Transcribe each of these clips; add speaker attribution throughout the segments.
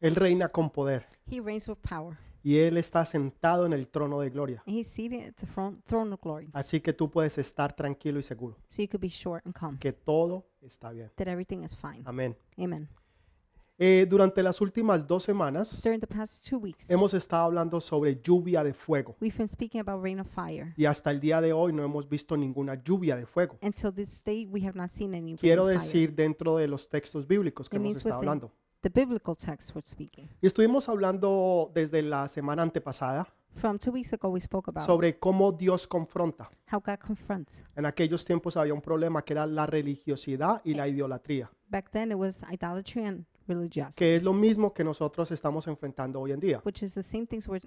Speaker 1: Él reina con poder
Speaker 2: He reigns with power.
Speaker 1: y Él está sentado en el trono de gloria.
Speaker 2: And he's seated at the throne, throne of glory.
Speaker 1: Así que tú puedes estar tranquilo y seguro
Speaker 2: So you could be sure and calm
Speaker 1: que todo está bien.
Speaker 2: that everything is fine.
Speaker 1: Amén.
Speaker 2: Amen.
Speaker 1: Eh, durante las últimas dos semanas
Speaker 2: During the past two weeks,
Speaker 1: hemos estado hablando sobre lluvia de fuego
Speaker 2: we've been speaking about rain of fire.
Speaker 1: y hasta el día de hoy no hemos visto ninguna lluvia de fuego.
Speaker 2: Until this day, we have not seen any rain
Speaker 1: Quiero
Speaker 2: of fire.
Speaker 1: decir dentro de los textos bíblicos que
Speaker 2: It
Speaker 1: hemos
Speaker 2: means
Speaker 1: estado
Speaker 2: within.
Speaker 1: hablando.
Speaker 2: The biblical text we're speaking.
Speaker 1: Y estuvimos hablando desde la semana antepasada
Speaker 2: From two weeks ago, we spoke about
Speaker 1: sobre cómo Dios confronta.
Speaker 2: how God confronts.
Speaker 1: En aquellos tiempos había un problema que era la religiosidad y la idolatría,
Speaker 2: Back then, it was idolatry and religiosity,
Speaker 1: que es lo mismo que nosotros estamos enfrentando hoy en día.
Speaker 2: which is the same things we're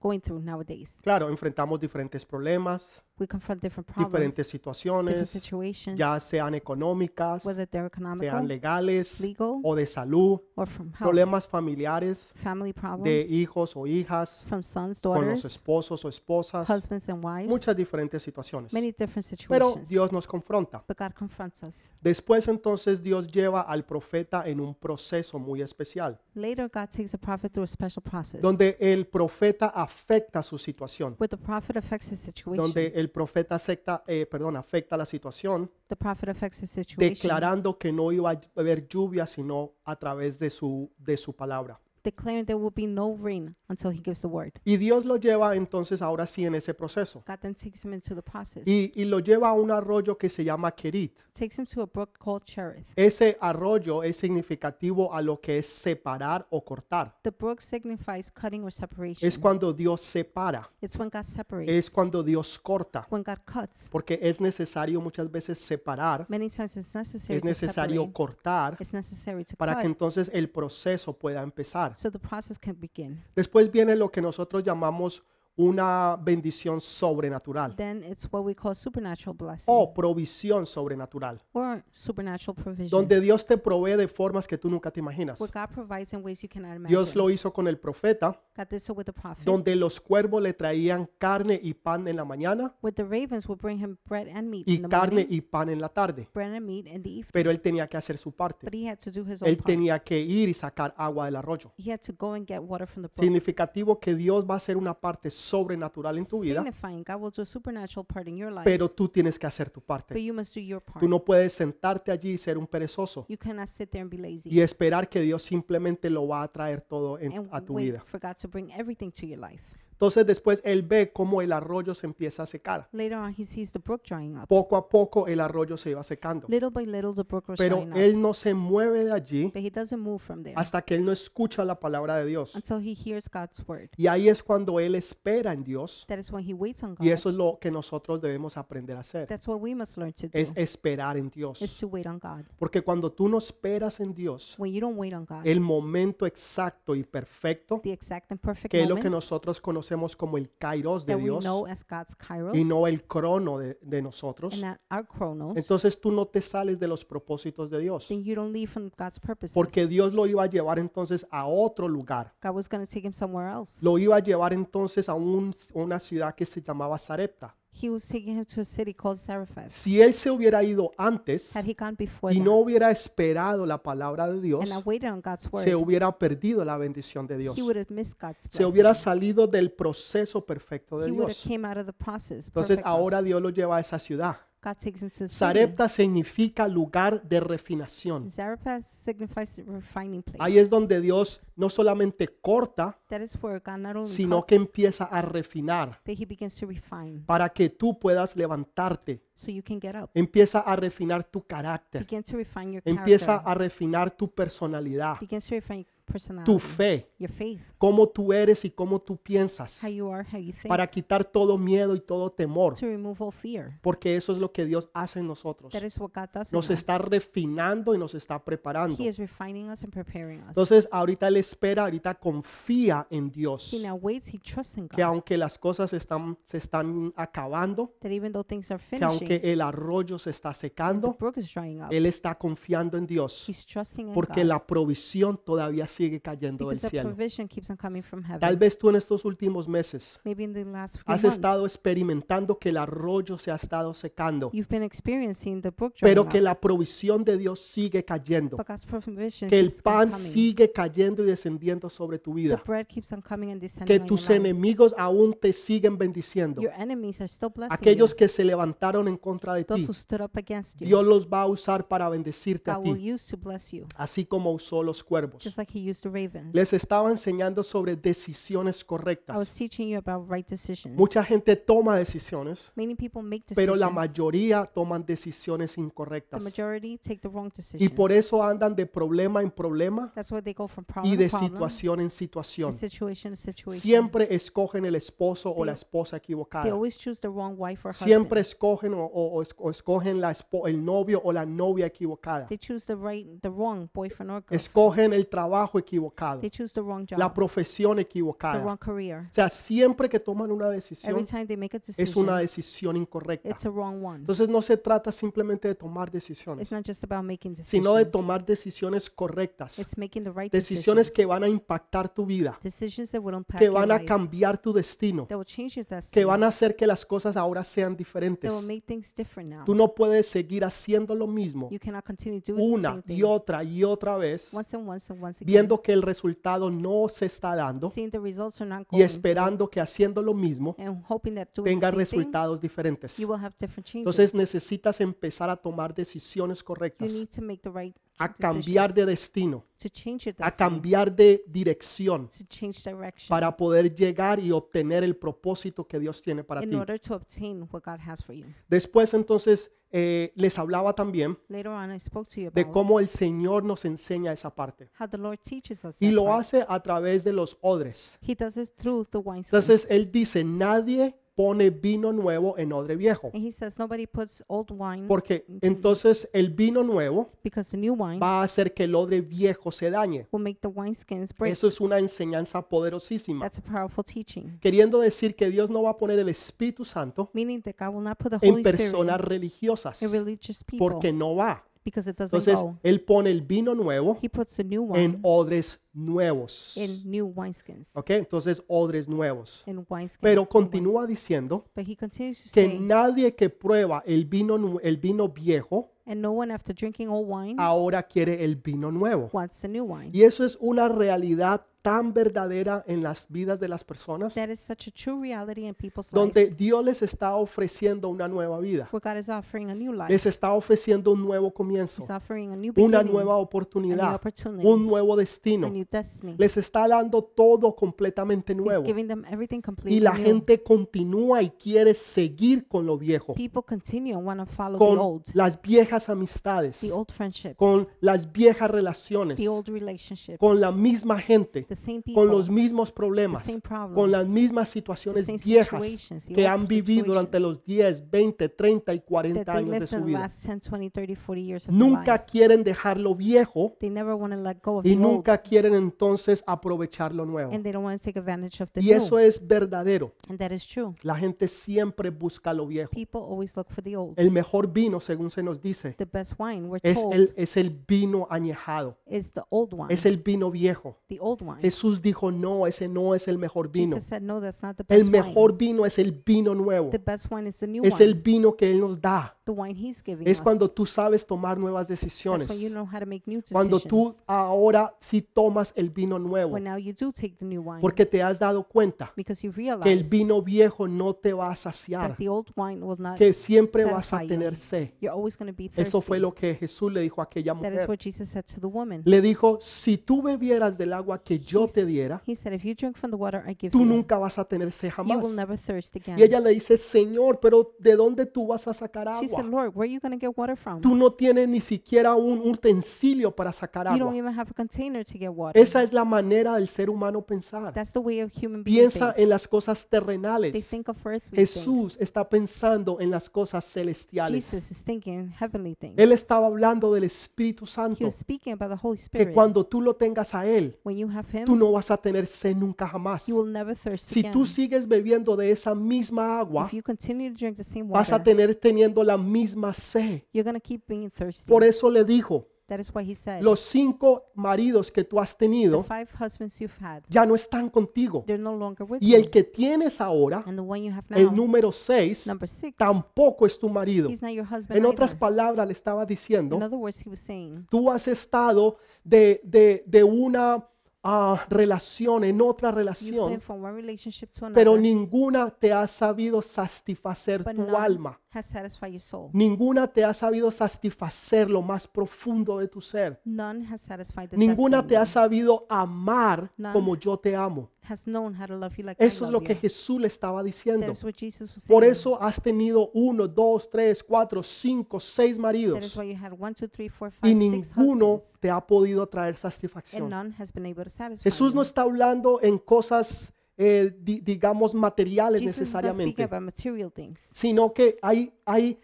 Speaker 2: going through nowadays.
Speaker 1: Claro, enfrentamos diferentes problemas,
Speaker 2: We confront different problems,
Speaker 1: diferentes
Speaker 2: different
Speaker 1: situaciones,
Speaker 2: situations,
Speaker 1: ya sean económicas,
Speaker 2: whether they're
Speaker 1: sean
Speaker 2: economical,
Speaker 1: legales
Speaker 2: legal,
Speaker 1: o de salud,
Speaker 2: or from health,
Speaker 1: problemas familiares de
Speaker 2: family problems,
Speaker 1: hijos o hijas,
Speaker 2: from sons,
Speaker 1: con los
Speaker 2: daughters,
Speaker 1: esposos o esposas,
Speaker 2: husbands, and wives.
Speaker 1: muchas diferentes situaciones.
Speaker 2: Many different
Speaker 1: Pero
Speaker 2: situations.
Speaker 1: Dios nos confronta.
Speaker 2: But God confronts us.
Speaker 1: Después entonces Dios lleva al profeta en un proceso muy especial,
Speaker 2: Later, God takes the prophet through a special process
Speaker 1: donde el profeta afecta su situación,
Speaker 2: where the prophet affects his situation.
Speaker 1: donde el profeta acepta, eh, perdón, afecta la situación,
Speaker 2: the prophet affects his situation,
Speaker 1: declarando que no iba a haber lluvia sino a través de su, de su palabra.
Speaker 2: declaring there will be no rain until he gives the word.
Speaker 1: Y Dios lo lleva entonces ahora sí en ese proceso.
Speaker 2: God then takes him into the process,
Speaker 1: Y, y lo lleva a un arroyo que se llama Kerit.
Speaker 2: takes him to a brook called Cherith.
Speaker 1: Ese arroyo es significativo a lo que es separar o cortar.
Speaker 2: The brook signifies cutting or separation.
Speaker 1: Es cuando Dios separa,
Speaker 2: it's when God separates,
Speaker 1: es cuando Dios corta.
Speaker 2: when God cuts.
Speaker 1: porque es necesario muchas veces separar,
Speaker 2: Many times it's necessary
Speaker 1: es
Speaker 2: to
Speaker 1: necesario
Speaker 2: separate.
Speaker 1: cortar
Speaker 2: It's necessary to
Speaker 1: para
Speaker 2: cut
Speaker 1: que entonces el proceso pueda empezar.
Speaker 2: so the process can begin.
Speaker 1: Después viene lo que nosotros llamamos una bendición sobrenatural
Speaker 2: Then it's what we call supernatural blessing
Speaker 1: o provisión sobrenatural,
Speaker 2: or supernatural provision.
Speaker 1: donde Dios te provee de formas que tú nunca te imaginas.
Speaker 2: What God provides in ways you cannot imagine.
Speaker 1: Dios lo hizo con el profeta,
Speaker 2: God did so with the prophet.
Speaker 1: donde los cuervos le traían carne y pan en la mañana
Speaker 2: with the ravens will bring him bread and meat
Speaker 1: y
Speaker 2: in the
Speaker 1: carne
Speaker 2: morning,
Speaker 1: y pan en la tarde,
Speaker 2: bread and meat in the evening.
Speaker 1: pero él tenía que hacer su parte.
Speaker 2: But he had to do his own
Speaker 1: Él
Speaker 2: part.
Speaker 1: tenía que ir y sacar agua del arroyo.
Speaker 2: He had to go and get water from the brook,
Speaker 1: significativo que Dios va a hacer una parte sobrenatural en tu vida,
Speaker 2: signifying God will do a supernatural part in your life,
Speaker 1: pero tú tienes que hacer tu
Speaker 2: but
Speaker 1: parte.
Speaker 2: you must do your part.
Speaker 1: Tú no puedes sentarte allí y ser un perezoso
Speaker 2: you cannot sit there and be lazy
Speaker 1: y esperar que Dios simplemente lo va a traer todo en-
Speaker 2: and
Speaker 1: a tu
Speaker 2: wait
Speaker 1: vida.
Speaker 2: for God to bring everything to your life.
Speaker 1: Entonces después él ve cómo el arroyo se empieza a secar.
Speaker 2: Later on, he sees the brook drying up.
Speaker 1: Poco a poco el arroyo se iba secando,
Speaker 2: Little by little, the brook was
Speaker 1: pero
Speaker 2: drying up,
Speaker 1: él no se mueve de allí
Speaker 2: but he doesn't move from there
Speaker 1: hasta que él no escucha la palabra de Dios.
Speaker 2: until he hears God's word.
Speaker 1: Y ahí es cuando él espera en Dios
Speaker 2: That is when he waits on God.
Speaker 1: y eso es lo que nosotros debemos aprender a hacer,
Speaker 2: That's what we must learn to do.
Speaker 1: es esperar en
Speaker 2: is
Speaker 1: Dios.
Speaker 2: to wait on God.
Speaker 1: Porque cuando tú no esperas en Dios,
Speaker 2: When you don't wait on God,
Speaker 1: el momento exacto y perfecto,
Speaker 2: the exact and perfect
Speaker 1: que es lo que
Speaker 2: moment
Speaker 1: nosotros conocemos como el kairos de
Speaker 2: that we
Speaker 1: Dios
Speaker 2: know as God's kairos
Speaker 1: y no el crono de, de nosotros,
Speaker 2: and that our chronos,
Speaker 1: entonces tú no te sales de los propósitos de Dios,
Speaker 2: then you don't leave from God's purposes.
Speaker 1: porque Dios lo iba a llevar entonces a otro lugar,
Speaker 2: God was going to take him somewhere else.
Speaker 1: lo iba a llevar entonces a un- una ciudad que se llamaba Sarepta.
Speaker 2: He was taking him to a city called Zarephath.
Speaker 1: Si él se hubiera ido antes
Speaker 2: Had he gone before
Speaker 1: y
Speaker 2: that
Speaker 1: no hubiera esperado la palabra de Dios,
Speaker 2: and I waited on God's
Speaker 1: se
Speaker 2: word,
Speaker 1: hubiera perdido la bendición de Dios.
Speaker 2: he would have missed God's
Speaker 1: se
Speaker 2: blessing.
Speaker 1: hubiera salido del proceso perfecto de
Speaker 2: He would have
Speaker 1: Dios.
Speaker 2: came out of the process.
Speaker 1: Entonces
Speaker 2: perfect
Speaker 1: ahora
Speaker 2: process.
Speaker 1: Dios lo lleva a esa ciudad.
Speaker 2: God takes him to the city.
Speaker 1: Sarepta significa lugar de refinación.
Speaker 2: Zarephath signifies the refining place.
Speaker 1: Ahí es donde Dios no solamente corta,
Speaker 2: that is where God not only
Speaker 1: sino
Speaker 2: Mm, cuts,
Speaker 1: que empieza a refinar
Speaker 2: but he begins to refine
Speaker 1: para que tú puedas levantarte.
Speaker 2: so you can get up.
Speaker 1: Empieza a refinar tu carácter.
Speaker 2: Begin to refine your
Speaker 1: Empieza
Speaker 2: character.
Speaker 1: a refinar tu personalidad,
Speaker 2: Begin to refine your personality.
Speaker 1: tu fe,
Speaker 2: Your faith.
Speaker 1: cómo tú eres y cómo tú piensas,
Speaker 2: How you are, how you think.
Speaker 1: para quitar todo miedo y todo temor,
Speaker 2: to remove all fear.
Speaker 1: porque eso es lo que Dios hace en nosotros.
Speaker 2: That is what God does in
Speaker 1: nos está
Speaker 2: us.
Speaker 1: refinando y nos está preparando.
Speaker 2: He is refining us and preparing us.
Speaker 1: Entonces, ahorita él espera, ahorita confía en Dios,
Speaker 2: he now waits, he trusts in
Speaker 1: que
Speaker 2: God.
Speaker 1: aunque las cosas están, se están acabando,
Speaker 2: That even though things are
Speaker 1: que aunque
Speaker 2: finishing,
Speaker 1: el arroyo se está
Speaker 2: the
Speaker 1: secando,
Speaker 2: brook is drying up.
Speaker 1: él está confiando en Dios,
Speaker 2: He's trusting in
Speaker 1: porque
Speaker 2: God.
Speaker 1: la provisión todavía sigue cayendo del
Speaker 2: Because the
Speaker 1: cielo.
Speaker 2: provision keeps on coming from heaven.
Speaker 1: Tal vez tú en estos últimos meses
Speaker 2: Maybe in the last few
Speaker 1: has
Speaker 2: months,
Speaker 1: estado experimentando que el arroyo se ha estado secando,
Speaker 2: you've been experiencing the brook drying
Speaker 1: pero que
Speaker 2: up.
Speaker 1: la provisión de Dios sigue cayendo,
Speaker 2: But God's provision
Speaker 1: que el
Speaker 2: keeps on
Speaker 1: pan
Speaker 2: coming.
Speaker 1: sigue cayendo y descendiendo sobre tu
Speaker 2: The
Speaker 1: vida,
Speaker 2: bread keeps on coming and descending
Speaker 1: que
Speaker 2: on
Speaker 1: tus
Speaker 2: your life.
Speaker 1: enemigos aún te siguen bendiciendo,
Speaker 2: Your enemies are still blessing
Speaker 1: aquellos
Speaker 2: you.
Speaker 1: que se levantaron en contra de
Speaker 2: Those
Speaker 1: ti,
Speaker 2: who stood up against you,
Speaker 1: Dios los va a usar para bendecirte a
Speaker 2: God will
Speaker 1: ti,
Speaker 2: use to bless you,
Speaker 1: así como usó los cuervos.
Speaker 2: just like He used the ravens.
Speaker 1: Les estaba enseñando sobre decisiones
Speaker 2: I was
Speaker 1: correctas.
Speaker 2: teaching you about right decisions.
Speaker 1: Mucha gente toma decisiones,
Speaker 2: Many people make decisions.
Speaker 1: pero la mayoría toman decisiones
Speaker 2: the
Speaker 1: incorrectas.
Speaker 2: majority take the wrong decisions.
Speaker 1: Y por eso andan de problema en problema
Speaker 2: That's why they go from problem
Speaker 1: y de
Speaker 2: to problem,
Speaker 1: situación en situación.
Speaker 2: and situation to situation.
Speaker 1: Siempre escogen el esposo o la
Speaker 2: They-
Speaker 1: esposa
Speaker 2: they
Speaker 1: equivocada.
Speaker 2: always choose the wrong wife or husband.
Speaker 1: Siempre escogen o, o- o es- o escogen la espo- el novio o la novia equivocada.
Speaker 2: They choose the right, the wrong boyfriend or girlfriend.
Speaker 1: Escogen el trabajo equivocado,
Speaker 2: They choose the wrong job,
Speaker 1: la profesión
Speaker 2: the
Speaker 1: equivocada.
Speaker 2: wrong career.
Speaker 1: O sea, siempre que toman una
Speaker 2: Every
Speaker 1: decisión
Speaker 2: time they make a
Speaker 1: es una
Speaker 2: decision,
Speaker 1: decisión incorrecta.
Speaker 2: it's a wrong one.
Speaker 1: Entonces no se trata simplemente de tomar
Speaker 2: It's
Speaker 1: decisiones,
Speaker 2: not just about making decisions.
Speaker 1: sino de tomar decisiones correctas.
Speaker 2: It's making the right
Speaker 1: Decisiones
Speaker 2: decisions.
Speaker 1: que van a impactar tu vida,
Speaker 2: decisions that will impact
Speaker 1: que
Speaker 2: your
Speaker 1: van a
Speaker 2: life.
Speaker 1: cambiar tu destino,
Speaker 2: That will change your destiny.
Speaker 1: que van a hacer que las cosas ahora sean diferentes.
Speaker 2: that will make things different now.
Speaker 1: Tú no puedes seguir haciendo lo mismo
Speaker 2: you cannot continue doing the
Speaker 1: una
Speaker 2: same thing
Speaker 1: y otra y otra vez,
Speaker 2: once and once and once again.
Speaker 1: viendo que el resultado no se está dando
Speaker 2: Seeing the results are not
Speaker 1: y
Speaker 2: going
Speaker 1: esperando que haciendo lo mismo
Speaker 2: and hoping that doing
Speaker 1: tenga
Speaker 2: the same thing,
Speaker 1: resultados diferentes.
Speaker 2: you will have different changes.
Speaker 1: Entonces necesitas empezar a tomar decisiones
Speaker 2: you
Speaker 1: correctas,
Speaker 2: need to make the right
Speaker 1: a cambiar
Speaker 2: decisions
Speaker 1: de destino,
Speaker 2: to change your
Speaker 1: a
Speaker 2: destiny,
Speaker 1: cambiar de dirección
Speaker 2: to change direction
Speaker 1: para poder llegar y obtener el propósito que Dios tiene para
Speaker 2: in
Speaker 1: ti.
Speaker 2: order to obtain what God has for you.
Speaker 1: Después entonces eh, les hablaba también
Speaker 2: Later on, I spoke to you about
Speaker 1: de cómo el Señor nos enseña esa parte
Speaker 2: how the Lord teaches us.
Speaker 1: y
Speaker 2: that
Speaker 1: lo
Speaker 2: part.
Speaker 1: hace a través de los odres.
Speaker 2: He does it through the wine
Speaker 1: Entonces él dice, nadie pone vino nuevo en odre viejo,
Speaker 2: And he says nobody puts old wine
Speaker 1: porque entonces el vino nuevo
Speaker 2: because the new wine
Speaker 1: va a hacer que el odre viejo se dañe.
Speaker 2: will make the wineskins break.
Speaker 1: Eso es una enseñanza poderosísima.
Speaker 2: That's a powerful teaching.
Speaker 1: Queriendo decir que Dios no va a poner el Espíritu Santo
Speaker 2: Meaning that God will not put the
Speaker 1: en
Speaker 2: Holy
Speaker 1: personas
Speaker 2: Spirit
Speaker 1: religiosas,
Speaker 2: in religious people
Speaker 1: porque no va.
Speaker 2: because it doesn't
Speaker 1: Entonces,
Speaker 2: go.
Speaker 1: Él pone el vino nuevo
Speaker 2: He puts the new
Speaker 1: en
Speaker 2: wine
Speaker 1: odres nuevos.
Speaker 2: in new wineskins.
Speaker 1: ¿Ok? Entonces, odres nuevos.
Speaker 2: In wineskins.
Speaker 1: Pero
Speaker 2: in wines.
Speaker 1: continúa diciendo
Speaker 2: But he continues to
Speaker 1: que
Speaker 2: say,
Speaker 1: nadie que prueba el vino, nu- el vino viejo
Speaker 2: and no one after drinking old wine
Speaker 1: ahora quiere el vino nuevo.
Speaker 2: wants the new wine.
Speaker 1: Ah, Y eso es una realidad tan verdadera en las vidas de las personas,
Speaker 2: That is such a true reality in people's
Speaker 1: donde
Speaker 2: lives
Speaker 1: Dios les está ofreciendo una nueva vida,
Speaker 2: where God is offering a new life.
Speaker 1: les está ofreciendo un nuevo comienzo,
Speaker 2: He's offering a new
Speaker 1: una
Speaker 2: beginning,
Speaker 1: nueva
Speaker 2: a new
Speaker 1: oportunidad,
Speaker 2: opportunity,
Speaker 1: un nuevo
Speaker 2: a
Speaker 1: destino.
Speaker 2: new destiny.
Speaker 1: Les está dando todo completamente
Speaker 2: He's
Speaker 1: nuevo.
Speaker 2: giving them everything
Speaker 1: Y
Speaker 2: completely
Speaker 1: la
Speaker 2: new.
Speaker 1: gente continúa y quiere seguir con lo viejo,
Speaker 2: People continue and want to follow the
Speaker 1: con
Speaker 2: old,
Speaker 1: las viejas amistades,
Speaker 2: the old friendships,
Speaker 1: con las viejas relaciones,
Speaker 2: the old relationships,
Speaker 1: con la misma gente,
Speaker 2: the same people,
Speaker 1: con los mismos problemas,
Speaker 2: the same problems,
Speaker 1: con las mismas situaciones viejas
Speaker 2: situations, the
Speaker 1: que
Speaker 2: old
Speaker 1: han vivido durante los 10, 20, 30 y 40
Speaker 2: that they
Speaker 1: años de
Speaker 2: lived in
Speaker 1: su
Speaker 2: the
Speaker 1: vida.
Speaker 2: last 10, 20, 30, 40 years of their
Speaker 1: Nunca
Speaker 2: lives.
Speaker 1: quieren dejar lo viejo
Speaker 2: They never want to let go of
Speaker 1: y
Speaker 2: the old,
Speaker 1: nunca quieren entonces aprovechar lo nuevo.
Speaker 2: and they don't want to take advantage of the
Speaker 1: Y eso
Speaker 2: new,
Speaker 1: es verdadero.
Speaker 2: and that is true.
Speaker 1: La gente siempre busca lo viejo.
Speaker 2: People always look for the old.
Speaker 1: El mejor vino, según se nos dice,
Speaker 2: The best wine, we're
Speaker 1: es
Speaker 2: told,
Speaker 1: el, es el vino añejado,
Speaker 2: is the old wine,
Speaker 1: es el vino viejo.
Speaker 2: the old wine.
Speaker 1: Jesús dijo, no, ese no es el mejor vino.
Speaker 2: Jesus said, no, that's not the
Speaker 1: El
Speaker 2: best wine.
Speaker 1: mejor vino es el vino nuevo.
Speaker 2: The best wine is the new
Speaker 1: Es el
Speaker 2: wine,
Speaker 1: vino que Él nos da.
Speaker 2: the wine he's giving
Speaker 1: Es
Speaker 2: us.
Speaker 1: cuando tú sabes tomar nuevas
Speaker 2: That's
Speaker 1: decisiones.
Speaker 2: when you know how to make new
Speaker 1: Cuando
Speaker 2: decisions.
Speaker 1: tú ahora sí tomas el vino nuevo.
Speaker 2: when now you do take the new wine
Speaker 1: Porque te has dado cuenta
Speaker 2: because you
Speaker 1: que el
Speaker 2: realize
Speaker 1: vino viejo no te va a saciar.
Speaker 2: that the old wine will not.
Speaker 1: Que siempre vas a
Speaker 2: satisfy you.
Speaker 1: tener sed.
Speaker 2: You're always going to be thirsty.
Speaker 1: Eso fue lo que Jesús le dijo a aquella
Speaker 2: that is
Speaker 1: mujer.
Speaker 2: what Jesus said to the woman.
Speaker 1: Le dijo, si tú bebieras del agua que yo
Speaker 2: He
Speaker 1: te
Speaker 2: s-
Speaker 1: diera,
Speaker 2: He said, if you drink from the water I give
Speaker 1: tú
Speaker 2: you,
Speaker 1: nunca vas a tener sed
Speaker 2: you
Speaker 1: jamás.
Speaker 2: will never thirst again.
Speaker 1: Y ella le dice, Señor, pero ¿de dónde tú vas a sacar
Speaker 2: she said,
Speaker 1: agua?
Speaker 2: Lord, where are you going to get water from?
Speaker 1: Tú no tienes ni siquiera un utensilio para sacar
Speaker 2: you
Speaker 1: agua.
Speaker 2: don't even have a container to get water.
Speaker 1: Esa es la manera del ser humano pensar.
Speaker 2: That's the way of human beings.
Speaker 1: Piensa en las cosas
Speaker 2: they
Speaker 1: terrenales.
Speaker 2: think of earthly things.
Speaker 1: Jesús está pensando en las cosas celestiales.
Speaker 2: Jesus is thinking heavenly things.
Speaker 1: Él estaba hablando del Espíritu
Speaker 2: he
Speaker 1: Santo,
Speaker 2: was speaking about the Holy
Speaker 1: que
Speaker 2: Spirit.
Speaker 1: cuando tú lo tengas a Él,
Speaker 2: when you have Him,
Speaker 1: tú no vas a tener sed nunca jamás.
Speaker 2: you will never thirst
Speaker 1: Si
Speaker 2: again.
Speaker 1: tú sigues bebiendo de esa misma agua,
Speaker 2: if you continue to drink the same
Speaker 1: vas a
Speaker 2: water,
Speaker 1: tener teniendo la misma sed.
Speaker 2: you're going to keep being thirsty.
Speaker 1: Por eso le dijo,
Speaker 2: that is why He said,
Speaker 1: los cinco maridos que tú has
Speaker 2: the
Speaker 1: tenido
Speaker 2: five husbands you've had,
Speaker 1: ya no están contigo.
Speaker 2: they're no longer with
Speaker 1: Y
Speaker 2: you.
Speaker 1: el que tienes ahora,
Speaker 2: and the one you have now,
Speaker 1: el número seis,
Speaker 2: number six,
Speaker 1: tampoco es tu marido.
Speaker 2: he's not your husband
Speaker 1: En otras
Speaker 2: either.
Speaker 1: palabras, le estaba
Speaker 2: In
Speaker 1: diciendo,
Speaker 2: other words, he was saying,
Speaker 1: tú has estado de, de, de una ah, relación, en otra
Speaker 2: You've been
Speaker 1: relación,
Speaker 2: from one relationship to another,
Speaker 1: pero ninguna te ha sabido satisfacer
Speaker 2: but
Speaker 1: tu
Speaker 2: none
Speaker 1: alma.
Speaker 2: has satisfied your soul.
Speaker 1: Ninguna te ha sabido satisfacer lo más profundo de tu ser.
Speaker 2: None has satisfied the depth
Speaker 1: Ninguna
Speaker 2: in
Speaker 1: te ha
Speaker 2: you,
Speaker 1: sabido amar
Speaker 2: None.
Speaker 1: como yo te amo.
Speaker 2: has known how to love you like I
Speaker 1: Eso es lo
Speaker 2: love
Speaker 1: que
Speaker 2: you.
Speaker 1: Jesús le estaba
Speaker 2: That
Speaker 1: diciendo.
Speaker 2: is what Jesus was saying.
Speaker 1: Por eso has tenido uno, dos, tres, cuatro, cinco, seis
Speaker 2: that is
Speaker 1: maridos
Speaker 2: why you had one, two, three, four,
Speaker 1: y
Speaker 2: five, six
Speaker 1: ninguno
Speaker 2: husbands,
Speaker 1: te ha podido traer
Speaker 2: and
Speaker 1: satisfacción.
Speaker 2: none has been able to satisfy
Speaker 1: Jesús no
Speaker 2: you.
Speaker 1: está hablando en cosas, eh, di- digamos, materiales
Speaker 2: Jesus does not speak
Speaker 1: necesariamente,
Speaker 2: about material things.
Speaker 1: sino que hay, hay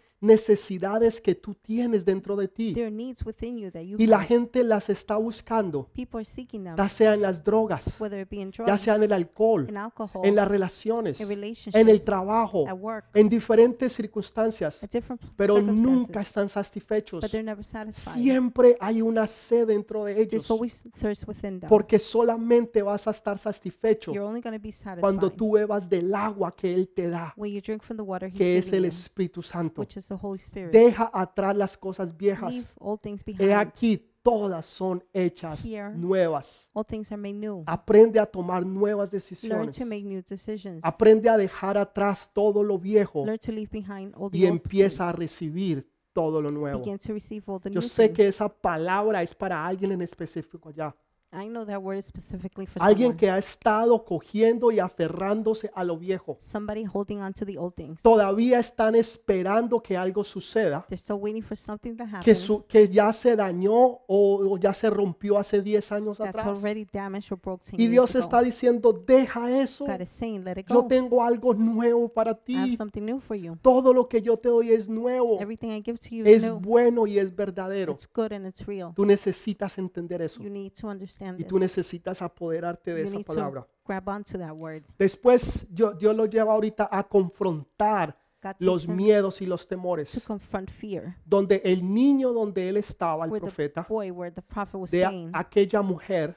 Speaker 1: necesidades que tú tienes dentro de ti
Speaker 2: There are needs within you that you
Speaker 1: y la
Speaker 2: have.
Speaker 1: gente las está buscando,
Speaker 2: people are seeking them,
Speaker 1: ya sea en las drogas,
Speaker 2: whether it be in
Speaker 1: ya
Speaker 2: drugs,
Speaker 1: sea en el alcohol,
Speaker 2: in alcohol,
Speaker 1: en las relaciones,
Speaker 2: in relationships,
Speaker 1: en el trabajo,
Speaker 2: at work,
Speaker 1: en diferentes circunstancias,
Speaker 2: at different pl-
Speaker 1: pero nunca
Speaker 2: circumstances,
Speaker 1: están satisfechos.
Speaker 2: but they're never satisfied.
Speaker 1: Siempre hay una sed dentro de
Speaker 2: There's
Speaker 1: ellos,
Speaker 2: always thirst within them.
Speaker 1: porque solamente vas a estar satisfecho
Speaker 2: You're only going to be satisfied
Speaker 1: cuando tú bebas del agua que Él te da,
Speaker 2: when you drink from the water He's
Speaker 1: que es
Speaker 2: giving
Speaker 1: el
Speaker 2: you,
Speaker 1: Espíritu Santo.
Speaker 2: which is the Holy Spirit.
Speaker 1: Deja atrás las cosas
Speaker 2: Leave
Speaker 1: viejas.
Speaker 2: all things
Speaker 1: He
Speaker 2: behind.
Speaker 1: aquí, todas son hechas
Speaker 2: Here.
Speaker 1: nuevas.
Speaker 2: All things are made new.
Speaker 1: Aprende a tomar nuevas
Speaker 2: Learn
Speaker 1: decisiones.
Speaker 2: to make new decisions.
Speaker 1: Aprende a dejar atrás todo lo viejo
Speaker 2: Learn to leave
Speaker 1: y
Speaker 2: behind all the old things.
Speaker 1: empieza a recibir todo lo nuevo.
Speaker 2: Begin to receive all the
Speaker 1: Yo
Speaker 2: new
Speaker 1: sé que
Speaker 2: things.
Speaker 1: esa palabra es para alguien en específico ya.
Speaker 2: I know that word is specifically for
Speaker 1: Alguien
Speaker 2: someone.
Speaker 1: que ha estado cogiendo y aferrándose a lo viejo.
Speaker 2: Somebody holding on to the old things.
Speaker 1: Todavía están esperando que algo suceda
Speaker 2: They're still waiting for something to happen
Speaker 1: que, su- que ya se dañó o, o ya se rompió hace 10 años
Speaker 2: that's
Speaker 1: atrás.
Speaker 2: already damaged or broke 10
Speaker 1: Y Dios
Speaker 2: years
Speaker 1: está
Speaker 2: ago.
Speaker 1: diciendo, deja eso,
Speaker 2: God is saying, let it
Speaker 1: yo
Speaker 2: go.
Speaker 1: tengo algo nuevo para
Speaker 2: I have
Speaker 1: ti.
Speaker 2: something new for you.
Speaker 1: Todo lo que yo te doy es nuevo,
Speaker 2: Everything I give to you is
Speaker 1: es
Speaker 2: new.
Speaker 1: bueno y es verdadero.
Speaker 2: It's good and it's real.
Speaker 1: Tú necesitas entender eso
Speaker 2: You need to understand
Speaker 1: y tú
Speaker 2: this.
Speaker 1: necesitas apoderarte de
Speaker 2: You
Speaker 1: esa
Speaker 2: need
Speaker 1: palabra.
Speaker 2: to grab onto that word.
Speaker 1: Después yo- Dios lo lleva ahorita a confrontar
Speaker 2: God takes
Speaker 1: los
Speaker 2: him
Speaker 1: miedos y los
Speaker 2: to
Speaker 1: temores,
Speaker 2: confront fear.
Speaker 1: donde el niño donde él estaba, el
Speaker 2: Where the
Speaker 1: profeta,
Speaker 2: boy, where the prophet was
Speaker 1: de a-
Speaker 2: staying,
Speaker 1: aquella mujer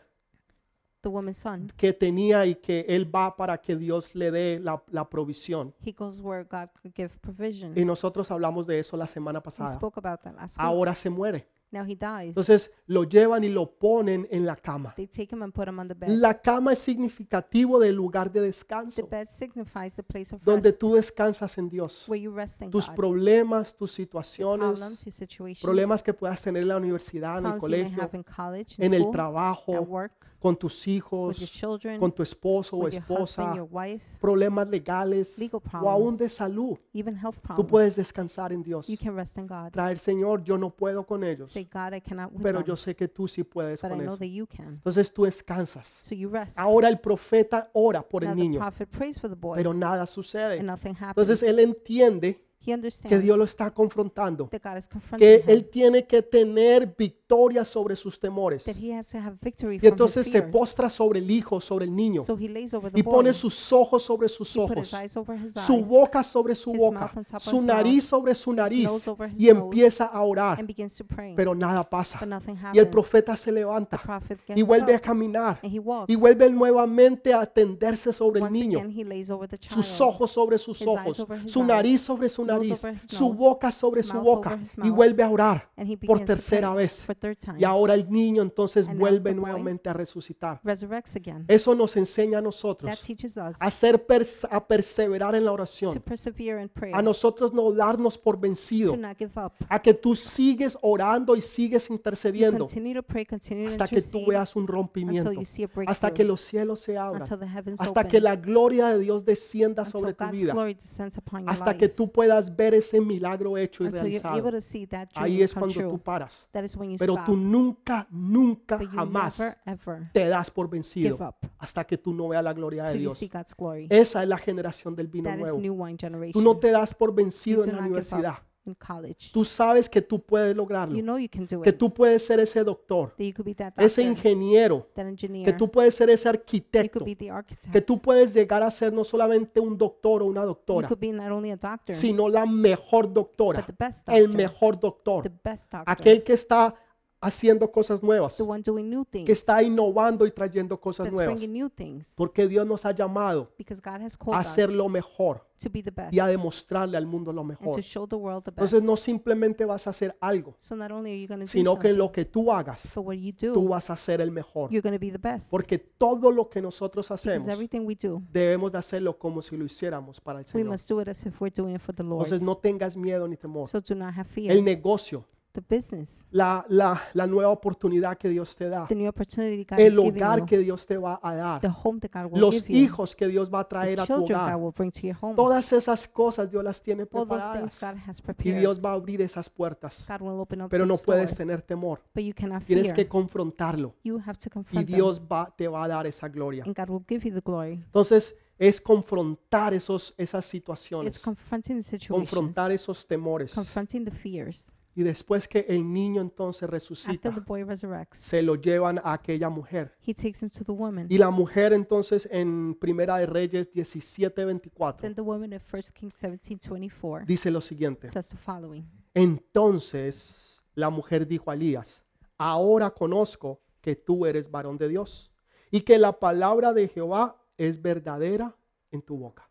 Speaker 2: the woman's son,
Speaker 1: que tenía y que él va para que Dios le dé la, la provisión.
Speaker 2: he goes where God could give provision.
Speaker 1: Y nosotros hablamos de eso la semana
Speaker 2: We
Speaker 1: pasada.
Speaker 2: Mm. spoke about that last week.
Speaker 1: Ahora se muere.
Speaker 2: Now he dies.
Speaker 1: Entonces lo llevan y lo ponen en la cama.
Speaker 2: They take him and put him on the bed.
Speaker 1: La cama es significativo del lugar de
Speaker 2: The
Speaker 1: descanso,
Speaker 2: bed signifies the place of
Speaker 1: donde
Speaker 2: rest,
Speaker 1: tú descansas en Dios.
Speaker 2: where you rest in
Speaker 1: Tus
Speaker 2: God.
Speaker 1: problemas, tus
Speaker 2: problems,
Speaker 1: situaciones,
Speaker 2: your situations,
Speaker 1: problemas que puedas tener en la universidad, en el
Speaker 2: problems you may
Speaker 1: colegio,
Speaker 2: have in college, in
Speaker 1: en el
Speaker 2: school, at
Speaker 1: trabajo,
Speaker 2: work,
Speaker 1: con tus
Speaker 2: with your
Speaker 1: hijos,
Speaker 2: children,
Speaker 1: con tu esposo o
Speaker 2: with your husband, your
Speaker 1: esposa,
Speaker 2: wife,
Speaker 1: problemas legales
Speaker 2: Legal
Speaker 1: o aún
Speaker 2: problems.
Speaker 1: de salud.
Speaker 2: even health
Speaker 1: Tú
Speaker 2: problems.
Speaker 1: puedes descansar en Dios.
Speaker 2: You can rest in God.
Speaker 1: Traer, Señor, yo no puedo con ellos,
Speaker 2: Say, God, I cannot with
Speaker 1: pero
Speaker 2: them,
Speaker 1: yo sé que tú sí puedes
Speaker 2: but I
Speaker 1: con
Speaker 2: know
Speaker 1: eso.
Speaker 2: that you can.
Speaker 1: Entonces tú descansas.
Speaker 2: So you rest.
Speaker 1: Ahora el profeta ora por
Speaker 2: now
Speaker 1: el
Speaker 2: the
Speaker 1: niño,
Speaker 2: prophet prays for the boy,
Speaker 1: pero nada
Speaker 2: and
Speaker 1: sucede.
Speaker 2: nothing happens.
Speaker 1: Entonces él entiende
Speaker 2: he understands
Speaker 1: que Dios lo está confrontando,
Speaker 2: that God is confronting
Speaker 1: que
Speaker 2: him,
Speaker 1: él tiene que tener victoria sobre sus temores.
Speaker 2: that he has to have victory
Speaker 1: Y
Speaker 2: from
Speaker 1: entonces
Speaker 2: his
Speaker 1: se
Speaker 2: fears.
Speaker 1: postra sobre el hijo, sobre el niño,
Speaker 2: so he lays over the
Speaker 1: y
Speaker 2: boy,
Speaker 1: pone sus ojos sobre sus
Speaker 2: put
Speaker 1: ojos,
Speaker 2: his eyes over his
Speaker 1: su
Speaker 2: eyes,
Speaker 1: boca sobre su
Speaker 2: his
Speaker 1: boca,
Speaker 2: mouth on top of
Speaker 1: su
Speaker 2: his mouth,
Speaker 1: nariz sobre su nariz,
Speaker 2: nose over his
Speaker 1: y
Speaker 2: nose, Em-
Speaker 1: empieza a orar,
Speaker 2: and begins to pray.
Speaker 1: pero nada pasa.
Speaker 2: but nothing happens.
Speaker 1: Y el profeta se levanta
Speaker 2: prophet gets
Speaker 1: y vuelve a
Speaker 2: up,
Speaker 1: caminar
Speaker 2: and he walks.
Speaker 1: y vuelve nuevamente a tenderse sobre el
Speaker 2: Once
Speaker 1: niño,
Speaker 2: again, he lays over the child,
Speaker 1: sus ojos sobre sus
Speaker 2: His eyes
Speaker 1: ojos,
Speaker 2: over his
Speaker 1: su
Speaker 2: eyes,
Speaker 1: nariz sobre su
Speaker 2: nose
Speaker 1: nariz,
Speaker 2: over his
Speaker 1: su
Speaker 2: nose,
Speaker 1: boca sobre su
Speaker 2: mouth
Speaker 1: boca
Speaker 2: over his
Speaker 1: y
Speaker 2: mouth,
Speaker 1: vuelve a orar
Speaker 2: and he
Speaker 1: por
Speaker 2: begins to
Speaker 1: tercera
Speaker 2: pray
Speaker 1: vez.
Speaker 2: for third time.
Speaker 1: Y ahora el niño entonces
Speaker 2: And now
Speaker 1: vuelve
Speaker 2: the boy
Speaker 1: nuevamente a resucitar.
Speaker 2: resurrects again.
Speaker 1: Eso nos enseña a
Speaker 2: That
Speaker 1: nosotros
Speaker 2: teaches us
Speaker 1: a, ser pers- a perseverar en la
Speaker 2: to
Speaker 1: oración,
Speaker 2: persevere in prayer,
Speaker 1: a nosotros no darnos por
Speaker 2: to
Speaker 1: vencido,
Speaker 2: not give up.
Speaker 1: a que tú sigues orando y sigues
Speaker 2: You
Speaker 1: intercediendo
Speaker 2: continue to pray, continue to
Speaker 1: hasta que tú
Speaker 2: intercede
Speaker 1: veas un rompimiento,
Speaker 2: until you see a
Speaker 1: hasta que
Speaker 2: breakthrough,
Speaker 1: los cielos se abran,
Speaker 2: until the heavens
Speaker 1: hasta
Speaker 2: open,
Speaker 1: que la gloria de Dios descienda
Speaker 2: until
Speaker 1: sobre tu
Speaker 2: God's
Speaker 1: vida,
Speaker 2: glory descends upon your
Speaker 1: hasta
Speaker 2: life,
Speaker 1: que tú puedas ver ese milagro hecho y
Speaker 2: until you're able
Speaker 1: realizado.
Speaker 2: to see that
Speaker 1: Ahí
Speaker 2: dream
Speaker 1: es
Speaker 2: come
Speaker 1: cuando tú
Speaker 2: true.
Speaker 1: paras.
Speaker 2: That is when you
Speaker 1: Pero
Speaker 2: stop.
Speaker 1: tú nunca, nunca,
Speaker 2: But you
Speaker 1: jamás
Speaker 2: never, ever
Speaker 1: te das por
Speaker 2: give
Speaker 1: vencido
Speaker 2: up
Speaker 1: hasta que tú no veas la gloria de
Speaker 2: till you
Speaker 1: Dios.
Speaker 2: see God's glory.
Speaker 1: Esa es la generación del vino
Speaker 2: That is
Speaker 1: nuevo.
Speaker 2: new wine
Speaker 1: Tú
Speaker 2: generation.
Speaker 1: no te das por
Speaker 2: You
Speaker 1: vencido
Speaker 2: do
Speaker 1: en la
Speaker 2: not give
Speaker 1: universidad.
Speaker 2: up in college.
Speaker 1: Tú sabes que tú puedes
Speaker 2: You
Speaker 1: lograrlo,
Speaker 2: know you can do
Speaker 1: que
Speaker 2: it.
Speaker 1: tú puedes ser ese doctor,
Speaker 2: That you could be that
Speaker 1: ese
Speaker 2: doctor,
Speaker 1: ingeniero,
Speaker 2: that
Speaker 1: que
Speaker 2: engineer.
Speaker 1: tú puedes ser ese
Speaker 2: You
Speaker 1: arquitecto,
Speaker 2: could be the
Speaker 1: que
Speaker 2: architect.
Speaker 1: tú puedes llegar a ser no solamente un doctor o una
Speaker 2: You
Speaker 1: doctora,
Speaker 2: could be not only a doctor,
Speaker 1: sino la mejor doctora,
Speaker 2: but the best
Speaker 1: el
Speaker 2: doctor.
Speaker 1: mejor
Speaker 2: The
Speaker 1: doctor,
Speaker 2: best doctor.
Speaker 1: aquel que está haciendo cosas nuevas,
Speaker 2: the one doing new things,
Speaker 1: que está innovando y trayendo cosas
Speaker 2: that's
Speaker 1: nuevas.
Speaker 2: bringing new things,
Speaker 1: Porque Dios nos ha llamado
Speaker 2: because God has called
Speaker 1: a hacer
Speaker 2: us
Speaker 1: lo mejor
Speaker 2: to be the best
Speaker 1: y a demostrarle al mundo lo
Speaker 2: and
Speaker 1: mejor.
Speaker 2: to show the world the best.
Speaker 1: Entonces no simplemente vas a hacer algo,
Speaker 2: so not only are you going to do
Speaker 1: sino que
Speaker 2: something,
Speaker 1: en lo que tú hagas,
Speaker 2: but what you do,
Speaker 1: tú vas a ser el mejor.
Speaker 2: you're going to be the best.
Speaker 1: Porque todo lo que nosotros
Speaker 2: because
Speaker 1: hacemos,
Speaker 2: everything we do,
Speaker 1: debemos de hacerlo como si lo hiciéramos para el
Speaker 2: we
Speaker 1: Señor.
Speaker 2: must do it as if we're doing it for the Lord.
Speaker 1: Entonces no tengas miedo ni temor.
Speaker 2: so do not have fear.
Speaker 1: El negocio,
Speaker 2: the business,
Speaker 1: la, la, la nueva oportunidad que Dios te da,
Speaker 2: the new opportunity God is
Speaker 1: el
Speaker 2: giving
Speaker 1: hogar
Speaker 2: you,
Speaker 1: que Dios te va a dar,
Speaker 2: the home that God will
Speaker 1: los
Speaker 2: give you,
Speaker 1: hijos que Dios va a traer
Speaker 2: the
Speaker 1: a tu
Speaker 2: children God
Speaker 1: hogar.
Speaker 2: will bring to your home.
Speaker 1: Todas esas cosas Dios las tiene
Speaker 2: All those things
Speaker 1: preparadas
Speaker 2: God has
Speaker 1: y
Speaker 2: prepared.
Speaker 1: Dios va a abrir esas puertas.
Speaker 2: God will open up
Speaker 1: Pero no
Speaker 2: those
Speaker 1: puedes
Speaker 2: doors,
Speaker 1: tener temor.
Speaker 2: but you cannot
Speaker 1: Tienes
Speaker 2: fear.
Speaker 1: que confrontarlo
Speaker 2: you have to
Speaker 1: y
Speaker 2: confront them,
Speaker 1: Dios va, te va a dar esa gloria.
Speaker 2: and God will give you the glory.
Speaker 1: Entonces es confrontar esos, esas
Speaker 2: It's
Speaker 1: situaciones,
Speaker 2: confronting the situations,
Speaker 1: confrontar esos temores.
Speaker 2: confronting the fears.
Speaker 1: Y después que el niño entonces
Speaker 2: After
Speaker 1: resucita,
Speaker 2: the boy resurrects,
Speaker 1: se lo llevan a aquella mujer.
Speaker 2: he takes him to the woman.
Speaker 1: Y la mujer entonces en Primera de Reyes
Speaker 2: Then
Speaker 1: 17:24
Speaker 2: the woman in 1 Kings 17 24
Speaker 1: dice lo siguiente.
Speaker 2: says the following.
Speaker 1: Entonces la mujer dijo a Elías, ahora conozco que tú eres varón de Dios y que la palabra de Jehová es verdadera en tu boca.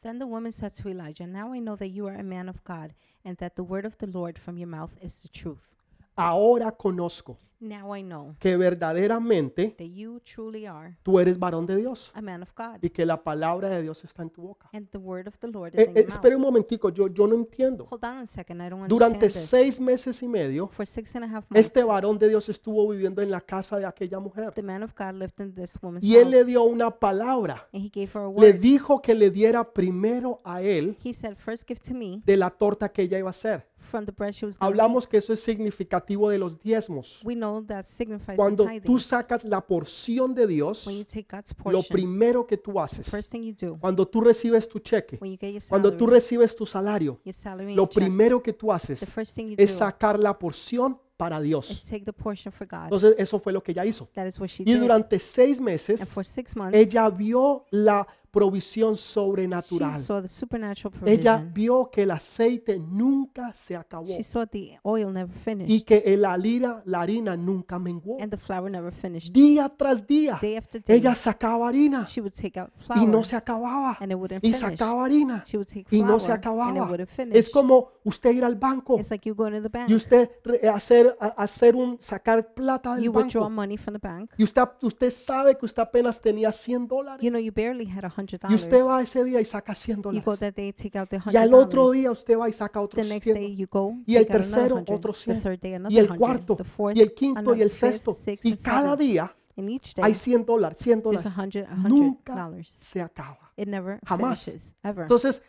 Speaker 2: Then the woman said to Elijah, Now I know that you are a man of God, and that the word of the Lord from your mouth is the truth.
Speaker 1: Ahora conozco
Speaker 2: Now I know
Speaker 1: que verdaderamente
Speaker 2: that you truly are
Speaker 1: tú eres varón de Dios
Speaker 2: a man of God,
Speaker 1: y que la palabra de Dios está en tu boca.
Speaker 2: and the word of the Lord is
Speaker 1: Eh,
Speaker 2: in
Speaker 1: eh,
Speaker 2: your mouth.
Speaker 1: espere un momentico, yo, yo no entiendo.
Speaker 2: Hold on a second, I don't understand
Speaker 1: Durante
Speaker 2: this.
Speaker 1: seis meses y medio,
Speaker 2: For six and a half months,
Speaker 1: este varón de Dios estuvo viviendo en la casa de aquella mujer
Speaker 2: the man of God lived in this woman's
Speaker 1: y él le
Speaker 2: house,
Speaker 1: dio una palabra.
Speaker 2: and he gave her a
Speaker 1: Le
Speaker 2: word.
Speaker 1: dijo que le diera primero a él
Speaker 2: He said, First give to me
Speaker 1: de la torta que ella iba a hacer.
Speaker 2: from the bread she was going
Speaker 1: Hablamos que eso es significativo de los diezmos.
Speaker 2: We know that signifies the
Speaker 1: Cuando
Speaker 2: tithing.
Speaker 1: tú sacas la porción de Dios,
Speaker 2: when you take God's
Speaker 1: lo
Speaker 2: portion,
Speaker 1: primero que tú haces,
Speaker 2: first thing you do,
Speaker 1: cuando tú recibes tu cheque,
Speaker 2: when you get your salary,
Speaker 1: cuando tú recibes tu salario,
Speaker 2: your salary and
Speaker 1: lo
Speaker 2: your check,
Speaker 1: primero que tú haces
Speaker 2: the first thing you do
Speaker 1: es sacar la porción para
Speaker 2: is
Speaker 1: Dios.
Speaker 2: take the portion for God.
Speaker 1: Entonces eso fue lo que ella hizo.
Speaker 2: that is what she
Speaker 1: Y
Speaker 2: did.
Speaker 1: durante seis
Speaker 2: And
Speaker 1: meses
Speaker 2: for six months,
Speaker 1: ella vio la provisión
Speaker 2: she
Speaker 1: sobrenatural.
Speaker 2: saw the supernatural provision.
Speaker 1: Ella vio que el aceite nunca se acabó
Speaker 2: she saw the oil never
Speaker 1: y
Speaker 2: finished
Speaker 1: que el- la harina, la harina nunca menguó.
Speaker 2: and the flour never finished.
Speaker 1: Día tras día
Speaker 2: Day after day,
Speaker 1: ella sacaba harina
Speaker 2: she would take out flour
Speaker 1: y no se acababa
Speaker 2: and it wouldn't
Speaker 1: y
Speaker 2: finish.
Speaker 1: sacaba harina
Speaker 2: She would take
Speaker 1: y
Speaker 2: flour
Speaker 1: no se
Speaker 2: and it
Speaker 1: acababa.
Speaker 2: wouldn't finish.
Speaker 1: Es como usted ir al banco
Speaker 2: it's like you go to the bank,
Speaker 1: y usted re- eh, hacer a- hacer un sacar plata del
Speaker 2: you withdraw
Speaker 1: banco
Speaker 2: money from the bank.
Speaker 1: y usted usted sabe que usted apenas tenía 100
Speaker 2: You
Speaker 1: dólares
Speaker 2: know, you barely had a hundred
Speaker 1: y
Speaker 2: dollars.
Speaker 1: usted va ese día y saca 100
Speaker 2: You go
Speaker 1: dólares
Speaker 2: that day, take out the
Speaker 1: y
Speaker 2: hundred
Speaker 1: al otro
Speaker 2: dollars.
Speaker 1: día usted va y saca
Speaker 2: The
Speaker 1: otros
Speaker 2: next
Speaker 1: 100
Speaker 2: day you go,
Speaker 1: y el
Speaker 2: take out another
Speaker 1: tercero
Speaker 2: 100,
Speaker 1: otro
Speaker 2: the
Speaker 1: 100
Speaker 2: third day another
Speaker 1: y el
Speaker 2: 100,
Speaker 1: cuarto
Speaker 2: the fourth,
Speaker 1: y el quinto y
Speaker 2: another
Speaker 1: el
Speaker 2: fifth,
Speaker 1: sexto
Speaker 2: sixth,
Speaker 1: y
Speaker 2: and
Speaker 1: cada
Speaker 2: seventh.
Speaker 1: día
Speaker 2: And each day
Speaker 1: hay 100 dólares 100
Speaker 2: there's a
Speaker 1: dólares
Speaker 2: hundred, a hundred
Speaker 1: nunca
Speaker 2: dollars.
Speaker 1: se acaba
Speaker 2: It never
Speaker 1: Jamás.
Speaker 2: finishes ever.
Speaker 1: entonces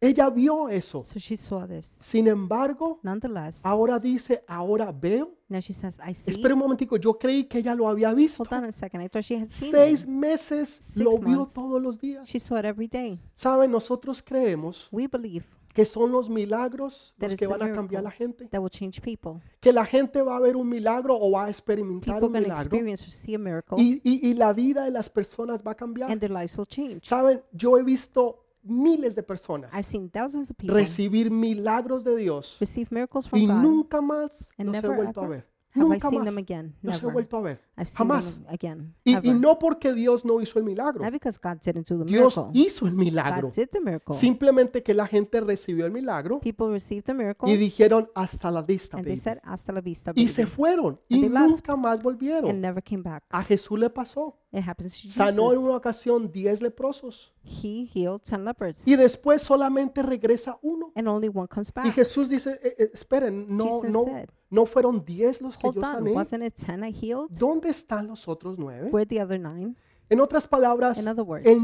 Speaker 1: ella vio eso
Speaker 2: so she saw this.
Speaker 1: sin embargo
Speaker 2: Nonetheless,
Speaker 1: ahora dice ahora veo
Speaker 2: now she says, "I see."
Speaker 1: espera un momentico yo creí que ella lo había visto
Speaker 2: Hold on a second. I thought she had seen
Speaker 1: seis
Speaker 2: it.
Speaker 1: meses
Speaker 2: Six
Speaker 1: lo vio
Speaker 2: months.
Speaker 1: todos los días
Speaker 2: She saw it every day.
Speaker 1: saben nosotros creemos
Speaker 2: We believe
Speaker 1: que son los milagros
Speaker 2: that
Speaker 1: los
Speaker 2: it's
Speaker 1: que
Speaker 2: the
Speaker 1: van a cambiar a la
Speaker 2: miracles
Speaker 1: gente
Speaker 2: that will change people.
Speaker 1: que la gente va a ver un milagro o va a experimentar
Speaker 2: People are
Speaker 1: un
Speaker 2: going to
Speaker 1: milagro
Speaker 2: experience or see a miracle,
Speaker 1: y, y- y la vida de las personas va a cambiar.
Speaker 2: and their lives will change.
Speaker 1: Saben, yo he visto miles de personas
Speaker 2: I've seen thousands of people
Speaker 1: recibir milagros de Dios
Speaker 2: receive miracles from
Speaker 1: y
Speaker 2: God.
Speaker 1: nunca más
Speaker 2: And
Speaker 1: los he
Speaker 2: never
Speaker 1: vuelto a
Speaker 2: ever
Speaker 1: ver.
Speaker 2: Have I
Speaker 1: Nunca
Speaker 2: seen
Speaker 1: más
Speaker 2: them again?
Speaker 1: los he
Speaker 2: Never.
Speaker 1: vuelto a ver.
Speaker 2: I've seen
Speaker 1: Jamás.
Speaker 2: them again.
Speaker 1: Y, y
Speaker 2: ever.
Speaker 1: no porque Dios no hizo el milagro.
Speaker 2: Not because God didn't do the
Speaker 1: Dios
Speaker 2: miracle.
Speaker 1: hizo el milagro.
Speaker 2: God did the miracle.
Speaker 1: Simplemente que la gente recibió el milagro
Speaker 2: People received the miracle
Speaker 1: y dijeron hasta la vista.
Speaker 2: and they
Speaker 1: baby".
Speaker 2: said hasta la vista
Speaker 1: Y
Speaker 2: baby,
Speaker 1: se fueron
Speaker 2: And
Speaker 1: y
Speaker 2: they left.
Speaker 1: nunca más
Speaker 2: and
Speaker 1: volvieron.
Speaker 2: never came back.
Speaker 1: A Jesús le pasó.
Speaker 2: It happens to
Speaker 1: Sanó en
Speaker 2: Jesus.
Speaker 1: una ocasión 10 leprosos
Speaker 2: He healed 10 lepers
Speaker 1: y después solamente regresa uno.
Speaker 2: and only one comes
Speaker 1: Y
Speaker 2: back.
Speaker 1: Jesús dice, "Eh, eh, esperen, no,
Speaker 2: Ah. Jesus
Speaker 1: no,
Speaker 2: said,
Speaker 1: no fueron 10 los que
Speaker 2: Hold
Speaker 1: yo
Speaker 2: on,
Speaker 1: sané.
Speaker 2: wasn't it 10 I healed?
Speaker 1: ¿Dónde están los otros nueve?
Speaker 2: Where the other nine?
Speaker 1: En otras palabras,
Speaker 2: In other words,
Speaker 1: el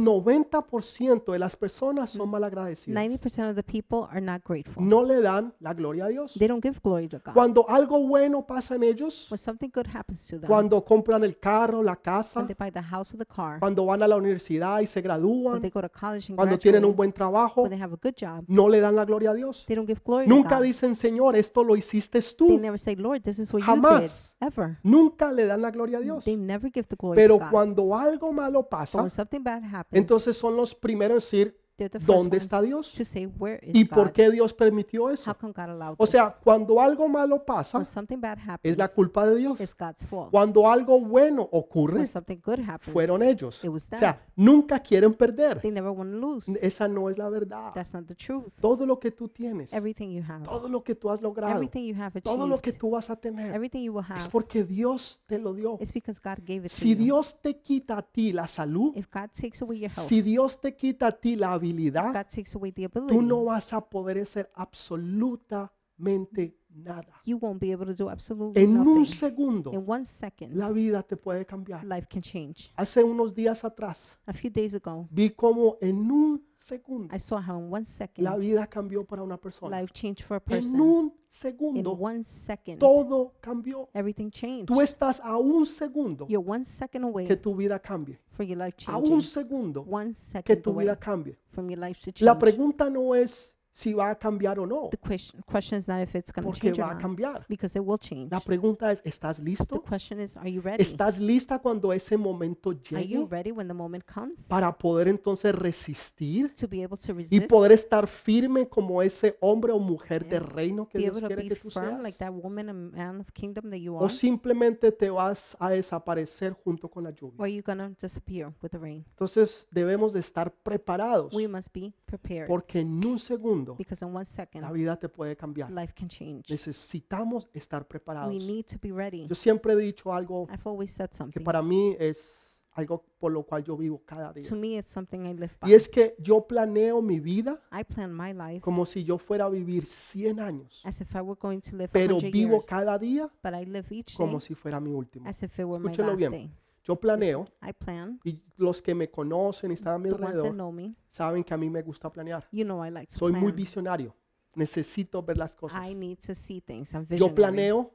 Speaker 1: 90% de las personas son malagradecidas.
Speaker 2: 90% of the people are not grateful.
Speaker 1: No le dan la gloria a Dios.
Speaker 2: They don't give glory to God.
Speaker 1: Cuando algo bueno pasa en ellos,
Speaker 2: When something good happens to them,
Speaker 1: cuando compran el carro, la
Speaker 2: when
Speaker 1: casa,
Speaker 2: they buy the house or the car,
Speaker 1: cuando van a la universidad y se
Speaker 2: when
Speaker 1: gradúan,
Speaker 2: they go to college and
Speaker 1: cuando tienen un
Speaker 2: Pues, graduate, Pues,
Speaker 1: buen trabajo,
Speaker 2: when they have a good job,
Speaker 1: no le dan la gloria a Dios.
Speaker 2: they don't give glory to
Speaker 1: Nunca
Speaker 2: God.
Speaker 1: dicen, Señor, esto lo hiciste
Speaker 2: They
Speaker 1: tú.
Speaker 2: never say, Lord, this is what you did.
Speaker 1: Jamás.
Speaker 2: Ever.
Speaker 1: Nunca le dan la gloria a Dios.
Speaker 2: They never give the glory
Speaker 1: Pero
Speaker 2: to God.
Speaker 1: cuando algo malo
Speaker 2: But
Speaker 1: pasa,
Speaker 2: when something bad happens,
Speaker 1: entonces son los primeros en decir,
Speaker 2: They're the first
Speaker 1: dónde está
Speaker 2: ones
Speaker 1: Dios
Speaker 2: to say, Where is
Speaker 1: y por
Speaker 2: God?
Speaker 1: qué Dios permitió
Speaker 2: How
Speaker 1: eso.
Speaker 2: come God allowed
Speaker 1: O
Speaker 2: this?
Speaker 1: sea, cuando algo malo pasa,
Speaker 2: when something bad happens,
Speaker 1: es la culpa de Dios.
Speaker 2: it's God's fault.
Speaker 1: Cuando algo bueno ocurre,
Speaker 2: when something good happens,
Speaker 1: fueron ellos.
Speaker 2: It
Speaker 1: O
Speaker 2: was them.
Speaker 1: sea, nunca quieren perder.
Speaker 2: they never want to lose.
Speaker 1: Esa no es la verdad.
Speaker 2: That's not the truth.
Speaker 1: Todo lo que tú tienes,
Speaker 2: Everything you have,
Speaker 1: todo lo que tú has logrado,
Speaker 2: everything you have achieved,
Speaker 1: todo lo que tú vas a tener,
Speaker 2: everything you will
Speaker 1: es
Speaker 2: have,
Speaker 1: porque Dios te lo dio.
Speaker 2: it's because God gave it to
Speaker 1: Si
Speaker 2: you.
Speaker 1: Dios te quita a ti la salud,
Speaker 2: if God takes away your health,
Speaker 1: si Dios te quita a ti la habilidad,
Speaker 2: God takes away the ability,
Speaker 1: tú no vas a poder hacer absolutamente nada.
Speaker 2: you won't be able to do absolutely
Speaker 1: En un
Speaker 2: nothing.
Speaker 1: segundo,
Speaker 2: In one second,
Speaker 1: la vida te puede cambiar.
Speaker 2: life can change.
Speaker 1: Hace unos días atrás,
Speaker 2: A few days ago,
Speaker 1: vi cómo en un segundo
Speaker 2: I saw how in one second
Speaker 1: la vida cambió para una persona.
Speaker 2: life changed for a
Speaker 1: En
Speaker 2: person.
Speaker 1: un
Speaker 2: In
Speaker 1: segundo,
Speaker 2: one second,
Speaker 1: todo cambió.
Speaker 2: everything changed.
Speaker 1: Tú estás a un segundo
Speaker 2: You're one second away
Speaker 1: que tu vida cambie.
Speaker 2: from your life
Speaker 1: A un
Speaker 2: changing.
Speaker 1: segundo
Speaker 2: One
Speaker 1: que
Speaker 2: second
Speaker 1: tu
Speaker 2: away
Speaker 1: vida cambie.
Speaker 2: from your life to
Speaker 1: La
Speaker 2: change.
Speaker 1: pregunta no es si va a cambiar o no,
Speaker 2: The question, question is not if it's going to
Speaker 1: porque
Speaker 2: change
Speaker 1: va
Speaker 2: or
Speaker 1: a
Speaker 2: not,
Speaker 1: cambiar.
Speaker 2: because it will change.
Speaker 1: La pregunta es, ¿estás
Speaker 2: The
Speaker 1: listo?
Speaker 2: question is, are you ready?
Speaker 1: ¿Estás lista cuando ese momento
Speaker 2: Are you
Speaker 1: llegue
Speaker 2: ready when the moment comes
Speaker 1: para poder entonces resistir
Speaker 2: to be able to
Speaker 1: y
Speaker 2: resist,
Speaker 1: poder estar firme como ese hombre o mujer de reino que
Speaker 2: be
Speaker 1: Dios
Speaker 2: able to
Speaker 1: quiere
Speaker 2: be
Speaker 1: que tú
Speaker 2: firm like
Speaker 1: seas?
Speaker 2: that woman and man of kingdom that you
Speaker 1: o
Speaker 2: are?
Speaker 1: simplemente te vas a desaparecer junto con la
Speaker 2: Or
Speaker 1: lluvia.
Speaker 2: are you going to disappear with the rain?
Speaker 1: Entonces debemos de estar preparados
Speaker 2: We must be prepared
Speaker 1: porque en un segundo
Speaker 2: because in one
Speaker 1: la
Speaker 2: second,
Speaker 1: vida te puede cambiar.
Speaker 2: life can change.
Speaker 1: Necesitamos estar
Speaker 2: We
Speaker 1: preparados.
Speaker 2: need to be ready.
Speaker 1: Yo siempre he dicho algo
Speaker 2: I've always said
Speaker 1: que
Speaker 2: something.
Speaker 1: para mí es algo por lo cual yo vivo cada día.
Speaker 2: To me, it's something I live
Speaker 1: Y
Speaker 2: by.
Speaker 1: es que yo planeo mi vida
Speaker 2: I plan my life
Speaker 1: como si yo fuera a vivir 100 años,
Speaker 2: as if I were going to live
Speaker 1: pero
Speaker 2: 100
Speaker 1: vivo
Speaker 2: years,
Speaker 1: cada día
Speaker 2: but I live each day
Speaker 1: como si fuera mi último.
Speaker 2: as if it were my
Speaker 1: Escúchelo
Speaker 2: last
Speaker 1: bien.
Speaker 2: day.
Speaker 1: Yo planeo
Speaker 2: I plan.
Speaker 1: y los que me conocen y están a mi
Speaker 2: The ones that
Speaker 1: alrededor
Speaker 2: know me,
Speaker 1: saben que a mí me gusta planear.
Speaker 2: you know I like to
Speaker 1: Soy muy
Speaker 2: plan.
Speaker 1: visionario. Necesito ver las cosas.
Speaker 2: I need to see things. I'm
Speaker 1: Yo
Speaker 2: visionary.
Speaker 1: planeo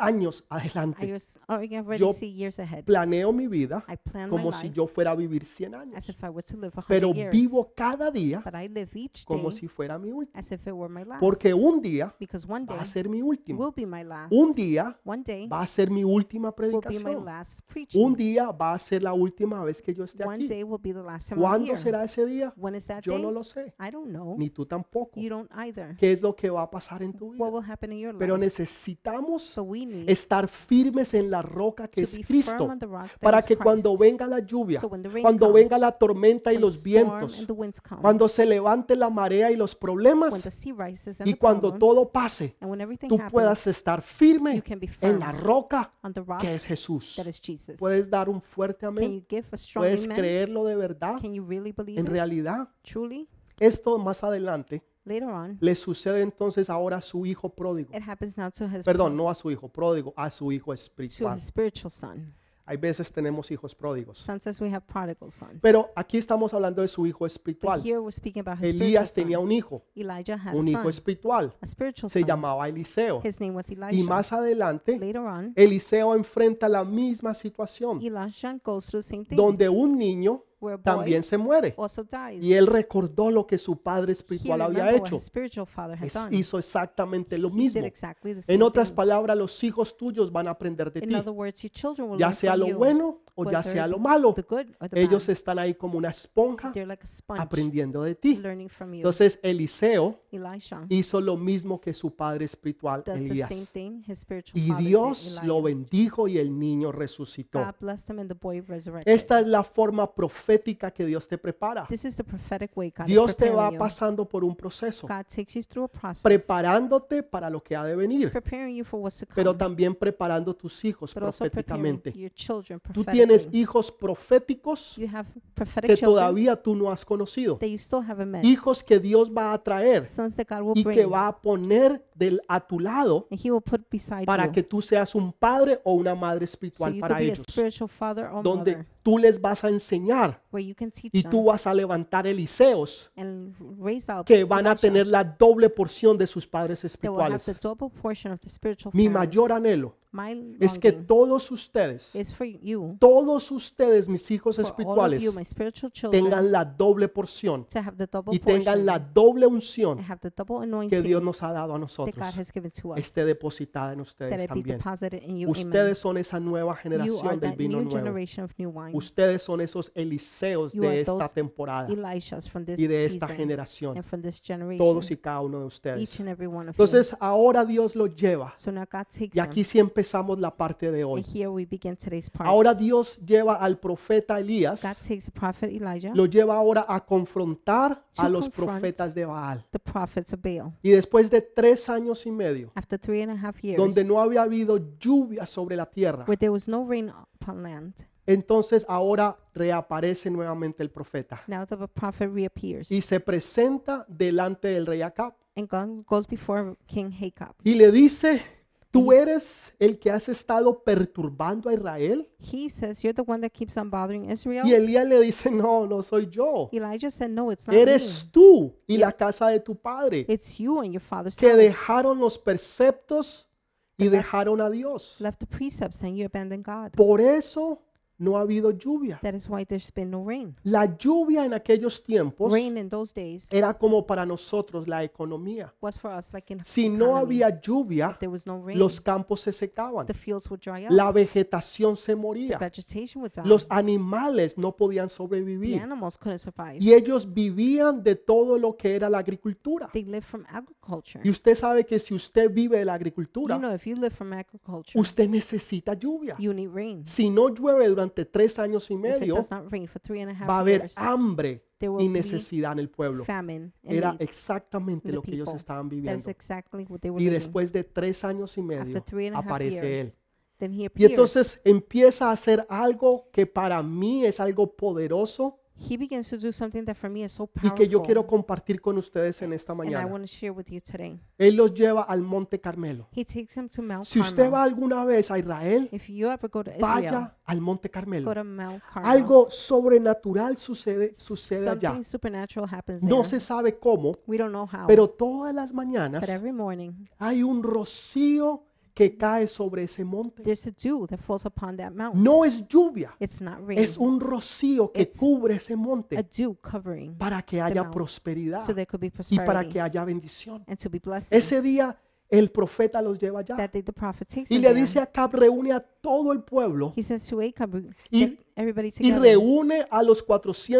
Speaker 1: años
Speaker 2: I oh,
Speaker 1: adelante.
Speaker 2: just already
Speaker 1: Yo
Speaker 2: already see years ahead.
Speaker 1: Planeo mi vida
Speaker 2: I plan my
Speaker 1: como si
Speaker 2: life
Speaker 1: yo fuera a vivir 100 años.
Speaker 2: as if I were to live 100
Speaker 1: Pero
Speaker 2: years,
Speaker 1: vivo cada día
Speaker 2: but I live each
Speaker 1: como
Speaker 2: day
Speaker 1: si fuera mi último.
Speaker 2: as if it were my last.
Speaker 1: Porque un día
Speaker 2: Because one
Speaker 1: va
Speaker 2: day
Speaker 1: a ser mi último.
Speaker 2: will be my last.
Speaker 1: Un día
Speaker 2: One day
Speaker 1: va a ser mi última
Speaker 2: will be my
Speaker 1: predicación.
Speaker 2: last
Speaker 1: Un
Speaker 2: preaching.
Speaker 1: día va a ser la última vez que yo esté
Speaker 2: One
Speaker 1: aquí.
Speaker 2: day will be the last time I'm
Speaker 1: ¿Cuándo
Speaker 2: here.
Speaker 1: será ese día?
Speaker 2: When is that
Speaker 1: Yo
Speaker 2: day?
Speaker 1: no lo sé.
Speaker 2: I don't know.
Speaker 1: Ni tú tampoco.
Speaker 2: You don't either.
Speaker 1: ¿Qué es lo que va a pasar en tu
Speaker 2: What
Speaker 1: vida?
Speaker 2: will happen in your
Speaker 1: Pero
Speaker 2: life?
Speaker 1: necesitamos
Speaker 2: So we need
Speaker 1: estar firmes en la roca que
Speaker 2: to
Speaker 1: es
Speaker 2: be firm
Speaker 1: Cristo
Speaker 2: on the rock that
Speaker 1: para
Speaker 2: is
Speaker 1: que cuando
Speaker 2: Christ.
Speaker 1: venga la lluvia,
Speaker 2: So when the rain
Speaker 1: cuando
Speaker 2: comes,
Speaker 1: venga la tormenta y
Speaker 2: When the
Speaker 1: los
Speaker 2: storm
Speaker 1: vientos,
Speaker 2: and the winds come,
Speaker 1: cuando se levante la marea y los
Speaker 2: when the
Speaker 1: problemas
Speaker 2: sea rises and
Speaker 1: y
Speaker 2: the
Speaker 1: cuando
Speaker 2: problems,
Speaker 1: todo pase,
Speaker 2: and when everything
Speaker 1: tú
Speaker 2: happens
Speaker 1: puedas estar firme
Speaker 2: you can be
Speaker 1: en
Speaker 2: firm
Speaker 1: la roca
Speaker 2: on the rock
Speaker 1: que es Jesús.
Speaker 2: that is Jesus.
Speaker 1: Puedes dar un fuerte
Speaker 2: Can
Speaker 1: amén,
Speaker 2: you give a strong
Speaker 1: puedes
Speaker 2: amen?
Speaker 1: creerlo de verdad,
Speaker 2: Can you really believe
Speaker 1: en
Speaker 2: it?
Speaker 1: realidad.
Speaker 2: Truly?
Speaker 1: Esto más adelante
Speaker 2: Later on,
Speaker 1: le sucede entonces ahora a su hijo pródigo.
Speaker 2: it happens now to his
Speaker 1: Perdón, no a su hijo pródigo, a su hijo
Speaker 2: to
Speaker 1: espiritual.
Speaker 2: his spiritual son.
Speaker 1: Hay veces tenemos hijos pródigos.
Speaker 2: Son says we have prodigal sons.
Speaker 1: Pero aquí estamos hablando de su hijo
Speaker 2: But
Speaker 1: espiritual.
Speaker 2: here we're speaking about his
Speaker 1: Elías tenía
Speaker 2: spiritual son.
Speaker 1: un hijo,
Speaker 2: Elijah had a
Speaker 1: un hijo
Speaker 2: son,
Speaker 1: espiritual.
Speaker 2: a spiritual
Speaker 1: Se
Speaker 2: son.
Speaker 1: llamaba Eliseo.
Speaker 2: His name was Elijah.
Speaker 1: Y más adelante,
Speaker 2: Later on,
Speaker 1: Eliseo enfrenta la misma situación,
Speaker 2: Elijah goes through the same thing
Speaker 1: donde un niño
Speaker 2: where a boy
Speaker 1: también se muere.
Speaker 2: also dies.
Speaker 1: Y él recordó lo que su padre
Speaker 2: he
Speaker 1: espiritual había
Speaker 2: remembered what
Speaker 1: hecho.
Speaker 2: his spiritual father had
Speaker 1: Es-
Speaker 2: done.
Speaker 1: hizo exactamente lo
Speaker 2: he did
Speaker 1: mismo.
Speaker 2: exactly the same
Speaker 1: En otras
Speaker 2: thing.
Speaker 1: palabras, los hijos tuyos van a aprender de
Speaker 2: In
Speaker 1: ti,
Speaker 2: other words, your children will
Speaker 1: ya
Speaker 2: learn
Speaker 1: sea
Speaker 2: from
Speaker 1: lo
Speaker 2: you,
Speaker 1: bueno o ya
Speaker 2: whether
Speaker 1: sea
Speaker 2: it
Speaker 1: lo
Speaker 2: be
Speaker 1: malo.
Speaker 2: the good or the
Speaker 1: Ellos
Speaker 2: bad.
Speaker 1: están ahí como una esponja
Speaker 2: They're like a sponge
Speaker 1: aprendiendo de ti.
Speaker 2: learning from you.
Speaker 1: Entonces Eliseo
Speaker 2: Elisha
Speaker 1: hizo lo mismo que su padre espiritual
Speaker 2: does the same
Speaker 1: Elías.
Speaker 2: thing his spiritual
Speaker 1: Y
Speaker 2: father did,
Speaker 1: Dios
Speaker 2: Elijah.
Speaker 1: lo bendijo y el niño resucitó.
Speaker 2: God blessed him and the boy resurrected.
Speaker 1: Esta es la forma profética que Dios te prepara.
Speaker 2: this is the prophetic way God is
Speaker 1: Dios te va
Speaker 2: preparing you.
Speaker 1: pasando por un proceso,
Speaker 2: God takes you through a process,
Speaker 1: preparándote para lo que ha de venir,
Speaker 2: preparing you for what's to come,
Speaker 1: pero también preparando tus hijos
Speaker 2: but also preparing
Speaker 1: proféticamente.
Speaker 2: your children
Speaker 1: Tú tienes
Speaker 2: prophetically.
Speaker 1: hijos proféticos
Speaker 2: You have prophetic
Speaker 1: que
Speaker 2: children
Speaker 1: todavía tú no has conocido,
Speaker 2: that you still haven't met,
Speaker 1: hijos que Dios va a traer
Speaker 2: sons that God will
Speaker 1: y que
Speaker 2: bring,
Speaker 1: va a poner del, a tu lado
Speaker 2: and He will put beside
Speaker 1: para
Speaker 2: you.
Speaker 1: que tú seas un padre o una madre
Speaker 2: so
Speaker 1: espiritual
Speaker 2: you could
Speaker 1: para
Speaker 2: be
Speaker 1: ellos,
Speaker 2: a spiritual father or
Speaker 1: donde
Speaker 2: mother
Speaker 1: tú les vas a enseñar
Speaker 2: where you can teach
Speaker 1: y
Speaker 2: them
Speaker 1: tú vas a levantar Eliseos
Speaker 2: and raise up
Speaker 1: que van a
Speaker 2: Elishas
Speaker 1: tener la doble porción de sus padres
Speaker 2: that will have the
Speaker 1: espirituales.
Speaker 2: double portion of the spiritual
Speaker 1: Mi
Speaker 2: parents.
Speaker 1: mayor anhelo
Speaker 2: My
Speaker 1: es que
Speaker 2: longing
Speaker 1: todos ustedes,
Speaker 2: is for you,
Speaker 1: todos ustedes, mis hijos
Speaker 2: for all of
Speaker 1: espirituales,
Speaker 2: you, my spiritual children
Speaker 1: tengan la doble porción
Speaker 2: to have the double
Speaker 1: y tengan
Speaker 2: portion
Speaker 1: la doble
Speaker 2: and
Speaker 1: unción
Speaker 2: have the double
Speaker 1: que Dios
Speaker 2: anointing
Speaker 1: nos ha dado a
Speaker 2: that God
Speaker 1: nosotros
Speaker 2: has given to us,
Speaker 1: esté depositada en
Speaker 2: that
Speaker 1: ustedes
Speaker 2: it be
Speaker 1: también.
Speaker 2: deposited in you. Amen.
Speaker 1: Ustedes son esa nueva
Speaker 2: You are
Speaker 1: generación del
Speaker 2: that
Speaker 1: vino
Speaker 2: new
Speaker 1: nuevo.
Speaker 2: generation of new wine,
Speaker 1: Ustedes son esos Eliseos
Speaker 2: You are
Speaker 1: de esta
Speaker 2: those
Speaker 1: temporada
Speaker 2: Elishas from this
Speaker 1: y de esta
Speaker 2: season
Speaker 1: generación.
Speaker 2: and from this generation,
Speaker 1: Todos y cada uno de
Speaker 2: each
Speaker 1: ustedes.
Speaker 2: and every one of you.
Speaker 1: Entonces ahora Dios los lleva.
Speaker 2: So now God takes
Speaker 1: Y
Speaker 2: them,
Speaker 1: aquí sí empezamos la parte de
Speaker 2: and
Speaker 1: hoy.
Speaker 2: here we begin today's part.
Speaker 1: Ahora Dios lleva al profeta
Speaker 2: God
Speaker 1: Elías,
Speaker 2: takes the prophet Elijah,
Speaker 1: lo lleva ahora a confrontar a
Speaker 2: To
Speaker 1: los
Speaker 2: confront.
Speaker 1: profetas de Baal.
Speaker 2: the prophets of Baal,
Speaker 1: Y después de tres años y medio,
Speaker 2: after three and a half years,
Speaker 1: donde no había habido lluvia sobre la tierra,
Speaker 2: where there was no rain upon land.
Speaker 1: entonces ahora reaparece nuevamente el profeta
Speaker 2: Now the prophet reappears,
Speaker 1: y se presenta delante del rey Acab
Speaker 2: and God goes before King Hacab.
Speaker 1: y le dice, tú
Speaker 2: Dice-
Speaker 1: eres el que has estado perturbando a Israel.
Speaker 2: He says, "You're the one that keeps on bothering Israel."
Speaker 1: Y Elías le dice, no, no soy yo,
Speaker 2: Elijah said, "No, it's not
Speaker 1: eres
Speaker 2: me.
Speaker 1: tú y la casa de tu padre.
Speaker 2: It's you and your father's
Speaker 1: que
Speaker 2: house.
Speaker 1: dejaron los preceptos y dejaron a Dios.
Speaker 2: left the precepts and you abandoned God.
Speaker 1: Por eso no ha habido lluvia.
Speaker 2: That is why there's been no rain.
Speaker 1: La lluvia en aquellos tiempos
Speaker 2: Rain in those days
Speaker 1: era como para nosotros la economía.
Speaker 2: was for us like in
Speaker 1: Si no
Speaker 2: economy.
Speaker 1: había lluvia,
Speaker 2: there was no rain.
Speaker 1: los campos se secaban,
Speaker 2: the fields would dry up.
Speaker 1: la vegetación se moría,
Speaker 2: Vegetation would die.
Speaker 1: los animales no podían
Speaker 2: the
Speaker 1: sobrevivir
Speaker 2: animals couldn't survive.
Speaker 1: y ellos vivían de todo lo que era la agricultura.
Speaker 2: They lived from agriculture.
Speaker 1: Y usted sabe que si usted vive de la
Speaker 2: you
Speaker 1: agricultura,
Speaker 2: know, if you live from agriculture,
Speaker 1: usted necesita lluvia.
Speaker 2: you need rain.
Speaker 1: Si no llueve durante tres años y
Speaker 2: If it
Speaker 1: medio,
Speaker 2: does not rain for three and a half
Speaker 1: va a haber
Speaker 2: years,
Speaker 1: hambre
Speaker 2: there will
Speaker 1: y
Speaker 2: be
Speaker 1: necesidad en el pueblo.
Speaker 2: famine and
Speaker 1: Era
Speaker 2: needs
Speaker 1: exactamente
Speaker 2: in the
Speaker 1: lo que ellos
Speaker 2: people.
Speaker 1: estaban
Speaker 2: That
Speaker 1: viviendo.
Speaker 2: is exactly what they were
Speaker 1: Y
Speaker 2: living.
Speaker 1: después de tres años y
Speaker 2: After
Speaker 1: medio
Speaker 2: three and a half
Speaker 1: aparece él.
Speaker 2: years, then he
Speaker 1: Y
Speaker 2: appears.
Speaker 1: entonces empieza a hacer algo que para mí es algo poderoso
Speaker 2: he begins to do something that for me is so
Speaker 1: y
Speaker 2: powerful.
Speaker 1: que yo quiero compartir con ustedes en esta
Speaker 2: and I
Speaker 1: mañana.
Speaker 2: want to share with you today.
Speaker 1: Él los lleva al Monte Carmelo.
Speaker 2: He takes him to Mount
Speaker 1: Si usted
Speaker 2: Carmel.
Speaker 1: va alguna vez a Israel,
Speaker 2: if you ever go to Israel,
Speaker 1: vaya al Monte
Speaker 2: go
Speaker 1: Carmelo.
Speaker 2: to Mount Carmel.
Speaker 1: Algo sobrenatural sucede, sucede
Speaker 2: Something
Speaker 1: allá.
Speaker 2: supernatural happens
Speaker 1: No
Speaker 2: there.
Speaker 1: se sabe cómo,
Speaker 2: we don't know how,
Speaker 1: pero todas las mañanas
Speaker 2: but every morning
Speaker 1: hay un rocío que cae sobre ese monte.
Speaker 2: there's a dew that falls upon that mountain.
Speaker 1: No es lluvia,
Speaker 2: it's not rain.
Speaker 1: es un rocío que
Speaker 2: It's
Speaker 1: cubre ese
Speaker 2: a
Speaker 1: monte
Speaker 2: dew covering,
Speaker 1: para que haya
Speaker 2: mount.
Speaker 1: prosperidad
Speaker 2: so there could be
Speaker 1: y para
Speaker 2: prosperity
Speaker 1: que haya bendición.
Speaker 2: and to be blessed.
Speaker 1: Ese día el profeta los lleva allá
Speaker 2: that day the prophet takes
Speaker 1: y
Speaker 2: him
Speaker 1: le
Speaker 2: there.
Speaker 1: dice a Acab, reúne a todo el pueblo
Speaker 2: He says to Acab,
Speaker 1: Y-
Speaker 2: get everybody
Speaker 1: y
Speaker 2: together
Speaker 1: reúne a los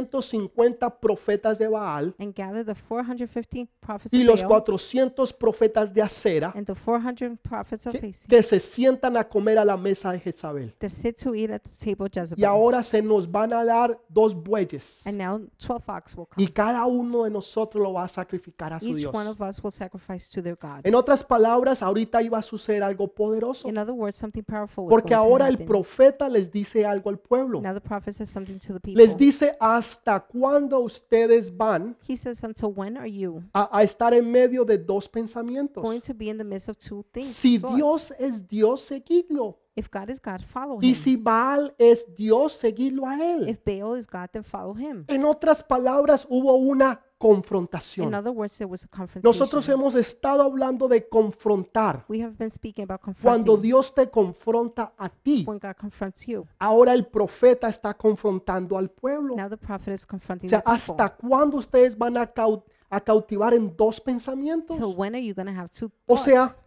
Speaker 1: 450 profetas de Baal
Speaker 2: and gather the 450 prophets
Speaker 1: y
Speaker 2: of
Speaker 1: los
Speaker 2: Baal
Speaker 1: 400 profetas de Acera
Speaker 2: and the 400 prophets of
Speaker 1: que,
Speaker 2: Phasis
Speaker 1: que se sientan a comer a la mesa de Jezabel.
Speaker 2: that sit to eat at the table of Jezebel.
Speaker 1: Y ahora se nos van a dar dos bueyes.
Speaker 2: and now 12 ox will come.
Speaker 1: Y cada uno de nosotros lo va a sacrificar a su
Speaker 2: Each
Speaker 1: Dios.
Speaker 2: one of us will sacrifice to their God.
Speaker 1: En otras palabras, ahorita iba a suceder algo poderoso.
Speaker 2: In other words, something powerful was
Speaker 1: Porque
Speaker 2: going to
Speaker 1: ahora el
Speaker 2: happen.
Speaker 1: profeta les dice algo al pueblo.
Speaker 2: Now the prophet says something to the people.
Speaker 1: Les dice, ¿hasta cuándo ustedes van
Speaker 2: he says, until when are you
Speaker 1: a, a estar en medio de dos pensamientos?
Speaker 2: going to be in the midst of two things?
Speaker 1: Si
Speaker 2: thoughts?
Speaker 1: Dios es Dios, seguidlo.
Speaker 2: if God is God, follow
Speaker 1: Y
Speaker 2: him.
Speaker 1: si Baal es Dios, seguidlo a él.
Speaker 2: If Baal is God, then follow him.
Speaker 1: En otras palabras, hubo una confrontación.
Speaker 2: In other words, there was a confrontation.
Speaker 1: Nosotros hemos estado hablando de confrontar.
Speaker 2: we have been speaking about confronting.
Speaker 1: Cuando Dios te confronta a ti,
Speaker 2: when God confronts you.
Speaker 1: ahora el profeta está confrontando al pueblo.
Speaker 2: Now the prophet is
Speaker 1: O
Speaker 2: confronting
Speaker 1: sea,
Speaker 2: the people.
Speaker 1: ¿hasta cuándo ustedes van a, cau- a cautivar en dos
Speaker 2: So
Speaker 1: pensamientos?
Speaker 2: when are you going to have two
Speaker 1: O sea,
Speaker 2: thoughts?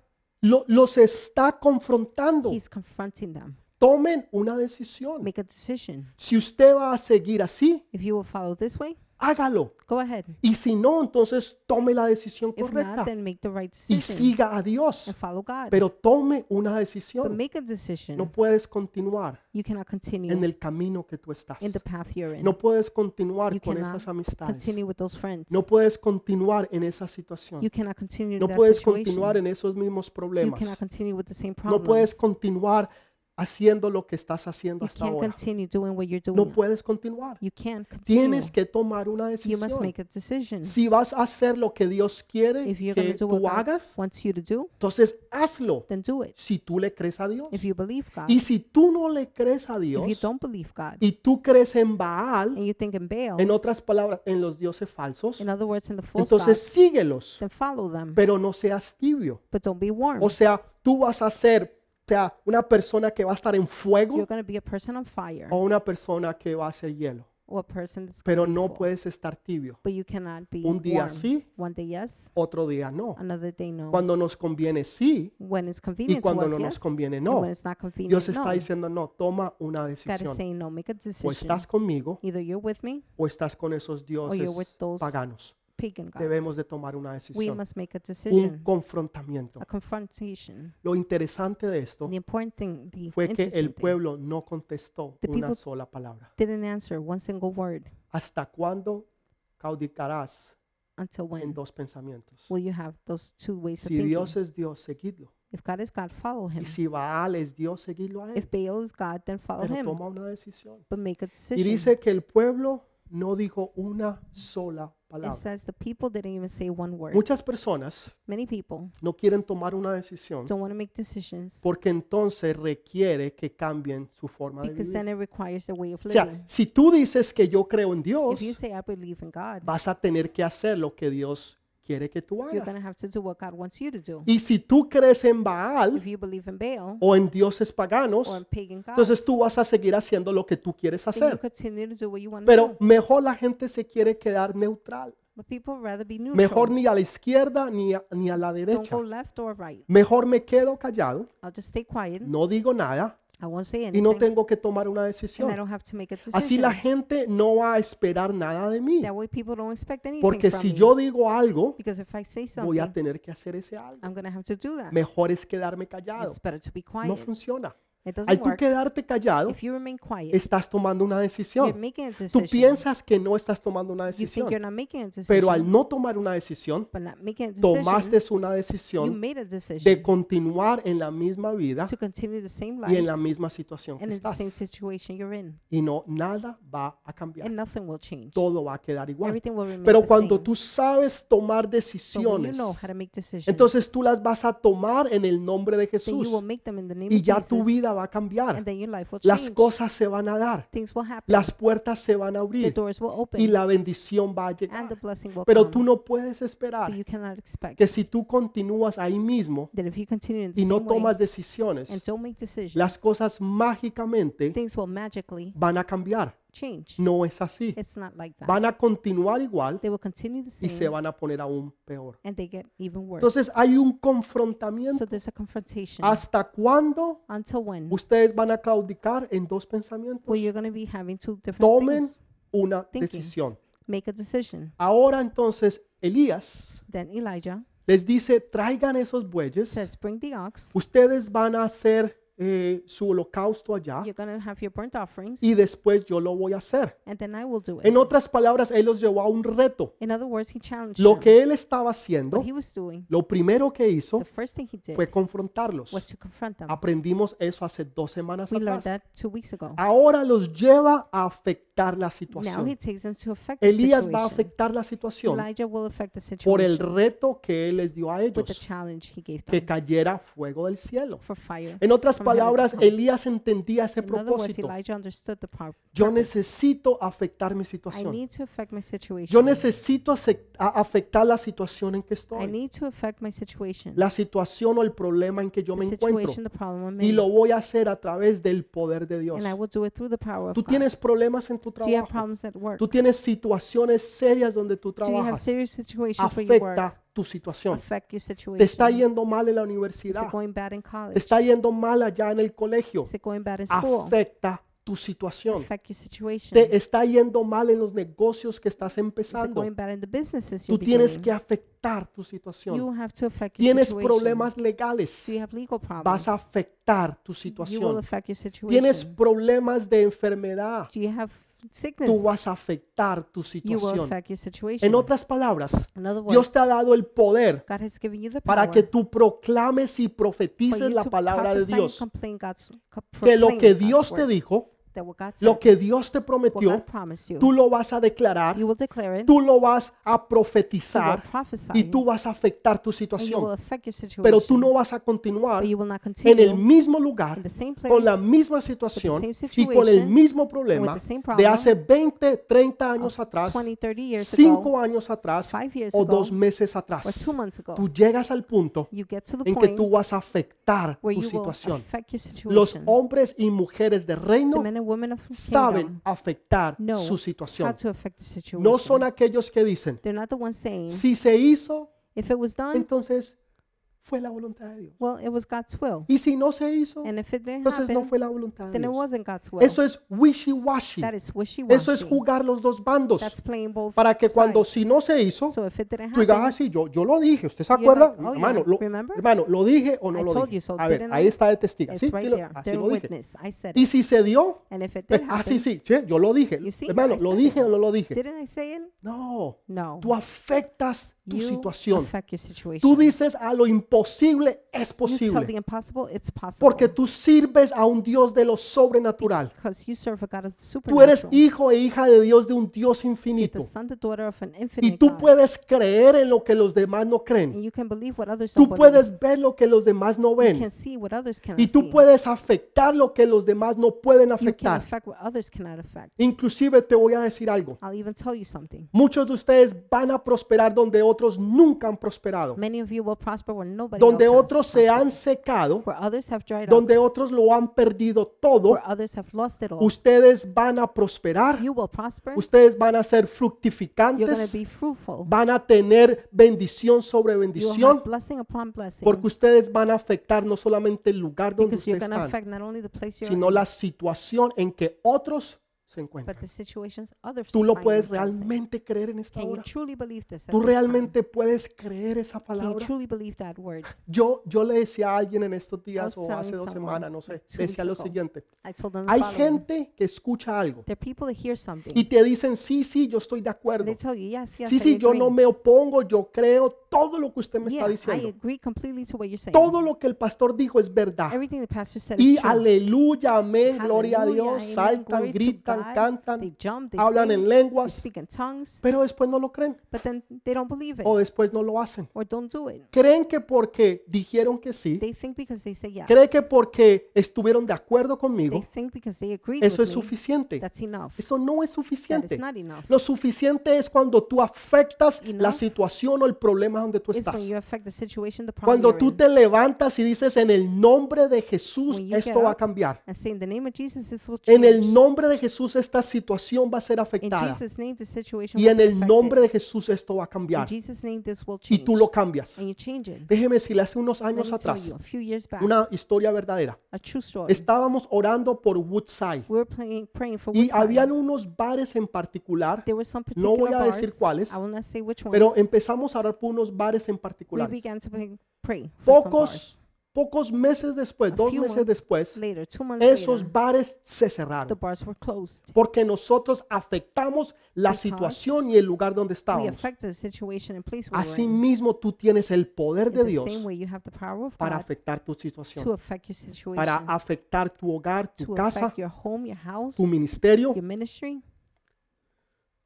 Speaker 1: lo- los está confrontando.
Speaker 2: He's confronting them.
Speaker 1: Tomen una decisión.
Speaker 2: Make a decision.
Speaker 1: Si usted va a seguir así,
Speaker 2: If you will follow this way,
Speaker 1: hágalo.
Speaker 2: go ahead.
Speaker 1: Y si no, entonces tome la decisión
Speaker 2: If not,
Speaker 1: correcta
Speaker 2: then make the right
Speaker 1: y
Speaker 2: decision
Speaker 1: siga a Dios.
Speaker 2: and follow God.
Speaker 1: Pero tome una
Speaker 2: But
Speaker 1: decisión.
Speaker 2: make a decision.
Speaker 1: No puedes continuar
Speaker 2: You cannot continue
Speaker 1: en el camino que tú estás.
Speaker 2: in the path you're in.
Speaker 1: No puedes continuar
Speaker 2: You
Speaker 1: con
Speaker 2: cannot
Speaker 1: esas amistades.
Speaker 2: continue with those friends.
Speaker 1: No puedes continuar en esa situación.
Speaker 2: You cannot continue
Speaker 1: No
Speaker 2: in that
Speaker 1: puedes
Speaker 2: situation.
Speaker 1: continuar en esos mismos
Speaker 2: you
Speaker 1: problemas.
Speaker 2: cannot continue with the same
Speaker 1: No
Speaker 2: problems.
Speaker 1: puedes continuar haciendo lo que estás haciendo
Speaker 2: you
Speaker 1: hasta
Speaker 2: can't
Speaker 1: ahora.
Speaker 2: continue doing what you're doing.
Speaker 1: No puedes continuar.
Speaker 2: you can't continue.
Speaker 1: Tienes que tomar una
Speaker 2: you must
Speaker 1: decisión.
Speaker 2: make a decision.
Speaker 1: Si vas a hacer lo que Dios quiere
Speaker 2: if you're going
Speaker 1: que
Speaker 2: to do what
Speaker 1: tú
Speaker 2: God
Speaker 1: hagas,
Speaker 2: wants you to do,
Speaker 1: entonces hazlo.
Speaker 2: then do it.
Speaker 1: Si tú le crees a Dios.
Speaker 2: If you believe God,
Speaker 1: Y si tú no le crees a
Speaker 2: if you
Speaker 1: Dios
Speaker 2: don't believe God,
Speaker 1: y tú crees en Baal,
Speaker 2: and you think in Baal,
Speaker 1: en otras palabras, en los dioses falsos,
Speaker 2: in other words, in the false
Speaker 1: entonces
Speaker 2: gods,
Speaker 1: síguelos,
Speaker 2: then follow them,
Speaker 1: pero no seas tibio.
Speaker 2: but don't be warm.
Speaker 1: O sea, tú vas a ser o sea, una persona que va a estar en fuego
Speaker 2: You're going to be a person on fire
Speaker 1: o una persona que va a ser hielo.
Speaker 2: or a person that's gonna
Speaker 1: Oh, pero
Speaker 2: be
Speaker 1: no
Speaker 2: full.
Speaker 1: puedes estar tibio.
Speaker 2: But you cannot be
Speaker 1: Un día
Speaker 2: warm.
Speaker 1: sí.
Speaker 2: One day yes,
Speaker 1: Otro día no.
Speaker 2: another day Ah, no.
Speaker 1: Cuando nos conviene sí
Speaker 2: when it's convenient
Speaker 1: y cuando
Speaker 2: to us,
Speaker 1: no nos
Speaker 2: yes.
Speaker 1: conviene
Speaker 2: and
Speaker 1: no.
Speaker 2: when it's not convenient,
Speaker 1: Dios
Speaker 2: no.
Speaker 1: está diciendo no, toma una
Speaker 2: God
Speaker 1: decisión.
Speaker 2: is saying no. Make a decision.
Speaker 1: O estás conmigo
Speaker 2: Either you're with me,
Speaker 1: o estás con esos
Speaker 2: with
Speaker 1: dioses
Speaker 2: those
Speaker 1: paganos.
Speaker 2: pagan gods.
Speaker 1: Debemos de tomar una
Speaker 2: we
Speaker 1: decisión,
Speaker 2: must make a
Speaker 1: un
Speaker 2: decision,
Speaker 1: confrontamiento.
Speaker 2: a confrontation.
Speaker 1: Lo interesante de esto
Speaker 2: The important thing, the
Speaker 1: fue que
Speaker 2: interesting
Speaker 1: el
Speaker 2: thing,
Speaker 1: pueblo no contestó
Speaker 2: The
Speaker 1: una
Speaker 2: people-
Speaker 1: sola palabra.
Speaker 2: didn't answer one single word
Speaker 1: ¿Hasta cuándo caudicarás
Speaker 2: until
Speaker 1: en
Speaker 2: when
Speaker 1: dos pensamientos?
Speaker 2: will you have those two ways of
Speaker 1: Si
Speaker 2: thinking.
Speaker 1: Dios es Dios, seguidlo.
Speaker 2: if God is God, follow him.
Speaker 1: Y si Baal es Dios, seguidlo a él.
Speaker 2: if Baal is God, then follow
Speaker 1: Pero
Speaker 2: him.
Speaker 1: toma una decisión.
Speaker 2: But make a
Speaker 1: Y
Speaker 2: decision.
Speaker 1: dice que el pueblo no dijo una sola
Speaker 2: it
Speaker 1: palabra.
Speaker 2: says the people didn't even say one word.
Speaker 1: Muchas personas
Speaker 2: Many people
Speaker 1: no quieren tomar una decisión
Speaker 2: don't want to make decisions
Speaker 1: porque entonces requiere que cambien su forma de
Speaker 2: because
Speaker 1: vivir.
Speaker 2: then it requires their way of
Speaker 1: O
Speaker 2: living.
Speaker 1: sea, si tú dices que yo creo en Dios,
Speaker 2: if you say, I believe in God,
Speaker 1: vas a tener que hacer lo que Dios quiere que tú
Speaker 2: you're going to
Speaker 1: hagas.
Speaker 2: have to do what God wants you to do.
Speaker 1: Y si tú crees en Baal
Speaker 2: If you believe in Baal
Speaker 1: o en dioses
Speaker 2: or in
Speaker 1: paganos,
Speaker 2: pagan gods,
Speaker 1: entonces tú vas a seguir haciendo lo que tú quieres
Speaker 2: then you
Speaker 1: hacer.
Speaker 2: continue to do what you want to
Speaker 1: Pero
Speaker 2: do.
Speaker 1: mejor la gente se quiere quedar neutral.
Speaker 2: But people rather be neutral.
Speaker 1: Mejor ni a la izquierda ni a, ni a la
Speaker 2: don't
Speaker 1: derecha.
Speaker 2: go left or right.
Speaker 1: Mejor me quedo callado,
Speaker 2: I'll just stay quiet.
Speaker 1: no digo nada
Speaker 2: I won't say
Speaker 1: Mm. y
Speaker 2: anything.
Speaker 1: no tengo que tomar una
Speaker 2: and I
Speaker 1: decisión.
Speaker 2: don't have to make a decision.
Speaker 1: Así la gente no va a esperar nada de mí.
Speaker 2: that way people don't expect anything
Speaker 1: Porque
Speaker 2: from
Speaker 1: si
Speaker 2: me.
Speaker 1: yo digo algo,
Speaker 2: because if I say something,
Speaker 1: voy a tener que hacer ese algo.
Speaker 2: I'm going to have to do that.
Speaker 1: Mejor es quedarme callado.
Speaker 2: It's better to be
Speaker 1: No
Speaker 2: quiet.
Speaker 1: funciona.
Speaker 2: it
Speaker 1: Al
Speaker 2: doesn't
Speaker 1: tú
Speaker 2: work.
Speaker 1: quedarte callado,
Speaker 2: If you remain quiet,
Speaker 1: estás tomando una
Speaker 2: you're
Speaker 1: decisión.
Speaker 2: making a
Speaker 1: Tú
Speaker 2: decision.
Speaker 1: piensas que no estás tomando una
Speaker 2: you think
Speaker 1: decisión,
Speaker 2: you're not making a decision,
Speaker 1: pero al no tomar una decisión,
Speaker 2: but not making a decision,
Speaker 1: tomaste una
Speaker 2: you
Speaker 1: decisión
Speaker 2: made
Speaker 1: de
Speaker 2: a decision
Speaker 1: continuar en la misma vida
Speaker 2: to continue the same life
Speaker 1: y en la misma situación que
Speaker 2: and in the
Speaker 1: estás.
Speaker 2: same situation you're in,
Speaker 1: Y no, nada va a cambiar.
Speaker 2: and nothing will change.
Speaker 1: Todo va a quedar igual.
Speaker 2: Everything will remain
Speaker 1: Pero
Speaker 2: the
Speaker 1: cuando
Speaker 2: same.
Speaker 1: tú sabes tomar
Speaker 2: But when you
Speaker 1: decisiones,
Speaker 2: know how to make decisions,
Speaker 1: entonces tú las vas a tomar en el nombre de
Speaker 2: then you will
Speaker 1: Jesús
Speaker 2: make them in the name
Speaker 1: y
Speaker 2: of
Speaker 1: ya
Speaker 2: Jesus,
Speaker 1: tu vida va a cambiar.
Speaker 2: and then your life will
Speaker 1: Las
Speaker 2: change.
Speaker 1: cosas se van a dar,
Speaker 2: Things will happen.
Speaker 1: las puertas se van a
Speaker 2: the
Speaker 1: abrir
Speaker 2: doors will open,
Speaker 1: y la bendición va a
Speaker 2: and the
Speaker 1: llegar.
Speaker 2: blessing will
Speaker 1: Pero
Speaker 2: come.
Speaker 1: tú no puedes
Speaker 2: but
Speaker 1: esperar
Speaker 2: you cannot expect
Speaker 1: que si tú continúas ahí mismo
Speaker 2: that if you continue in the
Speaker 1: y no
Speaker 2: same way
Speaker 1: tomas decisiones,
Speaker 2: and don't make decisions,
Speaker 1: las cosas mágicamente
Speaker 2: things will magically
Speaker 1: van a cambiar.
Speaker 2: change.
Speaker 1: No es así.
Speaker 2: It's not like that.
Speaker 1: Van a continuar igual
Speaker 2: They will continue the
Speaker 1: y se
Speaker 2: same,
Speaker 1: van a poner aún peor.
Speaker 2: and they get even worse.
Speaker 1: Entonces hay un
Speaker 2: So
Speaker 1: confrontamiento.
Speaker 2: there's a confrontation.
Speaker 1: ¿Hasta cuándo
Speaker 2: Until when?
Speaker 1: ustedes van a caudicar en dos pensamientos?
Speaker 2: Well, you're going to be having two different
Speaker 1: Tomen
Speaker 2: things.
Speaker 1: una
Speaker 2: thinkings.
Speaker 1: decisión.
Speaker 2: Make a decision.
Speaker 1: Ahora entonces Elías
Speaker 2: Then Elijah
Speaker 1: les dice, traigan esos bueyes,
Speaker 2: says, "Bring the ox.
Speaker 1: ustedes van a hacer eh, su holocausto allá
Speaker 2: You're going to have your burnt offerings,
Speaker 1: y después yo lo voy a hacer.
Speaker 2: and then I will do it."
Speaker 1: En otras palabras, él los llevó a un reto.
Speaker 2: In other words, he challenged
Speaker 1: Lo
Speaker 2: them.
Speaker 1: que él estaba haciendo,
Speaker 2: What he was doing,
Speaker 1: lo primero que hizo
Speaker 2: the first thing he did
Speaker 1: fue confrontarlos.
Speaker 2: was to confront them.
Speaker 1: Aprendimos eso hace dos semanas
Speaker 2: We learned
Speaker 1: atrás.
Speaker 2: that two weeks ago.
Speaker 1: Ahora los lleva a afectar la
Speaker 2: Now he
Speaker 1: situación.
Speaker 2: takes them to affect the
Speaker 1: Elías va a
Speaker 2: situation.
Speaker 1: afectar la situación
Speaker 2: Elijah will affect the
Speaker 1: por el
Speaker 2: situation
Speaker 1: reto que él les dio a
Speaker 2: with the
Speaker 1: ellos,
Speaker 2: challenge he gave
Speaker 1: que
Speaker 2: them
Speaker 1: cayera fuego del cielo.
Speaker 2: for fire.
Speaker 1: En otras
Speaker 2: from heaven to
Speaker 1: palabras,
Speaker 2: come.
Speaker 1: Elías entendía ese
Speaker 2: In other words,
Speaker 1: propósito.
Speaker 2: Elijah understood the pur-
Speaker 1: Yo
Speaker 2: purpose.
Speaker 1: necesito afectar mi
Speaker 2: I
Speaker 1: situación.
Speaker 2: need to affect my situation.
Speaker 1: Yo necesito ace- a- afectar la situación en que
Speaker 2: I
Speaker 1: estoy,
Speaker 2: need to affect my situation.
Speaker 1: la situación o el problema en que yo me
Speaker 2: the
Speaker 1: encuentro.
Speaker 2: situation, the problem I'm
Speaker 1: Y
Speaker 2: in.
Speaker 1: lo voy a hacer a través del poder de Dios.
Speaker 2: And I will do it through the power of
Speaker 1: Tú
Speaker 2: God.
Speaker 1: tienes problemas en tu
Speaker 2: Do you have
Speaker 1: trabajo.
Speaker 2: problems at work?
Speaker 1: Tú tienes situaciones serias donde tú
Speaker 2: Do you have
Speaker 1: trabajas.
Speaker 2: serious situations where you work?
Speaker 1: Afecta tu situación.
Speaker 2: Affect your
Speaker 1: Te está
Speaker 2: situation.
Speaker 1: yendo mal en la
Speaker 2: Is
Speaker 1: universidad.
Speaker 2: it going bad in
Speaker 1: Te
Speaker 2: college?
Speaker 1: está yendo mal allá en el colegio.
Speaker 2: Is it going bad in school?
Speaker 1: Afecta tu situación.
Speaker 2: Affect your situation.
Speaker 1: Te está yendo mal en los negocios que estás
Speaker 2: Is it
Speaker 1: empezando.
Speaker 2: going bad in the businesses
Speaker 1: Tú
Speaker 2: you're
Speaker 1: tienes
Speaker 2: beginning?
Speaker 1: que afectar tu situación.
Speaker 2: You have to affect your
Speaker 1: Tienes
Speaker 2: situation.
Speaker 1: problemas legales.
Speaker 2: Do you have legal problems?
Speaker 1: Vas a afectar tu
Speaker 2: You will
Speaker 1: situación.
Speaker 2: affect your situation.
Speaker 1: Tienes problemas de enfermedad.
Speaker 2: Do you have sickness?
Speaker 1: Tú vas a afectar tu
Speaker 2: You will
Speaker 1: situación.
Speaker 2: affect your situation.
Speaker 1: En otras palabras,
Speaker 2: In other words,
Speaker 1: Dios te ha dado el poder
Speaker 2: God has given you the power
Speaker 1: para que tú proclames y
Speaker 2: for you
Speaker 1: profetices la
Speaker 2: to
Speaker 1: palabra de
Speaker 2: prophesy and
Speaker 1: Dios.
Speaker 2: complain God's, co-
Speaker 1: Que lo
Speaker 2: proclaim
Speaker 1: que
Speaker 2: God's
Speaker 1: Dios te
Speaker 2: word,
Speaker 1: dijo,
Speaker 2: that what God
Speaker 1: lo
Speaker 2: said,
Speaker 1: que Dios te
Speaker 2: what God
Speaker 1: prometió,
Speaker 2: promised you,
Speaker 1: tú lo vas a declarar,
Speaker 2: you will declare it,
Speaker 1: tú lo vas a
Speaker 2: you will
Speaker 1: profetizar
Speaker 2: prophesy,
Speaker 1: y tú vas a afectar tu
Speaker 2: and you will
Speaker 1: situación.
Speaker 2: affect your situation,
Speaker 1: Pero tú no vas a continuar
Speaker 2: but you will not
Speaker 1: en
Speaker 2: continue
Speaker 1: el mismo lugar,
Speaker 2: in the same place
Speaker 1: con la misma situación y con el
Speaker 2: situation,
Speaker 1: mismo problema
Speaker 2: with the same
Speaker 1: de
Speaker 2: problem
Speaker 1: hace 20, 30 años atrás,
Speaker 2: 20, 30 years ago,
Speaker 1: 5 años atrás
Speaker 2: five years
Speaker 1: o
Speaker 2: ago,
Speaker 1: dos meses
Speaker 2: or
Speaker 1: atrás.
Speaker 2: two months ago.
Speaker 1: Tú llegas al punto
Speaker 2: you get to the
Speaker 1: en que
Speaker 2: point
Speaker 1: tú vas a afectar
Speaker 2: where
Speaker 1: tu
Speaker 2: you will
Speaker 1: situación.
Speaker 2: affect your
Speaker 1: Los
Speaker 2: situation.
Speaker 1: hombres y mujeres del
Speaker 2: the
Speaker 1: reino
Speaker 2: men and and women of
Speaker 1: saben
Speaker 2: Salem
Speaker 1: afectar
Speaker 2: No.
Speaker 1: su
Speaker 2: how
Speaker 1: situación.
Speaker 2: to affect the situation.
Speaker 1: No son aquellos que dicen,
Speaker 2: They're not the ones saying,
Speaker 1: si se hizo,
Speaker 2: if it was done,
Speaker 1: entonces fue la voluntad de Dios.
Speaker 2: well, it was God's will.
Speaker 1: Y si no se hizo,
Speaker 2: And if it didn't
Speaker 1: entonces no
Speaker 2: happen,
Speaker 1: fue la voluntad de
Speaker 2: then it
Speaker 1: Dios.
Speaker 2: wasn't God's will.
Speaker 1: Eso es wishy-washy.
Speaker 2: That is
Speaker 1: Eso es
Speaker 2: wishy-washy.
Speaker 1: jugar los dos bandos.
Speaker 2: That's playing both
Speaker 1: Para que cuando
Speaker 2: sides.
Speaker 1: si no se hizo,
Speaker 2: So if it didn't
Speaker 1: tú digas,
Speaker 2: happen,
Speaker 1: ah, sí, yo, yo lo dije. ¿Usted se
Speaker 2: You're
Speaker 1: acuerda?
Speaker 2: like, oh,
Speaker 1: hermano,
Speaker 2: yeah,
Speaker 1: lo,
Speaker 2: remember?
Speaker 1: hermano, ¿lo dije o no
Speaker 2: I
Speaker 1: lo
Speaker 2: told
Speaker 1: dije?
Speaker 2: you so,
Speaker 1: A ver,
Speaker 2: didn't
Speaker 1: ahí
Speaker 2: I?
Speaker 1: está de testigo.
Speaker 2: it's
Speaker 1: Sí, sí,
Speaker 2: right
Speaker 1: lo-
Speaker 2: there.
Speaker 1: así
Speaker 2: They're
Speaker 1: lo dije.
Speaker 2: witness. I said
Speaker 1: Y
Speaker 2: it.
Speaker 1: si se dio,
Speaker 2: And if it
Speaker 1: pues,
Speaker 2: did
Speaker 1: ah, sí,
Speaker 2: happen,
Speaker 1: sí, che, yo lo dije.
Speaker 2: You see,
Speaker 1: Hermano,
Speaker 2: I
Speaker 1: ¿lo
Speaker 2: said
Speaker 1: dije
Speaker 2: it.
Speaker 1: o no lo dije?
Speaker 2: didn't I say it?
Speaker 1: No,
Speaker 2: No.
Speaker 1: tú afectas tu
Speaker 2: You
Speaker 1: situación.
Speaker 2: affect your situation.
Speaker 1: Tú dices a lo imposible es
Speaker 2: You tell the
Speaker 1: posible.
Speaker 2: impossible, it's possible.
Speaker 1: Porque tú sirves a un Dios de lo sobrenatural.
Speaker 2: Because you serve a God of
Speaker 1: Tú eres
Speaker 2: supernatural.
Speaker 1: hijo e hija de Dios de un Dios infinito.
Speaker 2: The son, the daughter of an
Speaker 1: Y
Speaker 2: infinite
Speaker 1: tú
Speaker 2: God.
Speaker 1: puedes creer en lo que los demás no creen.
Speaker 2: And you can believe what others
Speaker 1: Tú
Speaker 2: don't believe.
Speaker 1: puedes ver lo que los demás no
Speaker 2: You
Speaker 1: ven.
Speaker 2: can see what others cannot
Speaker 1: Y tú
Speaker 2: see.
Speaker 1: puedes afectar lo que los demás no pueden
Speaker 2: You can
Speaker 1: afectar.
Speaker 2: affect what others cannot affect.
Speaker 1: Inclusive te voy a decir algo.
Speaker 2: I'll even tell you something.
Speaker 1: Muchos de ustedes van a prosperar donde otros nunca han prosperado.
Speaker 2: Many of you will prosper when nobody
Speaker 1: Donde
Speaker 2: else has
Speaker 1: otros se
Speaker 2: prospered.
Speaker 1: han secado.
Speaker 2: Where others have dried up.
Speaker 1: Donde otros lo han perdido todo.
Speaker 2: Where others have lost it all.
Speaker 1: Ustedes van a prosperar.
Speaker 2: You will prosper.
Speaker 1: Ustedes van a ser
Speaker 2: You're going to
Speaker 1: fructificantes.
Speaker 2: be fruitful.
Speaker 1: Van a tener bendición sobre
Speaker 2: You will
Speaker 1: bendición.
Speaker 2: have blessing upon blessing.
Speaker 1: Porque ustedes van a afectar no solamente el lugar donde
Speaker 2: because you're
Speaker 1: ustedes
Speaker 2: going to
Speaker 1: están,
Speaker 2: affect not only the place you're
Speaker 1: sino
Speaker 2: in,
Speaker 1: la situación en que otros se encuentran.
Speaker 2: but the situations others
Speaker 1: Tú lo
Speaker 2: find
Speaker 1: puedes
Speaker 2: themselves in.
Speaker 1: realmente creer en esta
Speaker 2: Can you
Speaker 1: hora.
Speaker 2: truly believe this? at
Speaker 1: Tú
Speaker 2: this time?
Speaker 1: realmente puedes creer esa
Speaker 2: Can you
Speaker 1: palabra.
Speaker 2: truly believe that word?
Speaker 1: Yo, yo le decía a alguien en estos días
Speaker 2: was
Speaker 1: o hace
Speaker 2: telling
Speaker 1: dos
Speaker 2: someone,
Speaker 1: semanas, no sé,
Speaker 2: like, two
Speaker 1: le decía
Speaker 2: weeks
Speaker 1: lo
Speaker 2: ago.
Speaker 1: siguiente.
Speaker 2: I told them the
Speaker 1: Hay
Speaker 2: following.
Speaker 1: gente que escucha algo
Speaker 2: There are people that hear something.
Speaker 1: y te dicen, sí, sí, yo estoy de
Speaker 2: and
Speaker 1: acuerdo.
Speaker 2: they tell you, yes, yes,
Speaker 1: Sí,
Speaker 2: I
Speaker 1: sí, yo
Speaker 2: agree.
Speaker 1: no me opongo, yo creo todo lo que usted me
Speaker 2: yeah,
Speaker 1: está
Speaker 2: I
Speaker 1: diciendo.
Speaker 2: agree completely to what you're saying.
Speaker 1: Todo lo que el pastor dijo es verdad.
Speaker 2: Everything the pastor said
Speaker 1: Y
Speaker 2: is true.
Speaker 1: aleluya, amén, gloria a
Speaker 2: Hallelujah,
Speaker 1: Dios,
Speaker 2: amen,
Speaker 1: saltan,
Speaker 2: glory to
Speaker 1: gritan,
Speaker 2: God. They
Speaker 1: cantan,
Speaker 2: jump, they
Speaker 1: hablan
Speaker 2: sing,
Speaker 1: en
Speaker 2: they
Speaker 1: lenguas,
Speaker 2: speak in tongues,
Speaker 1: pero después no lo creen
Speaker 2: but then they don't believe it
Speaker 1: o después no lo hacen.
Speaker 2: or don't do it.
Speaker 1: Creen que porque dijeron que sí,
Speaker 2: They think because they say yes.
Speaker 1: creen que porque estuvieron de acuerdo
Speaker 2: they
Speaker 1: conmigo,
Speaker 2: think because they agree
Speaker 1: eso es
Speaker 2: with me,
Speaker 1: suficiente.
Speaker 2: that's enough.
Speaker 1: Eso no es
Speaker 2: That is
Speaker 1: suficiente.
Speaker 2: not enough.
Speaker 1: Lo suficiente es cuando tú afectas la
Speaker 2: Enough
Speaker 1: situación o el problema donde tú
Speaker 2: It's when
Speaker 1: estás.
Speaker 2: you affect the situation, the problem
Speaker 1: Cuando
Speaker 2: you're
Speaker 1: tú
Speaker 2: in.
Speaker 1: te levantas y dices, en el nombre de Jesús,
Speaker 2: When you get
Speaker 1: esto va a
Speaker 2: up,
Speaker 1: cambiar.
Speaker 2: and say in the name of Jesus this will change.
Speaker 1: En el nombre de Jesús, esta situación va a ser
Speaker 2: in
Speaker 1: afectada.
Speaker 2: Jesus name the situation
Speaker 1: Y
Speaker 2: will
Speaker 1: en
Speaker 2: be
Speaker 1: el
Speaker 2: affected.
Speaker 1: nombre de Jesús, esto va a cambiar.
Speaker 2: in Jesus name this will
Speaker 1: Y
Speaker 2: change.
Speaker 1: tú lo cambias.
Speaker 2: and you change it.
Speaker 1: Déjeme decirle, hace unos
Speaker 2: Let
Speaker 1: años
Speaker 2: me tell
Speaker 1: atrás,
Speaker 2: you, a few years back,
Speaker 1: una historia verdadera.
Speaker 2: a true story.
Speaker 1: Estábamos orando por Woodside.
Speaker 2: we were playing, praying for
Speaker 1: Y
Speaker 2: Woodside.
Speaker 1: habían unos bares en particular,
Speaker 2: There were some
Speaker 1: no
Speaker 2: particular
Speaker 1: voy a
Speaker 2: bars.
Speaker 1: decir cuáles,
Speaker 2: I will not say which ones.
Speaker 1: pero empezamos a orar por unos bares en
Speaker 2: we
Speaker 1: particular.
Speaker 2: began to pray- pray for some
Speaker 1: Pocos,
Speaker 2: bars.
Speaker 1: pocos meses después,
Speaker 2: A
Speaker 1: dos
Speaker 2: few
Speaker 1: meses
Speaker 2: months
Speaker 1: después,
Speaker 2: later, two months later,
Speaker 1: esos bares se
Speaker 2: the
Speaker 1: cerraron.
Speaker 2: bars were closed.
Speaker 1: Porque nosotros afectamos la
Speaker 2: Because
Speaker 1: situación y el lugar donde
Speaker 2: We
Speaker 1: estábamos.
Speaker 2: affected the situation and place we were in.
Speaker 1: Asimismo, tú tienes el poder
Speaker 2: In
Speaker 1: de
Speaker 2: the
Speaker 1: Dios
Speaker 2: same way, you have the power of
Speaker 1: para
Speaker 2: God
Speaker 1: afectar tu
Speaker 2: to
Speaker 1: situación,
Speaker 2: affect your situation,
Speaker 1: para afectar tu hogar, tu
Speaker 2: to
Speaker 1: casa,
Speaker 2: affect your home, your house,
Speaker 1: tu ministerio,
Speaker 2: your ministry,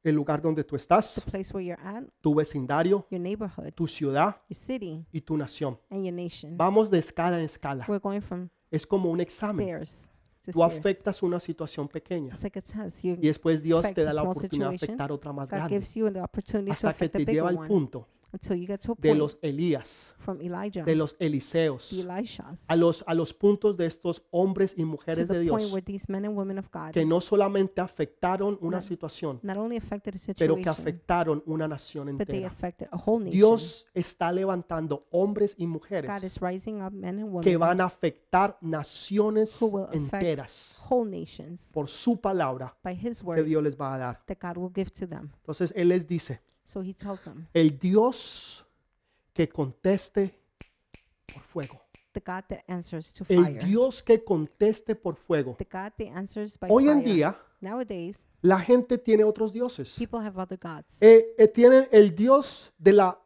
Speaker 1: el lugar donde tú
Speaker 2: the
Speaker 1: estás,
Speaker 2: place where you're at,
Speaker 1: tu vecindario,
Speaker 2: your neighborhood,
Speaker 1: tu ciudad
Speaker 2: your city,
Speaker 1: y tu nación.
Speaker 2: and your nation.
Speaker 1: Vamos de escala en escala.
Speaker 2: Mm. We're going from
Speaker 1: Es como un examen.
Speaker 2: stairs to
Speaker 1: Tú
Speaker 2: stairs.
Speaker 1: afectas una situación pequeña
Speaker 2: It's like a test.
Speaker 1: y
Speaker 2: You,
Speaker 1: después Dios
Speaker 2: affect
Speaker 1: te
Speaker 2: a
Speaker 1: da la
Speaker 2: small
Speaker 1: oportunidad de
Speaker 2: situation,
Speaker 1: afectar otra más
Speaker 2: God
Speaker 1: grande
Speaker 2: gives you the opportunity to
Speaker 1: hasta que
Speaker 2: affect the
Speaker 1: te
Speaker 2: bigger
Speaker 1: lleva al
Speaker 2: one
Speaker 1: punto
Speaker 2: until you get to a
Speaker 1: de
Speaker 2: point
Speaker 1: los Elías,
Speaker 2: from Elijah,
Speaker 1: de
Speaker 2: the
Speaker 1: los Eliseos,
Speaker 2: Elishas,
Speaker 1: a los, a los puntos de estos hombres y
Speaker 2: to
Speaker 1: mujeres de
Speaker 2: the point
Speaker 1: Dios
Speaker 2: where these men and women of God
Speaker 1: que no solamente afectaron una
Speaker 2: Not-
Speaker 1: situación,
Speaker 2: not only affected the
Speaker 1: pero que
Speaker 2: situation,
Speaker 1: afectaron una nación
Speaker 2: but they
Speaker 1: entera.
Speaker 2: affected a whole nation.
Speaker 1: Dios está levantando hombres y
Speaker 2: God
Speaker 1: mujeres
Speaker 2: is rising up men and
Speaker 1: que
Speaker 2: women,
Speaker 1: van a afectar naciones
Speaker 2: Who will affect-
Speaker 1: enteras
Speaker 2: whole nations,
Speaker 1: por su palabra
Speaker 2: by His
Speaker 1: que
Speaker 2: word
Speaker 1: Dios les va a dar.
Speaker 2: that God will give to them.
Speaker 1: Entonces Él les dice,
Speaker 2: So He tells them,
Speaker 1: el Dios que conteste por fuego.
Speaker 2: the God that answers to
Speaker 1: El
Speaker 2: fire,
Speaker 1: Dios que conteste por fuego.
Speaker 2: the God that answers by
Speaker 1: Hoy en
Speaker 2: fire.
Speaker 1: día
Speaker 2: Nowadays,
Speaker 1: la gente tiene otros dioses.
Speaker 2: people have other gods.
Speaker 1: Eh, eh, tienen el Dios de la,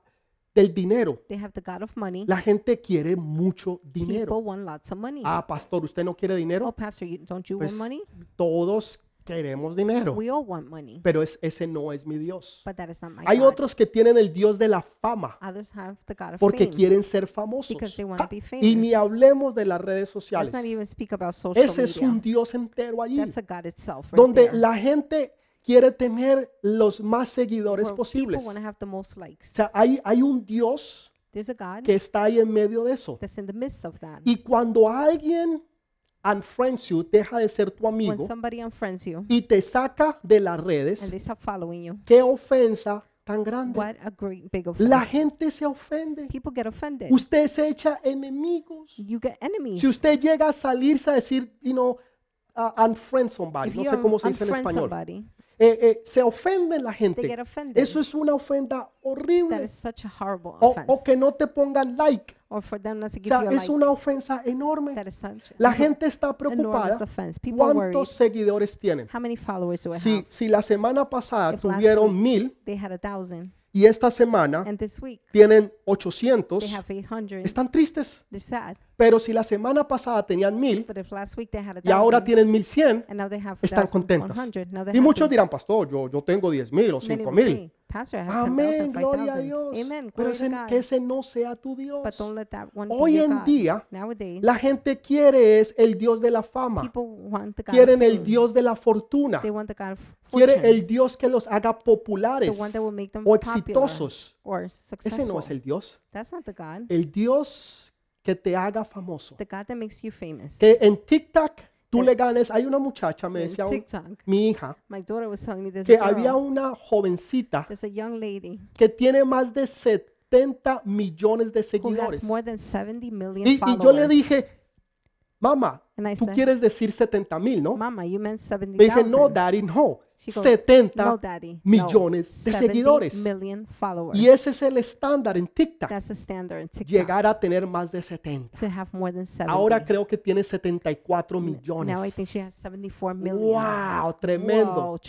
Speaker 1: del dinero.
Speaker 2: They have the God of money.
Speaker 1: La gente quiere mucho dinero.
Speaker 2: People want lots of money.
Speaker 1: Ah, pastor, ¿usted no quiere
Speaker 2: Oh,
Speaker 1: dinero?
Speaker 2: pastor, you, don't you
Speaker 1: Pues
Speaker 2: want money?
Speaker 1: todos queremos dinero.
Speaker 2: We all want money,
Speaker 1: Pero es, ese no es mi Dios.
Speaker 2: but that is not my
Speaker 1: Hay
Speaker 2: God.
Speaker 1: otros que tienen el Dios de la fama
Speaker 2: Others have the God of
Speaker 1: porque
Speaker 2: fame.
Speaker 1: quieren ser famosos.
Speaker 2: Because they wanna
Speaker 1: Ja,
Speaker 2: be
Speaker 1: Y ni
Speaker 2: famous.
Speaker 1: hablemos de las redes
Speaker 2: Let's
Speaker 1: sociales.
Speaker 2: not even speak about social
Speaker 1: Ese es
Speaker 2: media.
Speaker 1: un Dios entero allí.
Speaker 2: That's a God itself, right
Speaker 1: donde
Speaker 2: there,
Speaker 1: la gente quiere tener los más seguidores
Speaker 2: where
Speaker 1: posibles.
Speaker 2: people want
Speaker 1: O
Speaker 2: to have the most likes.
Speaker 1: sea, hay, hay un Dios
Speaker 2: There's a God
Speaker 1: que está ahí en medio de eso.
Speaker 2: that's in the midst of that.
Speaker 1: Y cuando alguien unfriends you, deja de ser tu
Speaker 2: when
Speaker 1: amigo
Speaker 2: somebody unfriends you
Speaker 1: y te saca de las
Speaker 2: and
Speaker 1: redes,
Speaker 2: they stop following you,
Speaker 1: qué ofensa tan grande.
Speaker 2: what a great big
Speaker 1: La
Speaker 2: offense.
Speaker 1: gente se ofende.
Speaker 2: People get offended.
Speaker 1: Usted se echa enemigos.
Speaker 2: You get enemies.
Speaker 1: Si usted llega a salirse a decir, you know, uh, unfriend somebody,
Speaker 2: If
Speaker 1: no
Speaker 2: you
Speaker 1: sé cómo se dice en
Speaker 2: unfriend
Speaker 1: español.
Speaker 2: somebody,
Speaker 1: Eh, eh, se ofende la
Speaker 2: they get
Speaker 1: gente.
Speaker 2: offended.
Speaker 1: Eso es una ofenda
Speaker 2: That
Speaker 1: horrible.
Speaker 2: is such a horrible
Speaker 1: O,
Speaker 2: offense.
Speaker 1: o que no te pongan like.
Speaker 2: Or for them not to
Speaker 1: O
Speaker 2: give
Speaker 1: sea,
Speaker 2: you a
Speaker 1: es
Speaker 2: like.
Speaker 1: una ofensa enorme.
Speaker 2: That is such
Speaker 1: La
Speaker 2: an
Speaker 1: gente está
Speaker 2: enormous
Speaker 1: preocupada.
Speaker 2: offense. People are worried.
Speaker 1: ¿Cuántos seguidores tienen?
Speaker 2: How many followers do I
Speaker 1: Si,
Speaker 2: have?
Speaker 1: si la semana pasada
Speaker 2: If last
Speaker 1: tuvieron
Speaker 2: week-
Speaker 1: mil
Speaker 2: They had a thousand.
Speaker 1: y esta semana
Speaker 2: And this week,
Speaker 1: tienen
Speaker 2: they
Speaker 1: 800,
Speaker 2: have 800.
Speaker 1: están tristes.
Speaker 2: They're sad.
Speaker 1: Pero si la semana pasada tenían mil
Speaker 2: But if last week they had a
Speaker 1: y ahora
Speaker 2: thousand,
Speaker 1: tienen 1100,
Speaker 2: and now they have
Speaker 1: están contentas.
Speaker 2: 1,100. Now they're
Speaker 1: Y muchos
Speaker 2: happy.
Speaker 1: dirán, pastor, yo, yo tengo 10 mil o
Speaker 2: Many
Speaker 1: 5
Speaker 2: will
Speaker 1: mil.
Speaker 2: say, Pastor, I have 10,000,
Speaker 1: Amén, gloria a
Speaker 2: 5,000.
Speaker 1: Dios.
Speaker 2: Amen.
Speaker 1: Pero
Speaker 2: Glory to
Speaker 1: ese-
Speaker 2: God.
Speaker 1: que ese no sea tu Dios.
Speaker 2: But don't let that one be
Speaker 1: Hoy
Speaker 2: your
Speaker 1: en
Speaker 2: God.
Speaker 1: día,
Speaker 2: Nowadays,
Speaker 1: La gente quiere es el Dios de la fama.
Speaker 2: people want the God of
Speaker 1: Quieren el
Speaker 2: fame.
Speaker 1: Dios de la fortuna.
Speaker 2: They want the God of fortune.
Speaker 1: Quiere el Dios que los haga
Speaker 2: the
Speaker 1: populares
Speaker 2: one that will make them
Speaker 1: o
Speaker 2: popular
Speaker 1: exitosos.
Speaker 2: or
Speaker 1: Ese no
Speaker 2: successful.
Speaker 1: es el Dios.
Speaker 2: That's not the God.
Speaker 1: El Dios que te haga famoso.
Speaker 2: The God that makes you famous.
Speaker 1: Que en TikTok tú
Speaker 2: El-
Speaker 1: le ganes. Hay una muchacha, me
Speaker 2: And
Speaker 1: decía un-
Speaker 2: TikTok.
Speaker 1: mi hija,
Speaker 2: My daughter was telling me there's
Speaker 1: que
Speaker 2: a
Speaker 1: había
Speaker 2: girl,
Speaker 1: una jovencita
Speaker 2: there's a young lady
Speaker 1: que tiene más de 70 millones de
Speaker 2: who has
Speaker 1: seguidores.
Speaker 2: more than 70 million
Speaker 1: Y, y yo le
Speaker 2: followers.
Speaker 1: dije, mamá,
Speaker 2: And I
Speaker 1: tú
Speaker 2: said,
Speaker 1: quieres decir 70 mil, ¿no?
Speaker 2: Mama, you meant
Speaker 1: Me dije, no,
Speaker 2: 70,000.
Speaker 1: daddy, no.
Speaker 2: She goes,
Speaker 1: 70
Speaker 2: No, daddy.
Speaker 1: millones de
Speaker 2: no, 70
Speaker 1: seguidores.
Speaker 2: million followers.
Speaker 1: Y ese es el estándar en TikTok.
Speaker 2: That's the standard in TikTok.
Speaker 1: Llegar a tener más de 70.
Speaker 2: To have more than 70.
Speaker 1: Ahora creo que tiene 74
Speaker 2: Now I think
Speaker 1: millones.
Speaker 2: she has 74 million.
Speaker 1: ¡Wow! Tremendo,
Speaker 2: Wow, tremendous.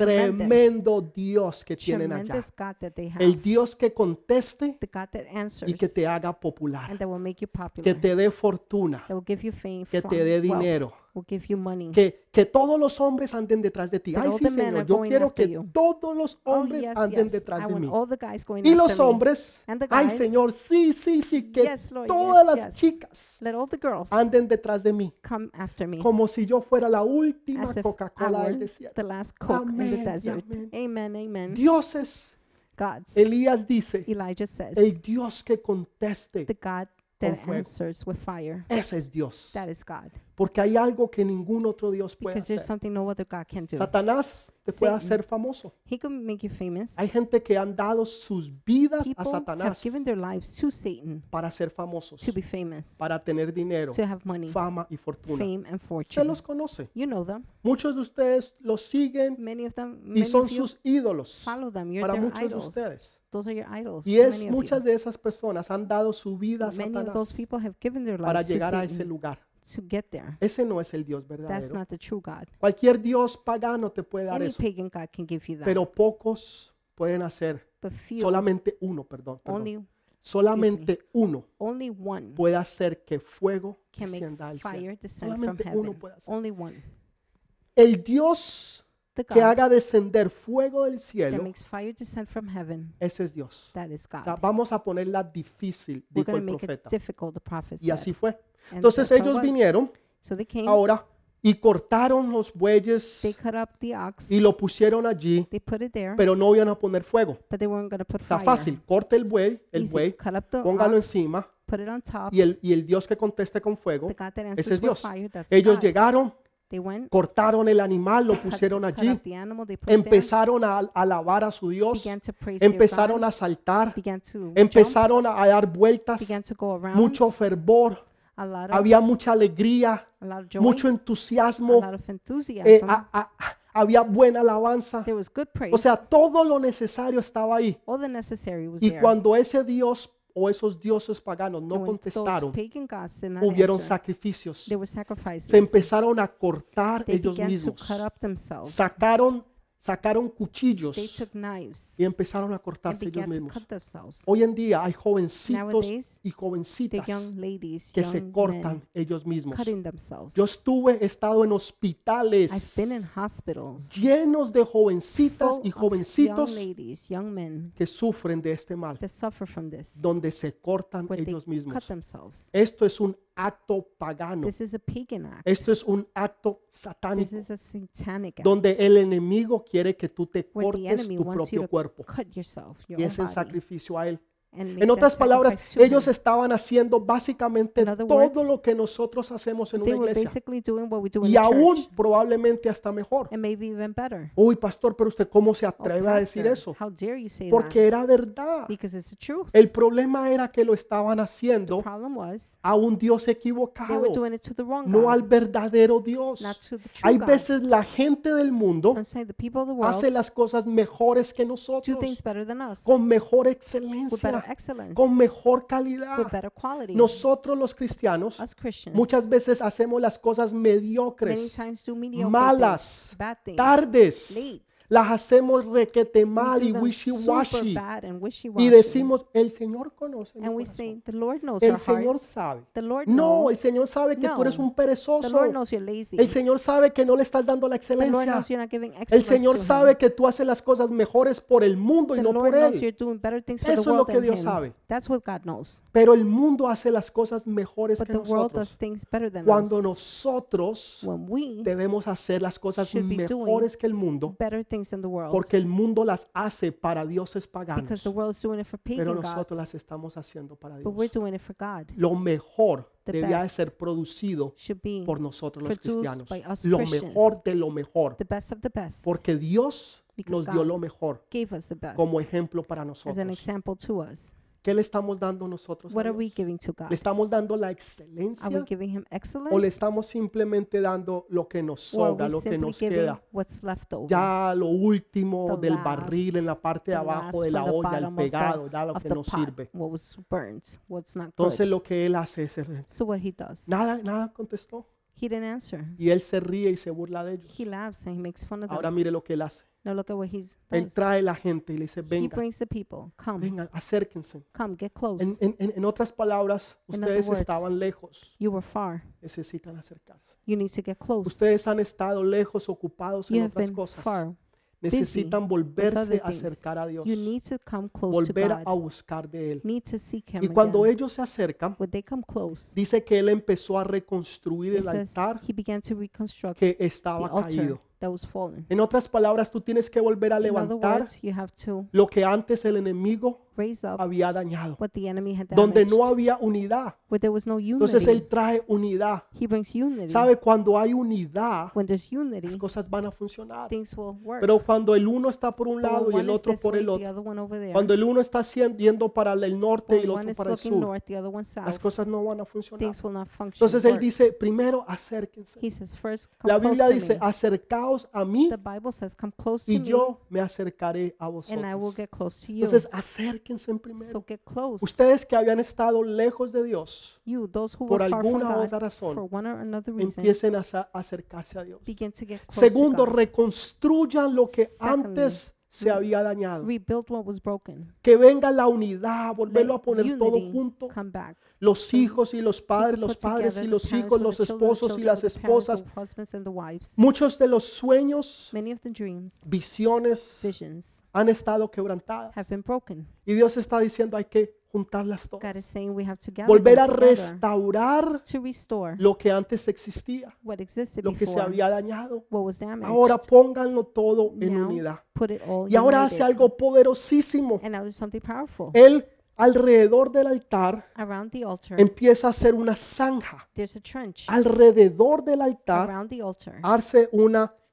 Speaker 1: tremendo Dios que tienen allá.
Speaker 2: Tremendous God that they have.
Speaker 1: El Dios que conteste
Speaker 2: the God that answers
Speaker 1: y que te haga
Speaker 2: and
Speaker 1: popular,
Speaker 2: that will make
Speaker 1: que
Speaker 2: you popular.
Speaker 1: te dé fortuna,
Speaker 2: that will give you fame.
Speaker 1: que
Speaker 2: from
Speaker 1: te dé
Speaker 2: wealth,
Speaker 1: dinero.
Speaker 2: Will give you money.
Speaker 1: Que, que todos los hombres anden detrás de ti.
Speaker 2: That
Speaker 1: Ay,
Speaker 2: all
Speaker 1: sí,
Speaker 2: the men
Speaker 1: Señor,
Speaker 2: are
Speaker 1: yo
Speaker 2: going
Speaker 1: quiero
Speaker 2: after
Speaker 1: que
Speaker 2: you.
Speaker 1: todos los
Speaker 2: Oh,
Speaker 1: hombres
Speaker 2: yes,
Speaker 1: anden
Speaker 2: yes.
Speaker 1: detrás
Speaker 2: I
Speaker 1: de
Speaker 2: want
Speaker 1: mí.
Speaker 2: all the guys going
Speaker 1: Y
Speaker 2: after
Speaker 1: los
Speaker 2: me.
Speaker 1: hombres,
Speaker 2: And the
Speaker 1: ay
Speaker 2: guys. Mm,
Speaker 1: Señor, sí, sí, sí, que
Speaker 2: Yes, Lord,
Speaker 1: todas
Speaker 2: yes,
Speaker 1: las
Speaker 2: yes.
Speaker 1: chicas
Speaker 2: Let all the girls
Speaker 1: anden detrás de mí,
Speaker 2: come after me.
Speaker 1: como si yo fuera la última
Speaker 2: As if I
Speaker 1: Coca-Cola
Speaker 2: were
Speaker 1: del desierto.
Speaker 2: the last Coke in
Speaker 1: Amén y
Speaker 2: the desert.
Speaker 1: amén.
Speaker 2: Amen, amen.
Speaker 1: Dioses,
Speaker 2: God's.
Speaker 1: Elías dice,
Speaker 2: Elijah says,
Speaker 1: el Dios que conteste,
Speaker 2: the God
Speaker 1: con
Speaker 2: that
Speaker 1: fuego.
Speaker 2: answers with fire.
Speaker 1: ese es Dios,
Speaker 2: That is God.
Speaker 1: porque hay algo que ningún otro Dios puede
Speaker 2: Because there's
Speaker 1: hacer.
Speaker 2: something no other God can do.
Speaker 1: Satanás te puede
Speaker 2: Satan.
Speaker 1: hacer famoso.
Speaker 2: He can make you famous.
Speaker 1: Hay gente que han dado sus vidas a
Speaker 2: People have
Speaker 1: Satanás
Speaker 2: given their lives to Satan
Speaker 1: para ser famosos,
Speaker 2: to be famous,
Speaker 1: para tener dinero,
Speaker 2: to have money,
Speaker 1: fama y fortuna.
Speaker 2: fame, and
Speaker 1: Usted
Speaker 2: fortune.
Speaker 1: los conoce.
Speaker 2: You know them.
Speaker 1: Muchos de ustedes los siguen
Speaker 2: Many of them, many
Speaker 1: y son
Speaker 2: of you
Speaker 1: sus ídolos
Speaker 2: follow them. You're
Speaker 1: para
Speaker 2: their
Speaker 1: muchos de
Speaker 2: idols.
Speaker 1: ustedes.
Speaker 2: Those are your idols.
Speaker 1: Y
Speaker 2: to
Speaker 1: es
Speaker 2: many of
Speaker 1: muchas
Speaker 2: you.
Speaker 1: de esas personas han dado su vida a
Speaker 2: Many of those
Speaker 1: Satanás
Speaker 2: people have given their
Speaker 1: para
Speaker 2: lives to
Speaker 1: llegar a ese
Speaker 2: Satan
Speaker 1: lugar.
Speaker 2: to get there.
Speaker 1: Ese no es el Dios
Speaker 2: That's
Speaker 1: verdadero.
Speaker 2: not the true God.
Speaker 1: Cualquier Dios pagano te puede dar
Speaker 2: Any
Speaker 1: eso,
Speaker 2: pagan God can give you that.
Speaker 1: pero pocos pueden hacer.
Speaker 2: But few,
Speaker 1: Solamente uno, perdón. perdón.
Speaker 2: only,
Speaker 1: solamente uno
Speaker 2: only one
Speaker 1: puede hacer que fuego
Speaker 2: can
Speaker 1: descienda al
Speaker 2: make
Speaker 1: cielo.
Speaker 2: fire descend from
Speaker 1: Solamente uno
Speaker 2: heaven.
Speaker 1: puede hacer.
Speaker 2: Only one.
Speaker 1: El Dios
Speaker 2: The
Speaker 1: que
Speaker 2: God
Speaker 1: haga descender fuego del
Speaker 2: that
Speaker 1: cielo,
Speaker 2: makes fire descend from heaven.
Speaker 1: ese es Dios.
Speaker 2: That is
Speaker 1: O sea,
Speaker 2: God.
Speaker 1: vamos a ponerla difícil,
Speaker 2: We're
Speaker 1: dijo
Speaker 2: going
Speaker 1: el
Speaker 2: to make it
Speaker 1: profeta.
Speaker 2: difficult, the prophet
Speaker 1: Y
Speaker 2: said.
Speaker 1: así fue.
Speaker 2: And
Speaker 1: Entonces
Speaker 2: that's how it
Speaker 1: ellos
Speaker 2: was.
Speaker 1: vinieron
Speaker 2: So they came,
Speaker 1: ahora y cortaron los bueyes
Speaker 2: they cut up the ox,
Speaker 1: y lo pusieron allí,
Speaker 2: they put it there,
Speaker 1: pero no iban a poner fuego.
Speaker 2: but they weren't going to put
Speaker 1: Está
Speaker 2: fire.
Speaker 1: fácil, corte el buey, el
Speaker 2: Easy.
Speaker 1: buey,
Speaker 2: cut up the
Speaker 1: póngalo
Speaker 2: ox,
Speaker 1: encima
Speaker 2: put it on top.
Speaker 1: y el, y el Dios que conteste con fuego,
Speaker 2: The God that
Speaker 1: ese es
Speaker 2: answers with
Speaker 1: Dios.
Speaker 2: fire, that's
Speaker 1: Ellos
Speaker 2: God.
Speaker 1: llegaron,
Speaker 2: They went,
Speaker 1: cortaron el animal, lo
Speaker 2: cut,
Speaker 1: pusieron
Speaker 2: cut
Speaker 1: allí,
Speaker 2: up the animal, they put it there,
Speaker 1: empezaron a a alabar a su Dios,
Speaker 2: began to praise their
Speaker 1: empezaron
Speaker 2: God,
Speaker 1: a saltar,
Speaker 2: began to jump,
Speaker 1: empezaron a dar vueltas,
Speaker 2: began to go around,
Speaker 1: mucho fervor,
Speaker 2: a lot of,
Speaker 1: había mucha alegría,
Speaker 2: a lot of joy,
Speaker 1: mucho
Speaker 2: a
Speaker 1: entusiasmo,
Speaker 2: lot of
Speaker 1: eh,
Speaker 2: enthusiasm.
Speaker 1: a- a- a- había buena alabanza.
Speaker 2: There was good praise.
Speaker 1: O sea, todo lo necesario estaba ahí.
Speaker 2: All the necessary was
Speaker 1: Y
Speaker 2: there.
Speaker 1: cuando ese Dios o esos dioses paganos
Speaker 2: And
Speaker 1: no
Speaker 2: when those
Speaker 1: contestaron,
Speaker 2: pagan gods did not
Speaker 1: hubieron
Speaker 2: answer,
Speaker 1: sacrificios.
Speaker 2: there were sacrifices.
Speaker 1: Se empezaron a cortar
Speaker 2: they
Speaker 1: ellos
Speaker 2: began to
Speaker 1: mismos.
Speaker 2: cut up themselves.
Speaker 1: Sacaron, sacaron cuchillos
Speaker 2: They took knives
Speaker 1: y empezaron a
Speaker 2: and
Speaker 1: cortarse ellos
Speaker 2: began to
Speaker 1: mismos.
Speaker 2: cut themselves.
Speaker 1: Hoy en día hay jovencitos
Speaker 2: Nowadays,
Speaker 1: y
Speaker 2: The
Speaker 1: jovencitas
Speaker 2: young ladies,
Speaker 1: que se
Speaker 2: young men,
Speaker 1: cortan ellos mismos.
Speaker 2: cutting themselves.
Speaker 1: Yo estuve, he estado en hospitales
Speaker 2: I've been in hospitals
Speaker 1: llenos de jovencitas y
Speaker 2: full of young
Speaker 1: jovencitos
Speaker 2: ladies, young men
Speaker 1: que sufren de este mal,
Speaker 2: that suffer from this,
Speaker 1: donde se cortan
Speaker 2: where they
Speaker 1: ellos mismos.
Speaker 2: cut themselves.
Speaker 1: Esto es un acto pagano,
Speaker 2: This is a pagan act.
Speaker 1: esto es un acto
Speaker 2: This
Speaker 1: satánico,
Speaker 2: is a satanic act.
Speaker 1: donde el enemigo quiere que tú te
Speaker 2: Where the
Speaker 1: cortes
Speaker 2: enemy
Speaker 1: tu
Speaker 2: wants you
Speaker 1: propio
Speaker 2: to
Speaker 1: cuerpo
Speaker 2: cut yourself, your
Speaker 1: y es
Speaker 2: own
Speaker 1: el
Speaker 2: body.
Speaker 1: sacrificio a él.
Speaker 2: and make
Speaker 1: En
Speaker 2: that
Speaker 1: otras
Speaker 2: sacrifice
Speaker 1: palabras,
Speaker 2: to
Speaker 1: ellos
Speaker 2: him.
Speaker 1: estaban haciendo básicamente
Speaker 2: In other
Speaker 1: todo
Speaker 2: words,
Speaker 1: lo que nosotros hacemos en
Speaker 2: They
Speaker 1: una
Speaker 2: were
Speaker 1: iglesia.
Speaker 2: basically doing what we do in
Speaker 1: Y
Speaker 2: the church
Speaker 1: aún probablemente hasta mejor.
Speaker 2: and maybe even better.
Speaker 1: Uy, pastor, pero usted cómo se
Speaker 2: Oh,
Speaker 1: atreve a decir
Speaker 2: pastor,
Speaker 1: eso?
Speaker 2: How dare you say that?
Speaker 1: Porque era verdad.
Speaker 2: Because it's the truth.
Speaker 1: El problema era que lo estaban
Speaker 2: The
Speaker 1: haciendo
Speaker 2: problem was
Speaker 1: a un Dios
Speaker 2: they were
Speaker 1: equivocado,
Speaker 2: doing it to the wrong
Speaker 1: no
Speaker 2: God,
Speaker 1: al verdadero Dios.
Speaker 2: not to the true
Speaker 1: Hay
Speaker 2: God.
Speaker 1: veces la gente del mundo
Speaker 2: Sometimes the people of the world
Speaker 1: hace las cosas mejores que
Speaker 2: do
Speaker 1: nosotros,
Speaker 2: things better than us,
Speaker 1: con mejor
Speaker 2: with better
Speaker 1: excelencia,
Speaker 2: excellence,
Speaker 1: con mejor calidad.
Speaker 2: with better quality.
Speaker 1: Nosotros los cristianos
Speaker 2: Us Christians
Speaker 1: muchas veces hacemos las cosas
Speaker 2: many
Speaker 1: mediocres,
Speaker 2: times do mediocre
Speaker 1: malas,
Speaker 2: things, bad things.
Speaker 1: tardes,
Speaker 2: late.
Speaker 1: las hacemos requete
Speaker 2: We
Speaker 1: mal
Speaker 2: do
Speaker 1: y
Speaker 2: them super
Speaker 1: wishy-washy
Speaker 2: bad and wishy-washy.
Speaker 1: y decimos, el Señor conoce mi
Speaker 2: and we
Speaker 1: corazón,
Speaker 2: say, the Lord knows
Speaker 1: el
Speaker 2: our heart.
Speaker 1: Señor sabe.
Speaker 2: the Lord
Speaker 1: No, el
Speaker 2: knows.
Speaker 1: Señor sabe que tú eres
Speaker 2: No.
Speaker 1: un
Speaker 2: The
Speaker 1: perezoso.
Speaker 2: Lord knows you're lazy.
Speaker 1: El Señor sabe que no le estás dando la
Speaker 2: the Lord
Speaker 1: excelencia.
Speaker 2: knows you're not giving
Speaker 1: El
Speaker 2: excellence
Speaker 1: Señor
Speaker 2: to him.
Speaker 1: sabe que tú haces las cosas mejores por el mundo y
Speaker 2: The
Speaker 1: no
Speaker 2: Lord
Speaker 1: por
Speaker 2: knows you're
Speaker 1: Él.
Speaker 2: doing better things for
Speaker 1: Eso
Speaker 2: the
Speaker 1: es lo
Speaker 2: world
Speaker 1: que
Speaker 2: than
Speaker 1: Dios
Speaker 2: him.
Speaker 1: sabe.
Speaker 2: That's what God knows.
Speaker 1: Pero el mundo hace las cosas mejores
Speaker 2: But
Speaker 1: que
Speaker 2: the world does
Speaker 1: nosotros.
Speaker 2: things better than
Speaker 1: Cuando
Speaker 2: us.
Speaker 1: nosotros
Speaker 2: When we
Speaker 1: debemos hacer las cosas
Speaker 2: should be doing
Speaker 1: mejores que el mundo,
Speaker 2: better things than the world
Speaker 1: porque el mundo las hace para dioses
Speaker 2: because
Speaker 1: paganos,
Speaker 2: the world's doing it for
Speaker 1: pero
Speaker 2: pagan
Speaker 1: nosotros
Speaker 2: gods,
Speaker 1: las estamos haciendo para
Speaker 2: but we're
Speaker 1: Dios.
Speaker 2: doing it for God.
Speaker 1: Lo mejor
Speaker 2: The
Speaker 1: debía de
Speaker 2: best
Speaker 1: ser producido
Speaker 2: Should be
Speaker 1: por nosotros los
Speaker 2: produced
Speaker 1: cristianos.
Speaker 2: by us
Speaker 1: Lo
Speaker 2: Christians.
Speaker 1: mejor de lo mejor,
Speaker 2: the best of the best.
Speaker 1: porque Dios
Speaker 2: Because
Speaker 1: nos dio
Speaker 2: God
Speaker 1: lo mejor
Speaker 2: Gave us the best
Speaker 1: como ejemplo para
Speaker 2: as an
Speaker 1: nosotros.
Speaker 2: example to us.
Speaker 1: ¿Qué le estamos dando nosotros? a
Speaker 2: What are
Speaker 1: Dios?
Speaker 2: we giving to
Speaker 1: ¿Le
Speaker 2: God?
Speaker 1: estamos dando la
Speaker 2: Are we
Speaker 1: excelencia
Speaker 2: giving Him
Speaker 1: o le
Speaker 2: excellence,
Speaker 1: estamos simplemente dando lo que nos
Speaker 2: or are
Speaker 1: sobra,
Speaker 2: we
Speaker 1: lo que
Speaker 2: simply
Speaker 1: nos
Speaker 2: giving
Speaker 1: queda?
Speaker 2: what's left over?
Speaker 1: Ya lo último
Speaker 2: The
Speaker 1: del barril en la parte de
Speaker 2: the
Speaker 1: abajo
Speaker 2: last
Speaker 1: de la
Speaker 2: from the
Speaker 1: olla, el
Speaker 2: bottom of the-
Speaker 1: pegado, ya lo
Speaker 2: of
Speaker 1: que
Speaker 2: the
Speaker 1: nos
Speaker 2: pot,
Speaker 1: sirve.
Speaker 2: What was burnt, what's not
Speaker 1: Entonces
Speaker 2: good.
Speaker 1: lo que él hace es, el-
Speaker 2: So what he does,
Speaker 1: nada, nada contestó.
Speaker 2: he didn't answer.
Speaker 1: Y él se ríe y se burla de ellos.
Speaker 2: He laughs and he makes fun of them.
Speaker 1: Ahora mire lo que él hace.
Speaker 2: now look at what he's
Speaker 1: Él
Speaker 2: does.
Speaker 1: trae la gente y le dice,
Speaker 2: Pues, He
Speaker 1: venga,
Speaker 2: brings the people. Come,
Speaker 1: vengan, acérquense.
Speaker 2: come, get
Speaker 1: En,
Speaker 2: close.
Speaker 1: en- en- en otras palabras,
Speaker 2: In other
Speaker 1: ustedes
Speaker 2: Pues, words,
Speaker 1: estaban lejos,
Speaker 2: You were far.
Speaker 1: necesitan acercarse.
Speaker 2: You need to get close.
Speaker 1: Ustedes han estado lejos, ocupados
Speaker 2: Pues, You
Speaker 1: en
Speaker 2: have
Speaker 1: otras
Speaker 2: been
Speaker 1: cosas.
Speaker 2: far.
Speaker 1: Necesitan volverse
Speaker 2: other
Speaker 1: a
Speaker 2: things.
Speaker 1: acercar a Dios,
Speaker 2: You need to come close
Speaker 1: volver
Speaker 2: to
Speaker 1: a
Speaker 2: God.
Speaker 1: buscar de Él.
Speaker 2: Need to seek Him.
Speaker 1: Y cuando
Speaker 2: again.
Speaker 1: ellos se acercan,
Speaker 2: when they come close,
Speaker 1: dice que Él empezó a reconstruir
Speaker 2: it
Speaker 1: el
Speaker 2: says
Speaker 1: altar
Speaker 2: He began to reconstruct
Speaker 1: que
Speaker 2: the
Speaker 1: estaba
Speaker 2: altar
Speaker 1: caído.
Speaker 2: that was fallen.
Speaker 1: En otras palabras, tú tienes que volver a
Speaker 2: In other
Speaker 1: levantar
Speaker 2: words, you have to
Speaker 1: lo que antes el enemigo
Speaker 2: raise up
Speaker 1: había dañado,
Speaker 2: what the enemy had
Speaker 1: donde
Speaker 2: damaged,
Speaker 1: no había unidad.
Speaker 2: where there was no unity.
Speaker 1: Entonces Él trae unidad.
Speaker 2: he brings unity.
Speaker 1: ¿Sabe? Cuando hay unidad,
Speaker 2: when there's unity,
Speaker 1: las cosas van a funcionar.
Speaker 2: things will work.
Speaker 1: Pero cuando el uno está por un
Speaker 2: But when
Speaker 1: lado y
Speaker 2: one
Speaker 1: el
Speaker 2: is
Speaker 1: otro
Speaker 2: this
Speaker 1: por
Speaker 2: way,
Speaker 1: el
Speaker 2: the
Speaker 1: otro,
Speaker 2: other one over there,
Speaker 1: cuando el uno está haciendo- yendo para el norte y
Speaker 2: when
Speaker 1: el
Speaker 2: one
Speaker 1: otro
Speaker 2: is
Speaker 1: para el
Speaker 2: looking
Speaker 1: sur,
Speaker 2: north, the other one south,
Speaker 1: las cosas no van a funcionar.
Speaker 2: things will not function.
Speaker 1: Entonces él
Speaker 2: work.
Speaker 1: dice, primero acérquense.
Speaker 2: he says, first, come
Speaker 1: La
Speaker 2: close
Speaker 1: Biblia
Speaker 2: to
Speaker 1: dice,
Speaker 2: me.
Speaker 1: acercaos a mí
Speaker 2: The Bible says, come close to
Speaker 1: y
Speaker 2: me,
Speaker 1: yo me acercaré a
Speaker 2: and I will
Speaker 1: vosotros.
Speaker 2: get close to you.
Speaker 1: Entonces acérquense
Speaker 2: so
Speaker 1: primero.
Speaker 2: get close.
Speaker 1: Ustedes que habían estado lejos de Dios,
Speaker 2: you, those who
Speaker 1: por
Speaker 2: were far from
Speaker 1: alguna
Speaker 2: God,
Speaker 1: otra razón,
Speaker 2: for one or another reason,
Speaker 1: empiecen a sa- acercarse a Dios.
Speaker 2: begin to get close
Speaker 1: Segundo,
Speaker 2: to God.
Speaker 1: reconstruyan lo que
Speaker 2: Secondly,
Speaker 1: antes se
Speaker 2: Mm.
Speaker 1: había dañado.
Speaker 2: Rebuild what was broken.
Speaker 1: Que venga la unidad, volverlo a
Speaker 2: Let
Speaker 1: poner todo
Speaker 2: unity
Speaker 1: junto.
Speaker 2: Come back.
Speaker 1: Los hijos y los padres,
Speaker 2: People
Speaker 1: los
Speaker 2: put
Speaker 1: padres
Speaker 2: together
Speaker 1: y
Speaker 2: the
Speaker 1: los
Speaker 2: parents
Speaker 1: hijos,
Speaker 2: with
Speaker 1: los
Speaker 2: the children,
Speaker 1: esposas y
Speaker 2: children
Speaker 1: las
Speaker 2: with the parents,
Speaker 1: esposas.
Speaker 2: the husbands and the wives.
Speaker 1: Muchos de los sueños,
Speaker 2: Many of the dreams,
Speaker 1: visiones
Speaker 2: visions
Speaker 1: han estado quebrantadas.
Speaker 2: have been broken.
Speaker 1: Y Dios está diciendo hay que juntarlas todas.
Speaker 2: God is saying we have to gather
Speaker 1: Volver a
Speaker 2: them together
Speaker 1: restaurar
Speaker 2: to restore
Speaker 1: lo que antes existía,
Speaker 2: what existed
Speaker 1: lo que se
Speaker 2: before,
Speaker 1: había dañado.
Speaker 2: what was damaged.
Speaker 1: Ahora pónganlo todo en
Speaker 2: Now,
Speaker 1: unidad.
Speaker 2: put it all
Speaker 1: Y ahora hace
Speaker 2: united.
Speaker 1: algo Eh, poderosísimo.
Speaker 2: And now there's something powerful.
Speaker 1: Él alrededor del altar
Speaker 2: Around the altar,
Speaker 1: empieza a hacer una zanja.
Speaker 2: there's a trench.
Speaker 1: Alrededor del altar
Speaker 2: Around the altar,
Speaker 1: hace una
Speaker 2: there's a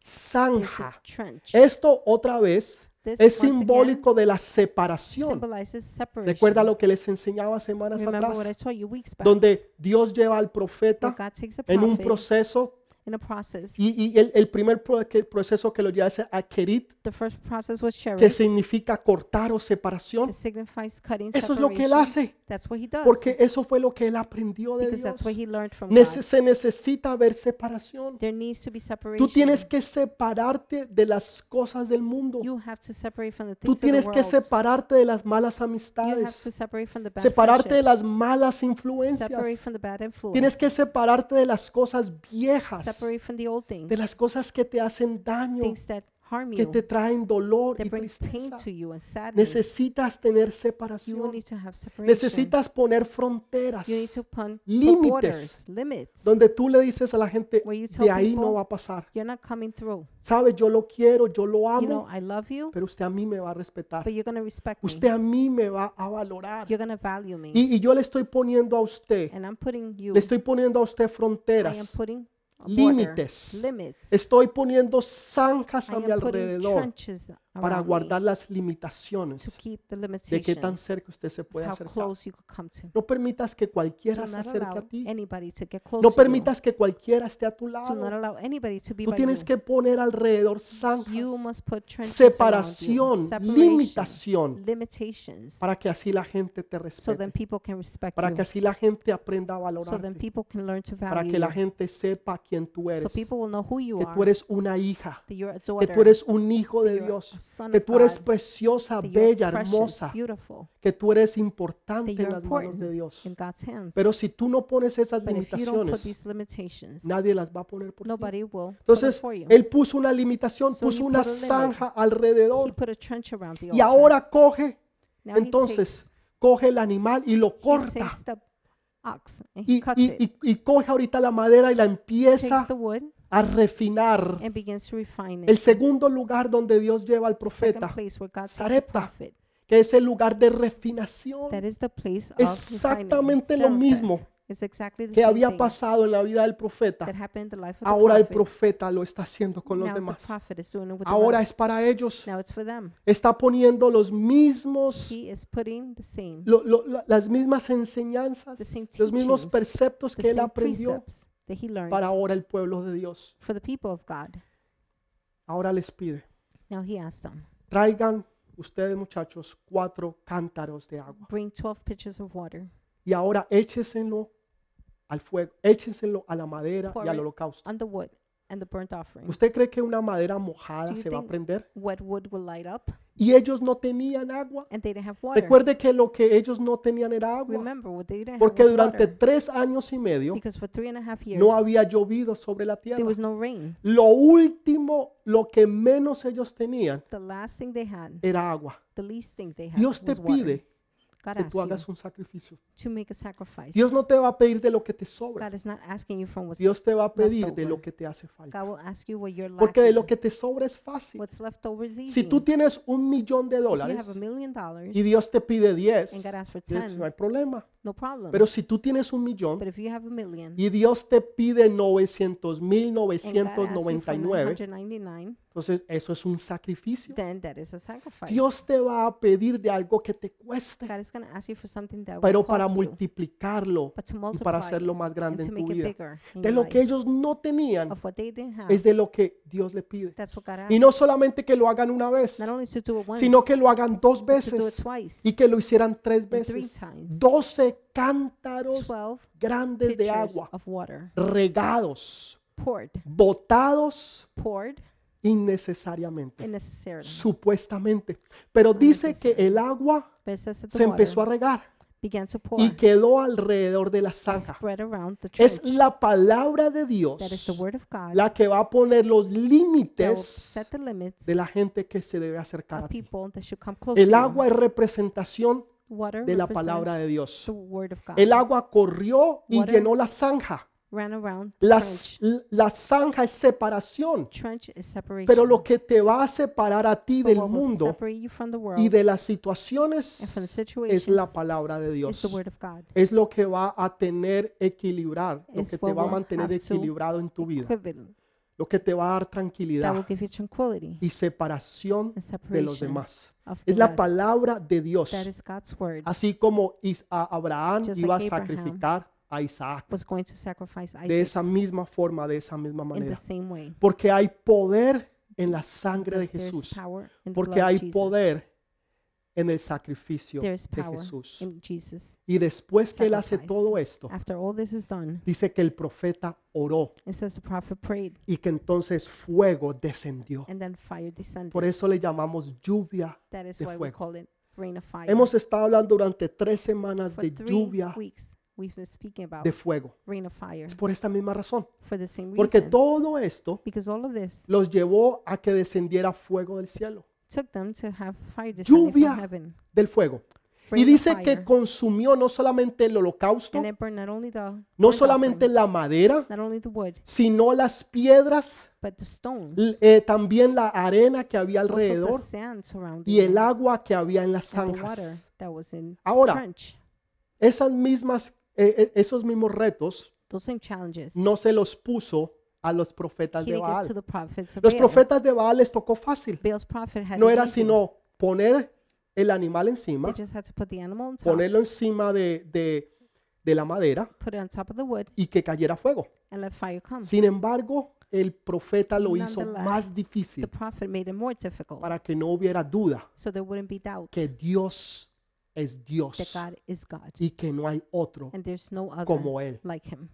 Speaker 1: zanja.
Speaker 2: trench.
Speaker 1: Esto otra vez
Speaker 2: This,
Speaker 1: es
Speaker 2: once again,
Speaker 1: simbólico de la separación.
Speaker 2: Symbolizes separation.
Speaker 1: Recuerda lo que les enseñaba semanas
Speaker 2: Remember what I
Speaker 1: atrás,
Speaker 2: taught you weeks back.
Speaker 1: donde Dios lleva al
Speaker 2: where
Speaker 1: profeta
Speaker 2: God takes a
Speaker 1: en un
Speaker 2: prophet
Speaker 1: proceso
Speaker 2: in a process.
Speaker 1: y, y el, el primer pro- que- proceso que lo lleva es a Kerit,
Speaker 2: The first process was
Speaker 1: que
Speaker 2: sharing.
Speaker 1: significa cortar o separación.
Speaker 2: It signifies cutting
Speaker 1: Eso es lo que él
Speaker 2: separation.
Speaker 1: hace,
Speaker 2: That's what he does.
Speaker 1: porque eso fue lo que él aprendió de Dios.
Speaker 2: because that's what he learned from
Speaker 1: Nece-
Speaker 2: God.
Speaker 1: se necesita ver separación.
Speaker 2: There needs to be
Speaker 1: Tú
Speaker 2: separation.
Speaker 1: tienes que separarte de las cosas del mundo.
Speaker 2: you have to separate from the
Speaker 1: Tú
Speaker 2: things
Speaker 1: tienes
Speaker 2: of
Speaker 1: que
Speaker 2: the world.
Speaker 1: separarte de las malas
Speaker 2: you have
Speaker 1: amistades.
Speaker 2: to separate from the bad
Speaker 1: separarte de las
Speaker 2: friendships.
Speaker 1: malas influencias.
Speaker 2: Separate from the bad influence.
Speaker 1: Tienes que separarte de las cosas viejas,
Speaker 2: separate from the old things.
Speaker 1: de las cosas que te hacen daño,
Speaker 2: things that harm
Speaker 1: que
Speaker 2: you,
Speaker 1: te traen dolor y
Speaker 2: that brings pain
Speaker 1: tristeza.
Speaker 2: to you and sadness,
Speaker 1: Necesitas tener
Speaker 2: you will
Speaker 1: separación.
Speaker 2: need to have separation.
Speaker 1: Necesitas poner fronteras
Speaker 2: You need to pun put
Speaker 1: límites,
Speaker 2: borders, limits.
Speaker 1: donde tú le dices a la gente,
Speaker 2: Where you
Speaker 1: de
Speaker 2: tell
Speaker 1: ahí no
Speaker 2: people,
Speaker 1: va a pasar.
Speaker 2: You're not coming through.
Speaker 1: Sabes, yo lo quiero, yo lo
Speaker 2: You know,
Speaker 1: amo,
Speaker 2: I love you,
Speaker 1: pero usted a mí me va a respetar.
Speaker 2: but you're going to respect me.
Speaker 1: Usted a mí me va a valorar.
Speaker 2: You're going to value me.
Speaker 1: Y, y yo le estoy poniendo a usted,
Speaker 2: And I'm putting you,
Speaker 1: le estoy poniendo a usted
Speaker 2: I am
Speaker 1: fronteras.
Speaker 2: putting a border,
Speaker 1: límites.
Speaker 2: limits.
Speaker 1: Estoy poniendo zanjas
Speaker 2: I
Speaker 1: a mi
Speaker 2: am putting
Speaker 1: alrededor
Speaker 2: trenches
Speaker 1: para
Speaker 2: around me
Speaker 1: guardar las
Speaker 2: to
Speaker 1: limitaciones
Speaker 2: keep the
Speaker 1: de qué tan
Speaker 2: limitations,
Speaker 1: cerca usted se puede
Speaker 2: how
Speaker 1: acercar.
Speaker 2: close you could come to.
Speaker 1: No permitas que
Speaker 2: Do
Speaker 1: cualquiera se
Speaker 2: not
Speaker 1: acerque a
Speaker 2: allow
Speaker 1: ti.
Speaker 2: anybody to get close
Speaker 1: No
Speaker 2: to you.
Speaker 1: permitas que cualquiera esté a tu
Speaker 2: Do not
Speaker 1: lado.
Speaker 2: allow anybody to be
Speaker 1: Tú
Speaker 2: by you.
Speaker 1: tienes que poner alrededor
Speaker 2: You
Speaker 1: zanjas,
Speaker 2: must put trenches around you,
Speaker 1: separación,
Speaker 2: separation,
Speaker 1: limitación,
Speaker 2: limitations,
Speaker 1: para que así la gente te
Speaker 2: so then
Speaker 1: respete,
Speaker 2: people can respect
Speaker 1: para
Speaker 2: you.
Speaker 1: que así la gente aprenda a
Speaker 2: so then
Speaker 1: valorarte,
Speaker 2: people can learn to
Speaker 1: para
Speaker 2: value
Speaker 1: que la
Speaker 2: you.
Speaker 1: gente sepa quién tú
Speaker 2: so
Speaker 1: eres, que
Speaker 2: people will know who you are,
Speaker 1: tú eres una hija,
Speaker 2: that you're a
Speaker 1: que
Speaker 2: daughter,
Speaker 1: tú eres un hijo de
Speaker 2: you're a
Speaker 1: Dios,
Speaker 2: son
Speaker 1: que
Speaker 2: of
Speaker 1: tú eres
Speaker 2: God,
Speaker 1: preciosa,
Speaker 2: that you're
Speaker 1: bella,
Speaker 2: precious,
Speaker 1: hermosa,
Speaker 2: beautiful,
Speaker 1: que tú eres
Speaker 2: that
Speaker 1: importante en
Speaker 2: you're
Speaker 1: las manos
Speaker 2: important
Speaker 1: de Dios.
Speaker 2: in God's hands.
Speaker 1: Pero si tú no pones esas
Speaker 2: but if you don't
Speaker 1: limitaciones,
Speaker 2: put these limitations,
Speaker 1: nadie las va a poner por ti.
Speaker 2: nobody will put it
Speaker 1: Entonces,
Speaker 2: for you.
Speaker 1: él puso una limitación,
Speaker 2: So
Speaker 1: puso
Speaker 2: he
Speaker 1: una
Speaker 2: put a limit.
Speaker 1: zanja
Speaker 2: he
Speaker 1: alrededor.
Speaker 2: put a trench around the
Speaker 1: Y
Speaker 2: altar.
Speaker 1: ahora coge,
Speaker 2: now he
Speaker 1: entonces,
Speaker 2: takes,
Speaker 1: coge el animal y lo
Speaker 2: he
Speaker 1: corta.
Speaker 2: takes the ox and he
Speaker 1: Y,
Speaker 2: cuts
Speaker 1: y-
Speaker 2: it,
Speaker 1: y- y coge ahorita la madera y la
Speaker 2: takes
Speaker 1: empieza
Speaker 2: the wood
Speaker 1: a refinar.
Speaker 2: and begins to refine it.
Speaker 1: El segundo lugar donde Dios lleva al
Speaker 2: The second
Speaker 1: profeta,
Speaker 2: place where God takes the
Speaker 1: Sarepta.
Speaker 2: prophet,
Speaker 1: que es el lugar de refinación,
Speaker 2: that is the place of refining.
Speaker 1: exactamente lo
Speaker 2: Sarepta.
Speaker 1: mismo
Speaker 2: It's exactly the
Speaker 1: que
Speaker 2: same
Speaker 1: había
Speaker 2: thing.
Speaker 1: pasado en la vida del profeta.
Speaker 2: that happened in the life of the
Speaker 1: Ahora el
Speaker 2: prophet.
Speaker 1: profeta lo está haciendo con los
Speaker 2: now
Speaker 1: demás.
Speaker 2: the prophet is doing it with
Speaker 1: Ahora
Speaker 2: the
Speaker 1: es
Speaker 2: rest.
Speaker 1: para ellos.
Speaker 2: Now it's for them.
Speaker 1: Está poniendo los mismos
Speaker 2: He is putting the same,
Speaker 1: lo- lo- lo- las mismas enseñanzas,
Speaker 2: The same
Speaker 1: los mismos
Speaker 2: teachings,
Speaker 1: preceptos
Speaker 2: the
Speaker 1: que él
Speaker 2: same
Speaker 1: aprendió
Speaker 2: precepts that he learned
Speaker 1: para ahora el pueblo de Dios.
Speaker 2: for the people of God.
Speaker 1: Ahora les pide,
Speaker 2: Now he asked them,
Speaker 1: traigan ustedes muchachos cuatro cántaros de agua
Speaker 2: bring 12 pitchers of water,
Speaker 1: y ahora échenselo al fuego, échenselo a la madera y
Speaker 2: Pour
Speaker 1: al
Speaker 2: it.
Speaker 1: holocausto.
Speaker 2: on the wood, and the burnt offering.
Speaker 1: ¿Usted cree que una madera
Speaker 2: Do
Speaker 1: mojada
Speaker 2: you
Speaker 1: se va a
Speaker 2: think-
Speaker 1: prender?
Speaker 2: What wood will light up?
Speaker 1: Y ellos no tenían agua.
Speaker 2: And they didn't have water.
Speaker 1: Recuerde que lo que ellos no tenían era agua,
Speaker 2: Remember, what they didn't
Speaker 1: porque
Speaker 2: have was
Speaker 1: durante
Speaker 2: water.
Speaker 1: tres años y medio
Speaker 2: Because for three and a half years,
Speaker 1: no había llovido sobre la
Speaker 2: there
Speaker 1: tierra.
Speaker 2: was no rain.
Speaker 1: Lo último, lo que menos ellos tenían
Speaker 2: The last thing they had,
Speaker 1: era agua.
Speaker 2: the least thing they had
Speaker 1: Dios te
Speaker 2: was water.
Speaker 1: pide
Speaker 2: God
Speaker 1: que
Speaker 2: asks
Speaker 1: tú
Speaker 2: you
Speaker 1: hagas un sacrificio.
Speaker 2: to make a sacrifice.
Speaker 1: Dios no te va a pedir de lo que te sobra.
Speaker 2: God is not asking you from what's
Speaker 1: Dios te va a pedir de lo que te hace falta.
Speaker 2: God will ask you what you're lacking.
Speaker 1: Porque de lo que te sobra es fácil.
Speaker 2: What's left over is easy.
Speaker 1: Si tú tienes un millón de
Speaker 2: Pues If you have
Speaker 1: dólares
Speaker 2: a million dollars,
Speaker 1: y Dios te pide 10,
Speaker 2: And God asks for
Speaker 1: pues
Speaker 2: 10.
Speaker 1: no hay problema.
Speaker 2: no problem.
Speaker 1: Pero si tú tienes un
Speaker 2: but
Speaker 1: millón
Speaker 2: if you have a million,
Speaker 1: y Dios te pide 900 mil
Speaker 2: and God asks you for
Speaker 1: 999,
Speaker 2: 999,
Speaker 1: entonces eso es un sacrificio.
Speaker 2: then that is a sacrifice.
Speaker 1: Dios te va a pedir de algo que te cueste.
Speaker 2: God is going to ask you for something that will
Speaker 1: pero
Speaker 2: cost
Speaker 1: para
Speaker 2: you,
Speaker 1: multiplicarlo
Speaker 2: but to
Speaker 1: y
Speaker 2: multiply
Speaker 1: para hacerlo
Speaker 2: it
Speaker 1: más grande
Speaker 2: and to
Speaker 1: en tu
Speaker 2: make it
Speaker 1: vida.
Speaker 2: bigger in
Speaker 1: De
Speaker 2: your
Speaker 1: lo que
Speaker 2: life.
Speaker 1: ellos no tenían
Speaker 2: of what they didn't have.
Speaker 1: es de lo que Dios le pide.
Speaker 2: That's what God asked.
Speaker 1: Y no solamente que lo hagan una vez,
Speaker 2: not only to do it once,
Speaker 1: sino que lo hagan dos
Speaker 2: but to do it
Speaker 1: veces
Speaker 2: twice,
Speaker 1: y que lo hicieran tres
Speaker 2: and three
Speaker 1: veces.
Speaker 2: times.
Speaker 1: Doce cántaros
Speaker 2: 12
Speaker 1: grandes de
Speaker 2: pitchers
Speaker 1: agua,
Speaker 2: of water
Speaker 1: regados,
Speaker 2: poured,
Speaker 1: botados
Speaker 2: poured
Speaker 1: innecesariamente,
Speaker 2: unnecessarily.
Speaker 1: supuestamente. Pero dice que el agua
Speaker 2: But it says that
Speaker 1: se
Speaker 2: the water
Speaker 1: empezó a regar
Speaker 2: began to pour.
Speaker 1: y quedó alrededor de la zanja.
Speaker 2: spread around the church.
Speaker 1: Es la palabra de Dios
Speaker 2: that is the word of God
Speaker 1: la que va a poner los
Speaker 2: that will
Speaker 1: límites
Speaker 2: set the limits
Speaker 1: de la gente que se debe acercar a
Speaker 2: of
Speaker 1: ti.
Speaker 2: people that should come close to
Speaker 1: El
Speaker 2: you.
Speaker 1: agua es representación
Speaker 2: Water
Speaker 1: de la palabra de Dios.
Speaker 2: represents the word of God.
Speaker 1: El agua corrió y
Speaker 2: Water-
Speaker 1: llenó la zanja.
Speaker 2: Ran around the
Speaker 1: La,
Speaker 2: trench.
Speaker 1: la zanja es separación,
Speaker 2: Trench is separation.
Speaker 1: pero lo que te va a separar a ti
Speaker 2: But
Speaker 1: del
Speaker 2: what will
Speaker 1: mundo
Speaker 2: separate you from the world
Speaker 1: y de las
Speaker 2: and from the
Speaker 1: situaciones es
Speaker 2: situations
Speaker 1: la palabra de
Speaker 2: is the
Speaker 1: Dios.
Speaker 2: word of God.
Speaker 1: Es lo que va a tener equilibrar, lo
Speaker 2: It's
Speaker 1: que te
Speaker 2: what
Speaker 1: va a
Speaker 2: will
Speaker 1: mantener
Speaker 2: have to
Speaker 1: equilibrado en tu vida,
Speaker 2: Equivalent.
Speaker 1: lo que te va a dar
Speaker 2: That
Speaker 1: tranquilidad.
Speaker 2: will give you tranquility
Speaker 1: y separación
Speaker 2: and
Speaker 1: de los
Speaker 2: separation
Speaker 1: demás.
Speaker 2: of the
Speaker 1: Es la
Speaker 2: rest.
Speaker 1: palabra de Dios.
Speaker 2: That is God's word.
Speaker 1: Así como Is- a Abraham
Speaker 2: Just
Speaker 1: iba a
Speaker 2: like Abraham.
Speaker 1: sacrificar a Isaac
Speaker 2: Was going to sacrifice
Speaker 1: de
Speaker 2: Isaac
Speaker 1: esa misma forma, de esa misma
Speaker 2: in the
Speaker 1: manera.
Speaker 2: same way.
Speaker 1: Porque hay poder en la sangre de
Speaker 2: Because there's
Speaker 1: Jesús.
Speaker 2: power in the
Speaker 1: Porque
Speaker 2: blood
Speaker 1: hay
Speaker 2: of Jesus.
Speaker 1: poder en el sacrificio
Speaker 2: There is
Speaker 1: de
Speaker 2: power
Speaker 1: Jesús.
Speaker 2: in Jesus.
Speaker 1: Y después que él hace
Speaker 2: sacrifice.
Speaker 1: todo esto,
Speaker 2: After all this is done,
Speaker 1: dice que el profeta oró
Speaker 2: it says the prophet prayed,
Speaker 1: y que entonces fuego descendió.
Speaker 2: and then fire descended.
Speaker 1: Por eso le llamamos lluvia
Speaker 2: that is
Speaker 1: de
Speaker 2: why we
Speaker 1: fuego.
Speaker 2: call it rain of fire.
Speaker 1: Hemos estado hablando durante tres semanas
Speaker 2: For
Speaker 1: de
Speaker 2: three
Speaker 1: lluvia
Speaker 2: weeks, we've been speaking about,
Speaker 1: de fuego.
Speaker 2: rain of fire,
Speaker 1: Es por esta misma razón.
Speaker 2: for the same
Speaker 1: Porque
Speaker 2: reason.
Speaker 1: todo esto
Speaker 2: Because all of this
Speaker 1: los llevó a que descendiera fuego del cielo,
Speaker 2: took them to have fire descending
Speaker 1: Lluvia.
Speaker 2: from heaven.
Speaker 1: del fuego. Y
Speaker 2: rain of
Speaker 1: dice que
Speaker 2: fire,
Speaker 1: consumió no solamente el holocausto,
Speaker 2: and it burned not only the
Speaker 1: no
Speaker 2: burnt
Speaker 1: solamente
Speaker 2: offering,
Speaker 1: la madera,
Speaker 2: not only the wood,
Speaker 1: sino las piedras,
Speaker 2: but the
Speaker 1: l-
Speaker 2: stones,
Speaker 1: eh, también la arena que había
Speaker 2: also the
Speaker 1: alrededor
Speaker 2: sand surrounding
Speaker 1: y el
Speaker 2: it,
Speaker 1: agua que había en las
Speaker 2: and the water
Speaker 1: zanjas.
Speaker 2: that was in
Speaker 1: Ahora,
Speaker 2: the trench.
Speaker 1: Esas mismas, eh, eh, esos mismos retos
Speaker 2: Those same challenges
Speaker 1: no se los puso a los profetas
Speaker 2: he
Speaker 1: de
Speaker 2: didn't give
Speaker 1: Baal.
Speaker 2: to the prophets of
Speaker 1: Los
Speaker 2: Baal.
Speaker 1: profetas de Baal les tocó fácil.
Speaker 2: Baal's prophet had
Speaker 1: No
Speaker 2: it
Speaker 1: era
Speaker 2: easy.
Speaker 1: sino poner el animal
Speaker 2: They
Speaker 1: encima,
Speaker 2: just had to put the animal on top,
Speaker 1: ponerlo encima de, de- de la madera
Speaker 2: put it on top of the wood,
Speaker 1: y que cayera fuego.
Speaker 2: and let fire come.
Speaker 1: Sin embargo, el profeta lo hizo
Speaker 2: Nonetheless,
Speaker 1: más
Speaker 2: The
Speaker 1: difícil
Speaker 2: prophet made it more difficult,
Speaker 1: para que no hubiera duda
Speaker 2: so there wouldn't be doubt
Speaker 1: que Dios es
Speaker 2: that
Speaker 1: Dios
Speaker 2: God is God,
Speaker 1: y que no hay otro
Speaker 2: and there's no other
Speaker 1: como Él.
Speaker 2: like Him.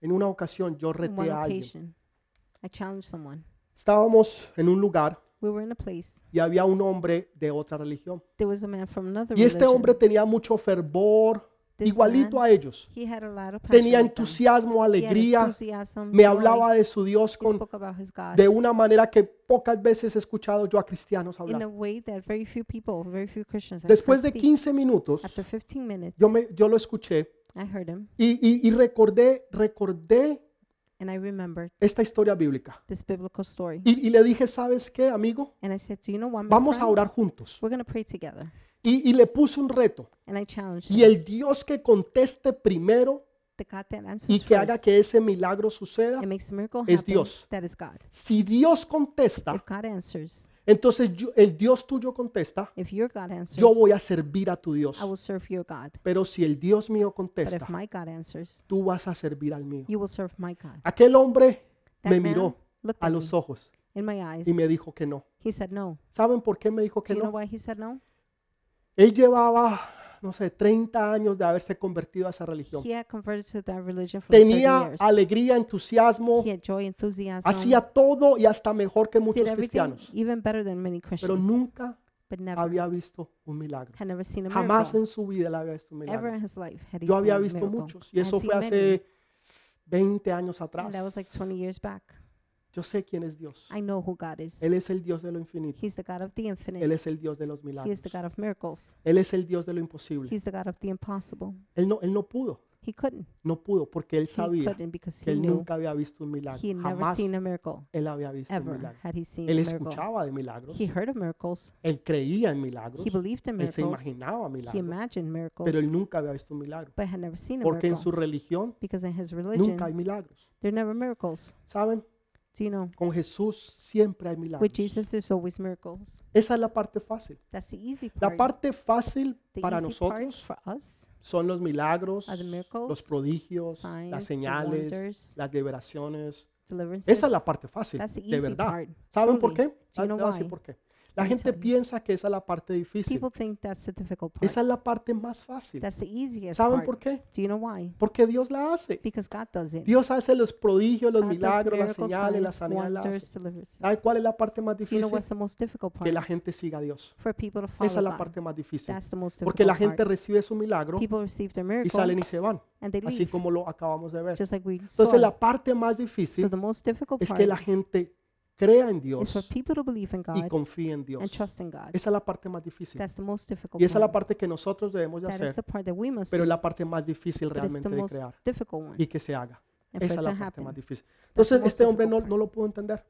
Speaker 1: En una ocasión yo
Speaker 2: On one
Speaker 1: reté a alguien.
Speaker 2: occasion, I challenged someone.
Speaker 1: Estábamos en un lugar
Speaker 2: We were in a place.
Speaker 1: y había un hombre de otra religión.
Speaker 2: There was a man from another
Speaker 1: Y este
Speaker 2: religion.
Speaker 1: hombre tenía mucho fervor,
Speaker 2: This
Speaker 1: igualito
Speaker 2: man
Speaker 1: a ellos.
Speaker 2: he had a lot of passion.
Speaker 1: Tenía
Speaker 2: with them.
Speaker 1: entusiasmo,
Speaker 2: He had
Speaker 1: alegría.
Speaker 2: enthusiasm,
Speaker 1: Me
Speaker 2: joy.
Speaker 1: hablaba de su Dios
Speaker 2: He
Speaker 1: con,
Speaker 2: spoke about his God
Speaker 1: de una manera que pocas veces he escuchado yo a cristianos
Speaker 2: in
Speaker 1: hablar.
Speaker 2: a way that very few people, very few Christians. I've
Speaker 1: Después
Speaker 2: heard
Speaker 1: de
Speaker 2: speak.
Speaker 1: 15 minutos,
Speaker 2: After 15 minutes,
Speaker 1: yo, me, yo lo escuché
Speaker 2: I heard him
Speaker 1: Y, y- y recordé, recordé
Speaker 2: and I remembered
Speaker 1: esta historia bíblica.
Speaker 2: this biblical story.
Speaker 1: Y, y le dije, ¿sabes qué, amigo?
Speaker 2: And I said, Do you know what? my
Speaker 1: Vamos a
Speaker 2: friend?
Speaker 1: orar juntos.
Speaker 2: We're going to pray together.
Speaker 1: Y, y le puse un reto.
Speaker 2: And I challenged
Speaker 1: Y
Speaker 2: him.
Speaker 1: el Dios que conteste primero
Speaker 2: The God that answers
Speaker 1: y que haga
Speaker 2: first
Speaker 1: que ese milagro suceda,
Speaker 2: and makes a miracle
Speaker 1: es
Speaker 2: happen,
Speaker 1: Dios.
Speaker 2: that is God.
Speaker 1: si Dios contesta,
Speaker 2: If God answers,
Speaker 1: entonces yo- el Dios tuyo contesta,
Speaker 2: if your God answers,
Speaker 1: yo voy a servir a tu Dios.
Speaker 2: I will serve your God.
Speaker 1: Pero si el Dios mío
Speaker 2: But
Speaker 1: contesta,
Speaker 2: if my God answers,
Speaker 1: tú vas a servir al mío.
Speaker 2: you will serve my God.
Speaker 1: Aquel hombre
Speaker 2: That
Speaker 1: me
Speaker 2: man
Speaker 1: miró
Speaker 2: looked
Speaker 1: a
Speaker 2: at
Speaker 1: los
Speaker 2: me
Speaker 1: ojos
Speaker 2: in my eyes.
Speaker 1: y me dijo que no.
Speaker 2: He said no.
Speaker 1: ¿Saben por qué me dijo
Speaker 2: Do
Speaker 1: que
Speaker 2: you know
Speaker 1: no?
Speaker 2: why he said no?
Speaker 1: Él llevaba, no sé, 30 años de haberse convertido a esa religión.
Speaker 2: He had converted to that religion for 30
Speaker 1: Tenía
Speaker 2: years.
Speaker 1: alegría, entusiasmo,
Speaker 2: He had joy, enthusiasm.
Speaker 1: hacía todo y hasta mejor que
Speaker 2: did
Speaker 1: muchos
Speaker 2: everything
Speaker 1: cristianos,
Speaker 2: even better than many
Speaker 1: pero
Speaker 2: Christians.
Speaker 1: nunca
Speaker 2: But never
Speaker 1: había visto un milagro.
Speaker 2: had never seen a
Speaker 1: Jamás
Speaker 2: miracle.
Speaker 1: en su vida le había visto un
Speaker 2: Ever
Speaker 1: milagro.
Speaker 2: in his life had he
Speaker 1: Yo había
Speaker 2: seen a
Speaker 1: visto
Speaker 2: miracle.
Speaker 1: muchos y
Speaker 2: I've
Speaker 1: eso
Speaker 2: seen
Speaker 1: fue
Speaker 2: many.
Speaker 1: hace 20 años
Speaker 2: And That was like
Speaker 1: atrás.
Speaker 2: 20 years back.
Speaker 1: Yo sé quién es Dios.
Speaker 2: I know who God is.
Speaker 1: Él es el Dios de lo infinito.
Speaker 2: He's the God of the
Speaker 1: Él
Speaker 2: infinite.
Speaker 1: es el Dios de los
Speaker 2: He
Speaker 1: milagros.
Speaker 2: is the God of miracles.
Speaker 1: Él es el Dios de lo imposible.
Speaker 2: He's the God of the impossible.
Speaker 1: Él no, él no pudo,
Speaker 2: He couldn't.
Speaker 1: no pudo porque él
Speaker 2: He
Speaker 1: sabía
Speaker 2: couldn't because
Speaker 1: que
Speaker 2: he
Speaker 1: él
Speaker 2: knew
Speaker 1: nunca había visto un milagro.
Speaker 2: he had never
Speaker 1: Jamás
Speaker 2: seen a miracle.
Speaker 1: él había visto un
Speaker 2: Ever
Speaker 1: milagro.
Speaker 2: had he seen a
Speaker 1: Él
Speaker 2: miracle.
Speaker 1: escuchaba de milagros,
Speaker 2: He heard of miracles.
Speaker 1: él creía en milagros,
Speaker 2: He believed in
Speaker 1: él se
Speaker 2: miracles.
Speaker 1: imaginaba
Speaker 2: He
Speaker 1: milagros,
Speaker 2: imagined
Speaker 1: pero él
Speaker 2: miracles.
Speaker 1: nunca había visto un milagro,
Speaker 2: But had never seen a
Speaker 1: porque en su
Speaker 2: miracle.
Speaker 1: religión
Speaker 2: Because in his religion,
Speaker 1: nunca hay milagros.
Speaker 2: there are never miracles.
Speaker 1: ¿Saben?
Speaker 2: Do you know?
Speaker 1: Con Jesús siempre hay
Speaker 2: With
Speaker 1: milagros.
Speaker 2: Jesus, there's always miracles.
Speaker 1: Esa es la parte fácil.
Speaker 2: That's the easy
Speaker 1: La
Speaker 2: part.
Speaker 1: parte fácil
Speaker 2: The
Speaker 1: para
Speaker 2: easy part
Speaker 1: nosotros
Speaker 2: for us,
Speaker 1: son los milagros,
Speaker 2: Are the miracles,
Speaker 1: los prodigios,
Speaker 2: signs,
Speaker 1: las
Speaker 2: the
Speaker 1: señales,
Speaker 2: wonders,
Speaker 1: las liberaciones.
Speaker 2: deliverance.
Speaker 1: Esa es la parte fácil,
Speaker 2: That's the
Speaker 1: de
Speaker 2: easy
Speaker 1: verdad.
Speaker 2: part,
Speaker 1: ¿Saben por
Speaker 2: truly.
Speaker 1: qué?
Speaker 2: Do you
Speaker 1: Te
Speaker 2: know
Speaker 1: voy a decir
Speaker 2: why?
Speaker 1: por qué. La
Speaker 2: Let me
Speaker 1: gente
Speaker 2: tell you.
Speaker 1: piensa que esa es la parte difícil.
Speaker 2: People think that's the difficult part.
Speaker 1: Esa es la parte más fácil.
Speaker 2: That's the easiest
Speaker 1: ¿Saben
Speaker 2: part.
Speaker 1: por qué?
Speaker 2: Do you know why?
Speaker 1: Porque Dios la hace.
Speaker 2: Because God does it.
Speaker 1: Dios hace los prodigios, los
Speaker 2: God does
Speaker 1: milagros, las
Speaker 2: miracles,
Speaker 1: señales, las
Speaker 2: signs,
Speaker 1: sanidades. las
Speaker 2: wonders,
Speaker 1: hace.
Speaker 2: deliverances.
Speaker 1: ¿Sabe cuál es la parte más
Speaker 2: Do you know
Speaker 1: difícil?
Speaker 2: what's the most difficult part?
Speaker 1: Que la gente siga a Dios.
Speaker 2: For people to follow
Speaker 1: Esa es la
Speaker 2: God.
Speaker 1: parte más difícil.
Speaker 2: That's the most
Speaker 1: Porque la
Speaker 2: difficult
Speaker 1: gente
Speaker 2: part.
Speaker 1: recibe su milagro
Speaker 2: People receive their
Speaker 1: y
Speaker 2: miracle
Speaker 1: salen y se van,
Speaker 2: and they
Speaker 1: así
Speaker 2: leave,
Speaker 1: como lo acabamos de ver.
Speaker 2: just like we saw.
Speaker 1: Entonces la parte más
Speaker 2: so
Speaker 1: difícil
Speaker 2: the most difficult
Speaker 1: es
Speaker 2: part
Speaker 1: que la gente crea en
Speaker 2: is
Speaker 1: Dios
Speaker 2: for people to believe in
Speaker 1: y
Speaker 2: God
Speaker 1: confíe en Dios.
Speaker 2: and trust in God.
Speaker 1: Esa es la parte más difícil.
Speaker 2: That's the most difficult
Speaker 1: Y esa es la
Speaker 2: part.
Speaker 1: parte que nosotros debemos de
Speaker 2: That is
Speaker 1: hacer,
Speaker 2: the part that we must
Speaker 1: pero es
Speaker 2: do,
Speaker 1: la parte más difícil
Speaker 2: but it's
Speaker 1: realmente
Speaker 2: the
Speaker 1: de
Speaker 2: most
Speaker 1: crear
Speaker 2: difficult one.
Speaker 1: y que se haga.
Speaker 2: And for
Speaker 1: Esa es
Speaker 2: it to
Speaker 1: la parte más
Speaker 2: happen,
Speaker 1: difícil.
Speaker 2: That's the
Speaker 1: Entonces
Speaker 2: most
Speaker 1: este hombre no,
Speaker 2: difficult
Speaker 1: no lo pudo entender.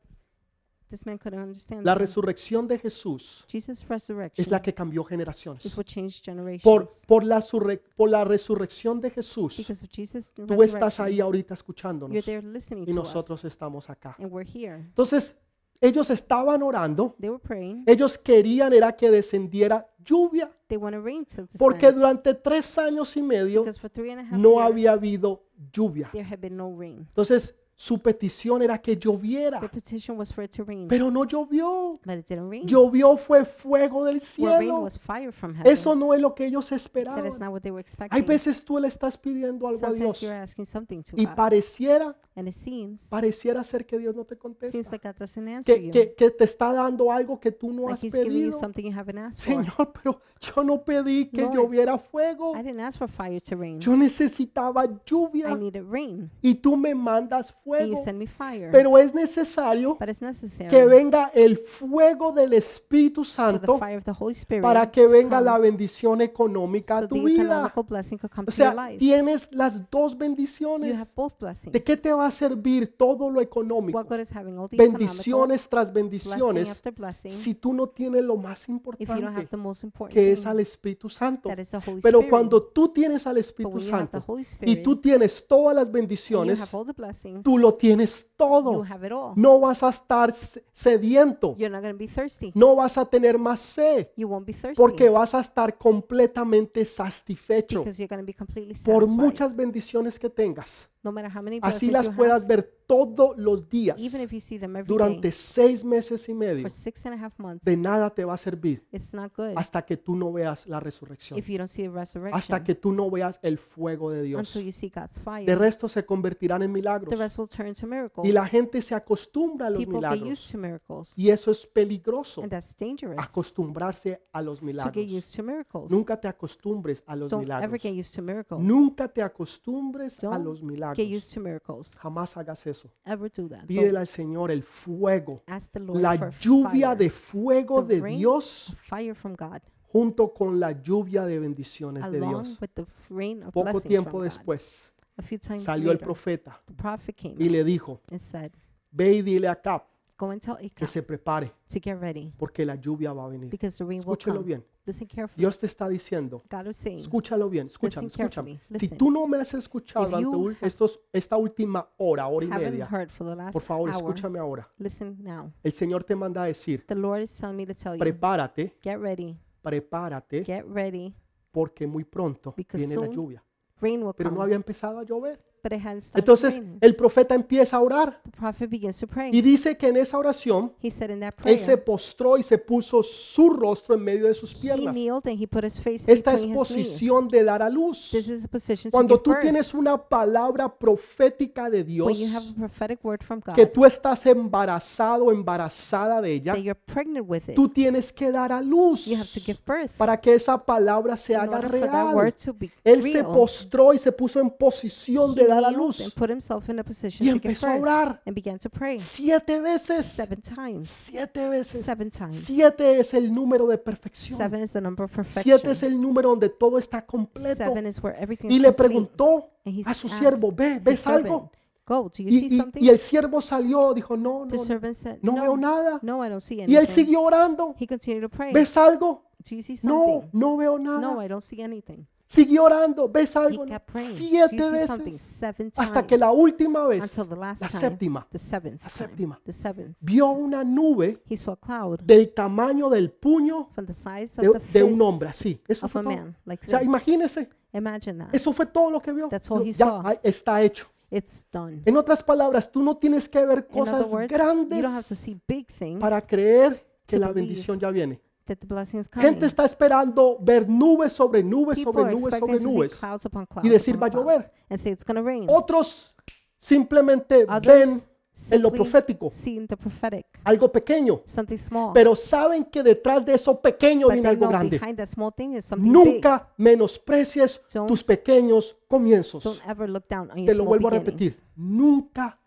Speaker 2: this man couldn't understand.
Speaker 1: La
Speaker 2: that.
Speaker 1: resurrección de Jesús
Speaker 2: Jesus'
Speaker 1: es
Speaker 2: resurrection
Speaker 1: la que cambió generaciones.
Speaker 2: is what changed generations.
Speaker 1: Por, por, la, surre- por la resurrección de Jesús,
Speaker 2: because of Jesus'
Speaker 1: tú estás
Speaker 2: resurrection,
Speaker 1: ahí ahorita
Speaker 2: you're
Speaker 1: escuchándonos
Speaker 2: there listening
Speaker 1: y
Speaker 2: to
Speaker 1: nosotros
Speaker 2: us,
Speaker 1: estamos acá.
Speaker 2: and we're here.
Speaker 1: Entonces, ellos estaban orando,
Speaker 2: They were praying.
Speaker 1: ellos querían era que descendiera lluvia,
Speaker 2: They want to rain till the
Speaker 1: porque durante tres años y medio
Speaker 2: Because for three and a half
Speaker 1: no había
Speaker 2: years,
Speaker 1: habido lluvia.
Speaker 2: there had been no rain.
Speaker 1: Entonces, Su petición era que lloviera,
Speaker 2: Their petition was for it to rain,
Speaker 1: Ah. pero no llovió.
Speaker 2: but it didn't rain.
Speaker 1: Llovió fue fuego del
Speaker 2: What rain
Speaker 1: cielo.
Speaker 2: was fire from heaven.
Speaker 1: Eso no es lo que ellos
Speaker 2: that is
Speaker 1: esperaban.
Speaker 2: not what they were
Speaker 1: Hay
Speaker 2: expecting.
Speaker 1: veces tú le estás pidiendo algo a
Speaker 2: Sometimes
Speaker 1: Dios
Speaker 2: you're asking something to
Speaker 1: y
Speaker 2: God,
Speaker 1: pareciera,
Speaker 2: and it seems
Speaker 1: pareciera ser que Dios no te contesta.
Speaker 2: seems like God doesn't answer
Speaker 1: que,
Speaker 2: you.
Speaker 1: que- que te está dando algo que tú no
Speaker 2: like
Speaker 1: has
Speaker 2: He's giving you
Speaker 1: pedido.
Speaker 2: something you haven't asked for.
Speaker 1: Señor, pero yo no pedí que
Speaker 2: Lord,
Speaker 1: lloviera fuego.
Speaker 2: I didn't ask for fire to rain.
Speaker 1: Yo necesitaba
Speaker 2: I
Speaker 1: lluvia
Speaker 2: needed rain,
Speaker 1: y tú me mandas
Speaker 2: and you
Speaker 1: fuego.
Speaker 2: send me fire.
Speaker 1: Pero es necesario
Speaker 2: but um, it's
Speaker 1: que
Speaker 2: necessary
Speaker 1: venga el fuego del Espíritu
Speaker 2: for the
Speaker 1: Santo
Speaker 2: fire of the Holy Spirit
Speaker 1: para que
Speaker 2: to
Speaker 1: venga
Speaker 2: come
Speaker 1: la bendición económica
Speaker 2: so
Speaker 1: a
Speaker 2: the
Speaker 1: tu vida.
Speaker 2: economical blessing could come
Speaker 1: O
Speaker 2: to your
Speaker 1: sea,
Speaker 2: life.
Speaker 1: tienes las dos
Speaker 2: You
Speaker 1: bendiciones.
Speaker 2: have both blessings.
Speaker 1: ¿De qué te va a servir todo lo económico?
Speaker 2: What good is having all the economical
Speaker 1: Bendiciones tras
Speaker 2: blessing
Speaker 1: bendiciones
Speaker 2: after blessing
Speaker 1: si tú no tienes lo más
Speaker 2: if you don't have
Speaker 1: importante
Speaker 2: the most important
Speaker 1: que es
Speaker 2: thing,
Speaker 1: al Espíritu Santo.
Speaker 2: that is the Holy
Speaker 1: Pero
Speaker 2: Spirit.
Speaker 1: cuando tú tienes al
Speaker 2: But
Speaker 1: Espíritu
Speaker 2: when you have the
Speaker 1: Santo
Speaker 2: Holy
Speaker 1: y
Speaker 2: Spirit,
Speaker 1: tú tienes todas las
Speaker 2: and you
Speaker 1: bendiciones,
Speaker 2: have all the blessings,
Speaker 1: tú lo tienes
Speaker 2: you
Speaker 1: todo.
Speaker 2: have it all.
Speaker 1: No vas a estar se- sediento,
Speaker 2: You're not going to be thirsty.
Speaker 1: no vas a tener más sed,
Speaker 2: You won't be thirsty
Speaker 1: porque vas a estar completamente satisfecho
Speaker 2: because you're going to be completely
Speaker 1: por
Speaker 2: satisfied.
Speaker 1: muchas bendiciones que tengas.
Speaker 2: no matter how many
Speaker 1: Así
Speaker 2: blessings
Speaker 1: las
Speaker 2: you
Speaker 1: puedas ver todos los días
Speaker 2: have, even if you see them every
Speaker 1: durante
Speaker 2: day
Speaker 1: seis meses y medio.
Speaker 2: for six and a half months,
Speaker 1: De nada te va a servir
Speaker 2: it's not good
Speaker 1: hasta que tú no veas la resurrección,
Speaker 2: if you don't see a resurrection
Speaker 1: hasta que tú no veas el fuego de Dios.
Speaker 2: until you see God's fire.
Speaker 1: De resto se convertirán en
Speaker 2: the
Speaker 1: milagros.
Speaker 2: rest will turn to miracles.
Speaker 1: Y la gente se acostumbra a los
Speaker 2: People get used
Speaker 1: milagros.
Speaker 2: to miracles,
Speaker 1: Y eso es peligroso,
Speaker 2: and that's dangerous
Speaker 1: acostumbrarse a los
Speaker 2: to get
Speaker 1: milagros.
Speaker 2: used to miracles.
Speaker 1: Nunca te acostumbres a los
Speaker 2: Don't ever
Speaker 1: milagros.
Speaker 2: get used to miracles.
Speaker 1: Nunca te acostumbres a
Speaker 2: Don't
Speaker 1: los
Speaker 2: Get
Speaker 1: milagros.
Speaker 2: used to miracles.
Speaker 1: Jamás hagas eso.
Speaker 2: Ever do that. Don't
Speaker 1: Pídele al Señor el fuego,
Speaker 2: ask the Lord
Speaker 1: la
Speaker 2: for
Speaker 1: lluvia
Speaker 2: fire,
Speaker 1: de fuego de Dios
Speaker 2: fire from God,
Speaker 1: junto con la lluvia de bendiciones de
Speaker 2: along
Speaker 1: Dios.
Speaker 2: with the rain of
Speaker 1: Poco
Speaker 2: blessings
Speaker 1: tiempo
Speaker 2: from God.
Speaker 1: después
Speaker 2: A few times
Speaker 1: salió el
Speaker 2: later,
Speaker 1: profeta
Speaker 2: the prophet came
Speaker 1: y le dijo,
Speaker 2: and said,
Speaker 1: ve y dile a Cap
Speaker 2: "Go and tell
Speaker 1: que
Speaker 2: Acab
Speaker 1: se prepare
Speaker 2: to get ready,
Speaker 1: porque la lluvia va a venir.
Speaker 2: because the rain will
Speaker 1: Escúchelo
Speaker 2: come."
Speaker 1: bien.
Speaker 2: Listen carefully.
Speaker 1: Dios te está diciendo,
Speaker 2: God is saying,
Speaker 1: escúchalo bien, escúchame,
Speaker 2: Listen
Speaker 1: escúchame.
Speaker 2: carefully,
Speaker 1: Si
Speaker 2: listen.
Speaker 1: tú no me has escuchado
Speaker 2: If
Speaker 1: durante
Speaker 2: you
Speaker 1: ul-
Speaker 2: have-
Speaker 1: estos, esta última hora, hora y
Speaker 2: "Haven't
Speaker 1: media,
Speaker 2: heard for the last
Speaker 1: por favor,
Speaker 2: hour.
Speaker 1: escúchame ahora.
Speaker 2: Listen now.
Speaker 1: El Señor te manda a decir,
Speaker 2: The Lord is telling me to tell you,
Speaker 1: prepárate,
Speaker 2: get ready,
Speaker 1: prepárate,
Speaker 2: get ready.
Speaker 1: porque muy pronto
Speaker 2: Because
Speaker 1: viene la
Speaker 2: soon
Speaker 1: lluvia.
Speaker 2: Rain will
Speaker 1: Pero
Speaker 2: come."
Speaker 1: no había empezado a llover.
Speaker 2: but it hadn't started
Speaker 1: Entonces
Speaker 2: raining.
Speaker 1: el profeta empieza a orar
Speaker 2: The prophet begins to pray.
Speaker 1: y dice que en esa oración
Speaker 2: he said in that
Speaker 1: él se
Speaker 2: prayer,
Speaker 1: postró y se puso su rostro en medio de sus
Speaker 2: he
Speaker 1: piernas.
Speaker 2: kneeled and he put his face
Speaker 1: Esta es
Speaker 2: between his knees.
Speaker 1: posición de dar a luz.
Speaker 2: This is a position to
Speaker 1: Cuando
Speaker 2: give
Speaker 1: tú
Speaker 2: birth.
Speaker 1: tienes una palabra profética de
Speaker 2: when you have
Speaker 1: Dios,
Speaker 2: a prophetic word from God
Speaker 1: que tú estás embarazado o embarazada de ella,
Speaker 2: that you're pregnant with it,
Speaker 1: tú tienes que dar a luz
Speaker 2: you have to give birth
Speaker 1: para que esa palabra se
Speaker 2: in
Speaker 1: haga
Speaker 2: order for that
Speaker 1: real.
Speaker 2: word to be
Speaker 1: Él se
Speaker 2: real.
Speaker 1: postró y se puso en posición
Speaker 2: he
Speaker 1: de dar a
Speaker 2: kneeled
Speaker 1: luz
Speaker 2: and put himself in a position
Speaker 1: y
Speaker 2: to give
Speaker 1: empezó a
Speaker 2: birth
Speaker 1: orar
Speaker 2: and began to pray
Speaker 1: siete veces,
Speaker 2: seven times.
Speaker 1: siete veces.
Speaker 2: Seven times.
Speaker 1: Siete es el número de perfección.
Speaker 2: Seven is the number of perfection.
Speaker 1: Siete es el número donde todo está completo.
Speaker 2: Seven is where everything
Speaker 1: Y
Speaker 2: is
Speaker 1: le
Speaker 2: complete.
Speaker 1: preguntó
Speaker 2: And he
Speaker 1: a su
Speaker 2: asked
Speaker 1: siervo, ve,
Speaker 2: The
Speaker 1: ¿ves
Speaker 2: servant,
Speaker 1: algo?
Speaker 2: Go, do you see
Speaker 1: Y, y-
Speaker 2: something?
Speaker 1: y el siervo salió, dijo, no, no,
Speaker 2: the
Speaker 1: no,
Speaker 2: servant said,
Speaker 1: no
Speaker 2: no,
Speaker 1: veo nada.
Speaker 2: no, I don't see
Speaker 1: Y él
Speaker 2: anything.
Speaker 1: siguió orando.
Speaker 2: He continued to pray.
Speaker 1: ¿Ves algo?
Speaker 2: Do you see something?
Speaker 1: No, no veo
Speaker 2: No,
Speaker 1: nada.
Speaker 2: I don't see anything.
Speaker 1: Siguió orando. ¿Ves
Speaker 2: He
Speaker 1: algo?
Speaker 2: kept praying. Do
Speaker 1: Siete
Speaker 2: you see something?
Speaker 1: veces.
Speaker 2: Seven times.
Speaker 1: Hasta que la última vez,
Speaker 2: until the last
Speaker 1: la
Speaker 2: time.
Speaker 1: séptima,
Speaker 2: The seventh.
Speaker 1: la
Speaker 2: time,
Speaker 1: séptima.
Speaker 2: The seventh.
Speaker 1: vio una nube
Speaker 2: He saw a cloud
Speaker 1: del tamaño del puño
Speaker 2: from the size of
Speaker 1: de,
Speaker 2: the
Speaker 1: de
Speaker 2: fist
Speaker 1: un hombre, así. Eso
Speaker 2: of
Speaker 1: fue
Speaker 2: a
Speaker 1: todo.
Speaker 2: man, like
Speaker 1: O sea,
Speaker 2: this.
Speaker 1: imagínese,
Speaker 2: Imagine that.
Speaker 1: eso fue todo lo que vio.
Speaker 2: That's all he
Speaker 1: Ya
Speaker 2: saw.
Speaker 1: ah, está hecho.
Speaker 2: It's done.
Speaker 1: En otras palabras, tú no tienes que ver
Speaker 2: In
Speaker 1: cosas
Speaker 2: other words, you don't have to
Speaker 1: grandes
Speaker 2: see big things
Speaker 1: para creer que
Speaker 2: to
Speaker 1: la
Speaker 2: believe.
Speaker 1: bendición ya viene.
Speaker 2: that the blessing is coming.
Speaker 1: Gente está esperando ver nubes sobre nubes
Speaker 2: People
Speaker 1: sobre
Speaker 2: are
Speaker 1: nubes
Speaker 2: expecting
Speaker 1: sobre
Speaker 2: to see
Speaker 1: nubes.
Speaker 2: clouds upon clouds
Speaker 1: decir,
Speaker 2: upon
Speaker 1: "Va a
Speaker 2: clouds,"
Speaker 1: llover.
Speaker 2: and say it's going to rain.
Speaker 1: Otros simplemente ven
Speaker 2: Others
Speaker 1: en lo
Speaker 2: simply
Speaker 1: profético
Speaker 2: see in the prophetic
Speaker 1: algo pequeño,
Speaker 2: something small.
Speaker 1: pero saben que detrás de eso pequeño
Speaker 2: but
Speaker 1: viene
Speaker 2: they
Speaker 1: algo
Speaker 2: know
Speaker 1: grande.
Speaker 2: behind that small thing is something big.
Speaker 1: Nunca menosprecies
Speaker 2: Don't-
Speaker 1: tus pequeños comienzos.
Speaker 2: Don't ever look down on your
Speaker 1: Te lo
Speaker 2: small
Speaker 1: vuelvo a repetir.
Speaker 2: beginnings.
Speaker 1: Nunca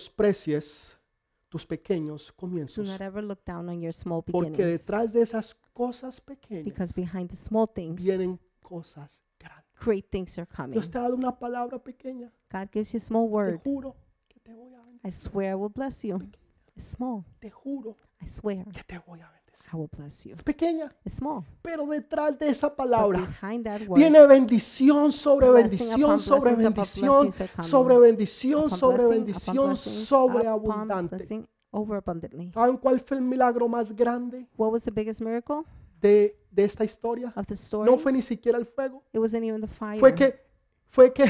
Speaker 1: menosprecies tus pequeños
Speaker 2: Do
Speaker 1: comienzos.
Speaker 2: not ever look down on your small
Speaker 1: Porque
Speaker 2: beginnings.
Speaker 1: detrás de esas cosas pequeñas
Speaker 2: Because behind the small things,
Speaker 1: vienen cosas grandes.
Speaker 2: great things are coming.
Speaker 1: Dios te ha dado una palabra pequeña.
Speaker 2: God gives you a small
Speaker 1: Te
Speaker 2: word.
Speaker 1: juro que te voy a bendecir.
Speaker 2: I swear I will bless you. It's small.
Speaker 1: Te juro
Speaker 2: I swear
Speaker 1: que te voy a bendecir.
Speaker 2: I will bless you.
Speaker 1: Es pequeña,
Speaker 2: It's small.
Speaker 1: pero detrás de esa
Speaker 2: But
Speaker 1: palabra
Speaker 2: behind that word,
Speaker 1: viene bendición sobre
Speaker 2: Blessing
Speaker 1: bendición
Speaker 2: upon
Speaker 1: sobre
Speaker 2: blessings upon
Speaker 1: bendición
Speaker 2: blessings are coming.
Speaker 1: sobre bendición
Speaker 2: upon
Speaker 1: sobre
Speaker 2: blessing, upon
Speaker 1: bendición
Speaker 2: blessings, upon
Speaker 1: sobreabundante.
Speaker 2: blessing, overabundantly.
Speaker 1: ¿Saben cuál fue el milagro más grande
Speaker 2: What was the biggest miracle
Speaker 1: de, de esta historia?
Speaker 2: of the story?
Speaker 1: No fue ni siquiera el fuego.
Speaker 2: It wasn't even the fire.
Speaker 1: Fue que, fue que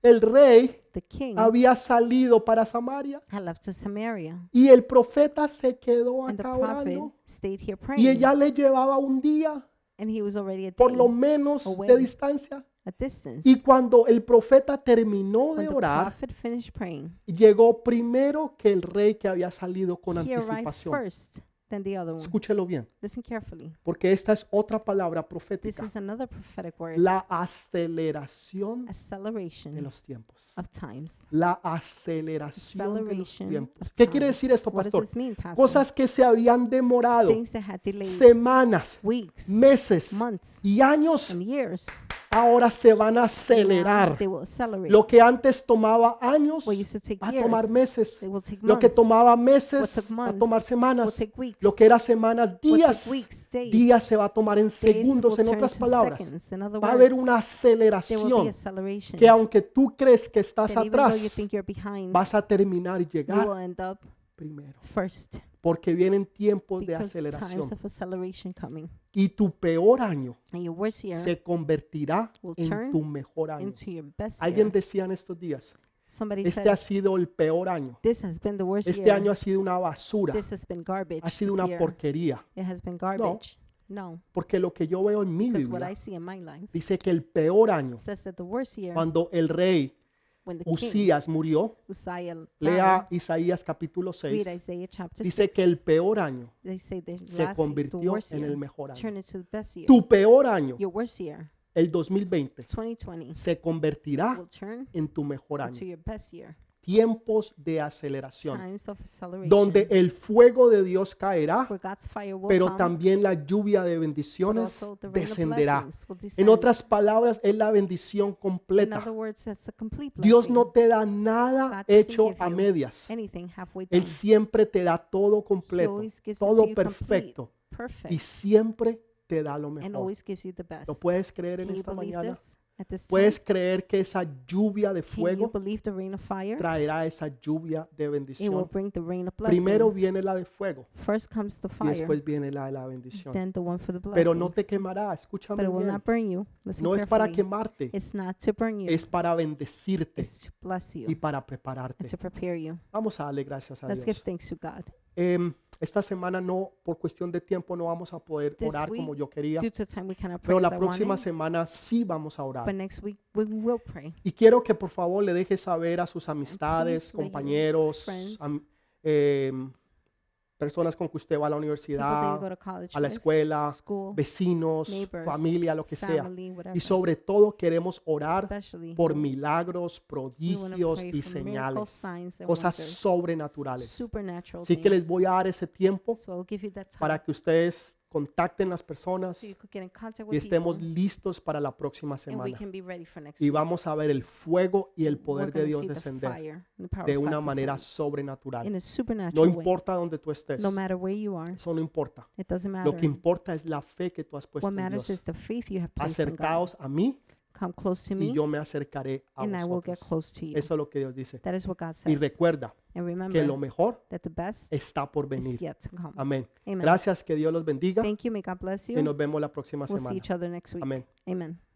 Speaker 1: el rey
Speaker 2: The king
Speaker 1: había salido para Samaria
Speaker 2: had left to Samaria,
Speaker 1: y el profeta se quedó
Speaker 2: and the
Speaker 1: acá
Speaker 2: prophet
Speaker 1: orando
Speaker 2: stayed here
Speaker 1: y
Speaker 2: praying,
Speaker 1: ella le llevaba un día
Speaker 2: and he was already a,
Speaker 1: por
Speaker 2: day,
Speaker 1: lo menos de distancia.
Speaker 2: a distance.
Speaker 1: Y cuando el profeta terminó
Speaker 2: When
Speaker 1: de
Speaker 2: the
Speaker 1: orar,
Speaker 2: prophet finished praying,
Speaker 1: llegó primero que el rey que había salido con
Speaker 2: he arrived
Speaker 1: anticipación.
Speaker 2: first, then the other one.
Speaker 1: Escúchelo bien,
Speaker 2: Listen carefully.
Speaker 1: porque esta es otra palabra
Speaker 2: This
Speaker 1: profética,
Speaker 2: is another prophetic word.
Speaker 1: la aceleración de
Speaker 2: Acceleration
Speaker 1: los tiempos.
Speaker 2: of times.
Speaker 1: La aceleración de los
Speaker 2: Acceleration
Speaker 1: tiempos.
Speaker 2: of
Speaker 1: ¿Qué quiere
Speaker 2: times.
Speaker 1: decir esto,
Speaker 2: What does
Speaker 1: pastor?
Speaker 2: this mean, pastor?
Speaker 1: Cosas que se habían demorado
Speaker 2: Things that had delayed
Speaker 1: semanas,
Speaker 2: weeks,
Speaker 1: meses
Speaker 2: months,
Speaker 1: y años,
Speaker 2: and years.
Speaker 1: ahora se van a
Speaker 2: Now
Speaker 1: acelerar.
Speaker 2: They will accelerate.
Speaker 1: Lo que antes tomaba años
Speaker 2: What used to take
Speaker 1: va a
Speaker 2: years,
Speaker 1: tomar meses.
Speaker 2: They will take
Speaker 1: Lo que
Speaker 2: months.
Speaker 1: tomaba
Speaker 2: What
Speaker 1: meses
Speaker 2: took
Speaker 1: va a
Speaker 2: months
Speaker 1: tomar
Speaker 2: will
Speaker 1: semanas.
Speaker 2: take weeks.
Speaker 1: Lo que era semanas,
Speaker 2: will
Speaker 1: días.
Speaker 2: take weeks, days.
Speaker 1: Días se va a tomar en
Speaker 2: Days
Speaker 1: segundos.
Speaker 2: will
Speaker 1: En
Speaker 2: turn
Speaker 1: otras
Speaker 2: to
Speaker 1: palabras,
Speaker 2: seconds. In other
Speaker 1: va a haber
Speaker 2: words,
Speaker 1: una
Speaker 2: there will be
Speaker 1: aceleración
Speaker 2: acceleration.
Speaker 1: que aunque tú crees que estás
Speaker 2: that even though you
Speaker 1: atrás,
Speaker 2: think you're behind,
Speaker 1: vas a terminar y
Speaker 2: you
Speaker 1: llegar
Speaker 2: will end up
Speaker 1: primero.
Speaker 2: first
Speaker 1: Porque vienen tiempos de
Speaker 2: because times
Speaker 1: aceleración.
Speaker 2: of acceleration coming,
Speaker 1: Y tu peor año
Speaker 2: and your worst year
Speaker 1: se convertirá
Speaker 2: will
Speaker 1: en
Speaker 2: turn
Speaker 1: tu mejor año.
Speaker 2: into your best
Speaker 1: Alguien
Speaker 2: year.
Speaker 1: decía en estos días,
Speaker 2: Somebody
Speaker 1: este
Speaker 2: said,
Speaker 1: ha sido el peor año.
Speaker 2: "This has been the worst
Speaker 1: Este
Speaker 2: year.
Speaker 1: año ha sido una basura.
Speaker 2: this has been garbage.
Speaker 1: Ha sido
Speaker 2: this
Speaker 1: una
Speaker 2: year.
Speaker 1: porquería.
Speaker 2: It has been garbage. No,
Speaker 1: Porque lo que yo veo en mi
Speaker 2: because what
Speaker 1: Biblia
Speaker 2: I see in my life
Speaker 1: dice que el peor año,
Speaker 2: says that the worst year
Speaker 1: cuando el rey
Speaker 2: when the king
Speaker 1: Usías murió,
Speaker 2: Uzziah died,
Speaker 1: lea Isaías capítulo
Speaker 2: read
Speaker 1: 6,
Speaker 2: Isaiah chapter
Speaker 1: dice
Speaker 2: 6,
Speaker 1: que el peor año
Speaker 2: they say the
Speaker 1: se
Speaker 2: last, year- the
Speaker 1: convirtió
Speaker 2: worst
Speaker 1: en
Speaker 2: year
Speaker 1: el mejor año.
Speaker 2: turned into the best year.
Speaker 1: Tu peor año,
Speaker 2: Your worst year,
Speaker 1: el 2020,
Speaker 2: 2020,
Speaker 1: se convertirá
Speaker 2: will turn
Speaker 1: en tu mejor
Speaker 2: into
Speaker 1: año.
Speaker 2: your best year.
Speaker 1: Tiempos de aceleración,
Speaker 2: Times of acceleration.
Speaker 1: donde el fuego de Dios caerá,
Speaker 2: where God's fire will
Speaker 1: pero
Speaker 2: come,
Speaker 1: también la lluvia de
Speaker 2: but
Speaker 1: bendiciones
Speaker 2: oh, also the rain of
Speaker 1: descenderá.
Speaker 2: blessings will
Speaker 1: En
Speaker 2: descend.
Speaker 1: otras palabras, es la bendición
Speaker 2: In
Speaker 1: completa.
Speaker 2: other words, that's a complete blessing.
Speaker 1: Dios no te da nada
Speaker 2: God doesn't
Speaker 1: hecho
Speaker 2: give
Speaker 1: a
Speaker 2: you
Speaker 1: medias.
Speaker 2: Anything halfway done.
Speaker 1: Él siempre te da todo
Speaker 2: He
Speaker 1: completo,
Speaker 2: always gives it to
Speaker 1: todo
Speaker 2: you complete,
Speaker 1: perfecto
Speaker 2: perfect,
Speaker 1: y siempre te da lo
Speaker 2: and
Speaker 1: mejor.
Speaker 2: always gives you the best.
Speaker 1: ¿Lo puedes creer en
Speaker 2: Can you
Speaker 1: esta
Speaker 2: believe
Speaker 1: mañana?
Speaker 2: this? At this
Speaker 1: ¿Puedes
Speaker 2: time,
Speaker 1: creer que esa lluvia de
Speaker 2: can you
Speaker 1: fuego
Speaker 2: believe the rain of fire?
Speaker 1: traerá esa lluvia de
Speaker 2: It will
Speaker 1: bendición?
Speaker 2: bring the rain of blessings.
Speaker 1: Primero viene la de fuego
Speaker 2: First comes the
Speaker 1: y
Speaker 2: fire,
Speaker 1: después viene la de la bendición.
Speaker 2: then the one for the blessings.
Speaker 1: Pero no te quemará,
Speaker 2: but
Speaker 1: escúchame
Speaker 2: it will
Speaker 1: bien.
Speaker 2: not burn you. Listen
Speaker 1: No es para
Speaker 2: carefully.
Speaker 1: quemarte,
Speaker 2: It's not to burn you.
Speaker 1: es para bendecirte
Speaker 2: It's to bless you
Speaker 1: y para
Speaker 2: and
Speaker 1: prepararte.
Speaker 2: to prepare you.
Speaker 1: Vamos a darle gracias a
Speaker 2: Let's give
Speaker 1: Dios.
Speaker 2: thanks to God.
Speaker 1: Em, esta semana no, por cuestión de tiempo, no vamos a poder
Speaker 2: This
Speaker 1: orar
Speaker 2: week,
Speaker 1: como yo quería.
Speaker 2: Due to time, we cannot pray
Speaker 1: Pero
Speaker 2: as
Speaker 1: la
Speaker 2: I
Speaker 1: próxima
Speaker 2: wanted,
Speaker 1: semana sí vamos a
Speaker 2: but
Speaker 1: orar.
Speaker 2: next week we will pray.
Speaker 1: Y quiero que por favor le dejes saber a sus amistades,
Speaker 2: let your
Speaker 1: compañeros,
Speaker 2: friends-
Speaker 1: am- em, personas con que usted va a la
Speaker 2: People that you go
Speaker 1: universidad,
Speaker 2: to college
Speaker 1: a la
Speaker 2: with,
Speaker 1: escuela,
Speaker 2: school,
Speaker 1: vecinos,
Speaker 2: neighbors,
Speaker 1: familia, lo que sea.
Speaker 2: family, whatever.
Speaker 1: Y sobre todo queremos orar
Speaker 2: Especially,
Speaker 1: por milagros,
Speaker 2: we wanna
Speaker 1: prodigios
Speaker 2: pray
Speaker 1: y
Speaker 2: for miracles,
Speaker 1: señales,
Speaker 2: signs, and
Speaker 1: cosas
Speaker 2: wonders,
Speaker 1: sobrenaturales.
Speaker 2: supernatural
Speaker 1: Así que les
Speaker 2: things.
Speaker 1: voy a dar ese tiempo
Speaker 2: So I'll give you that time
Speaker 1: para que ustedes contacten las personas
Speaker 2: so you
Speaker 1: y
Speaker 2: could get in contact with
Speaker 1: estemos
Speaker 2: people,
Speaker 1: listos para la próxima
Speaker 2: and we
Speaker 1: semana.
Speaker 2: can be ready for next
Speaker 1: Y
Speaker 2: week.
Speaker 1: vamos a ver el fuego y el
Speaker 2: We're
Speaker 1: poder de
Speaker 2: gonna
Speaker 1: Dios
Speaker 2: see the
Speaker 1: descender
Speaker 2: fire and the power
Speaker 1: de
Speaker 2: of God
Speaker 1: una manera
Speaker 2: descend
Speaker 1: sobrenatural.
Speaker 2: in a
Speaker 1: No
Speaker 2: supernatural way.
Speaker 1: importa donde tú estés,
Speaker 2: No matter where you are,
Speaker 1: eso no importa.
Speaker 2: it doesn't matter.
Speaker 1: Lo que importa es la fe que tú has puesto
Speaker 2: What
Speaker 1: en
Speaker 2: matters is
Speaker 1: Dios.
Speaker 2: the faith you have placed in God.
Speaker 1: Acercaos a mí
Speaker 2: Come close to
Speaker 1: y
Speaker 2: me,
Speaker 1: yo me acercaré a
Speaker 2: and I will get
Speaker 1: vosotros.
Speaker 2: close to you.
Speaker 1: Eso es lo que Dios dice.
Speaker 2: That is what God
Speaker 1: Y
Speaker 2: says.
Speaker 1: recuerda
Speaker 2: And
Speaker 1: que lo
Speaker 2: remember
Speaker 1: mejor
Speaker 2: that the best
Speaker 1: está por
Speaker 2: is
Speaker 1: venir.
Speaker 2: yet to come.
Speaker 1: Amén.
Speaker 2: Amen.
Speaker 1: Gracias, que Dios los bendiga
Speaker 2: Thank you. May God bless
Speaker 1: y
Speaker 2: you.
Speaker 1: nos vemos la próxima
Speaker 2: We'll see
Speaker 1: semana.
Speaker 2: each other next week.
Speaker 1: Amén.
Speaker 2: Amen.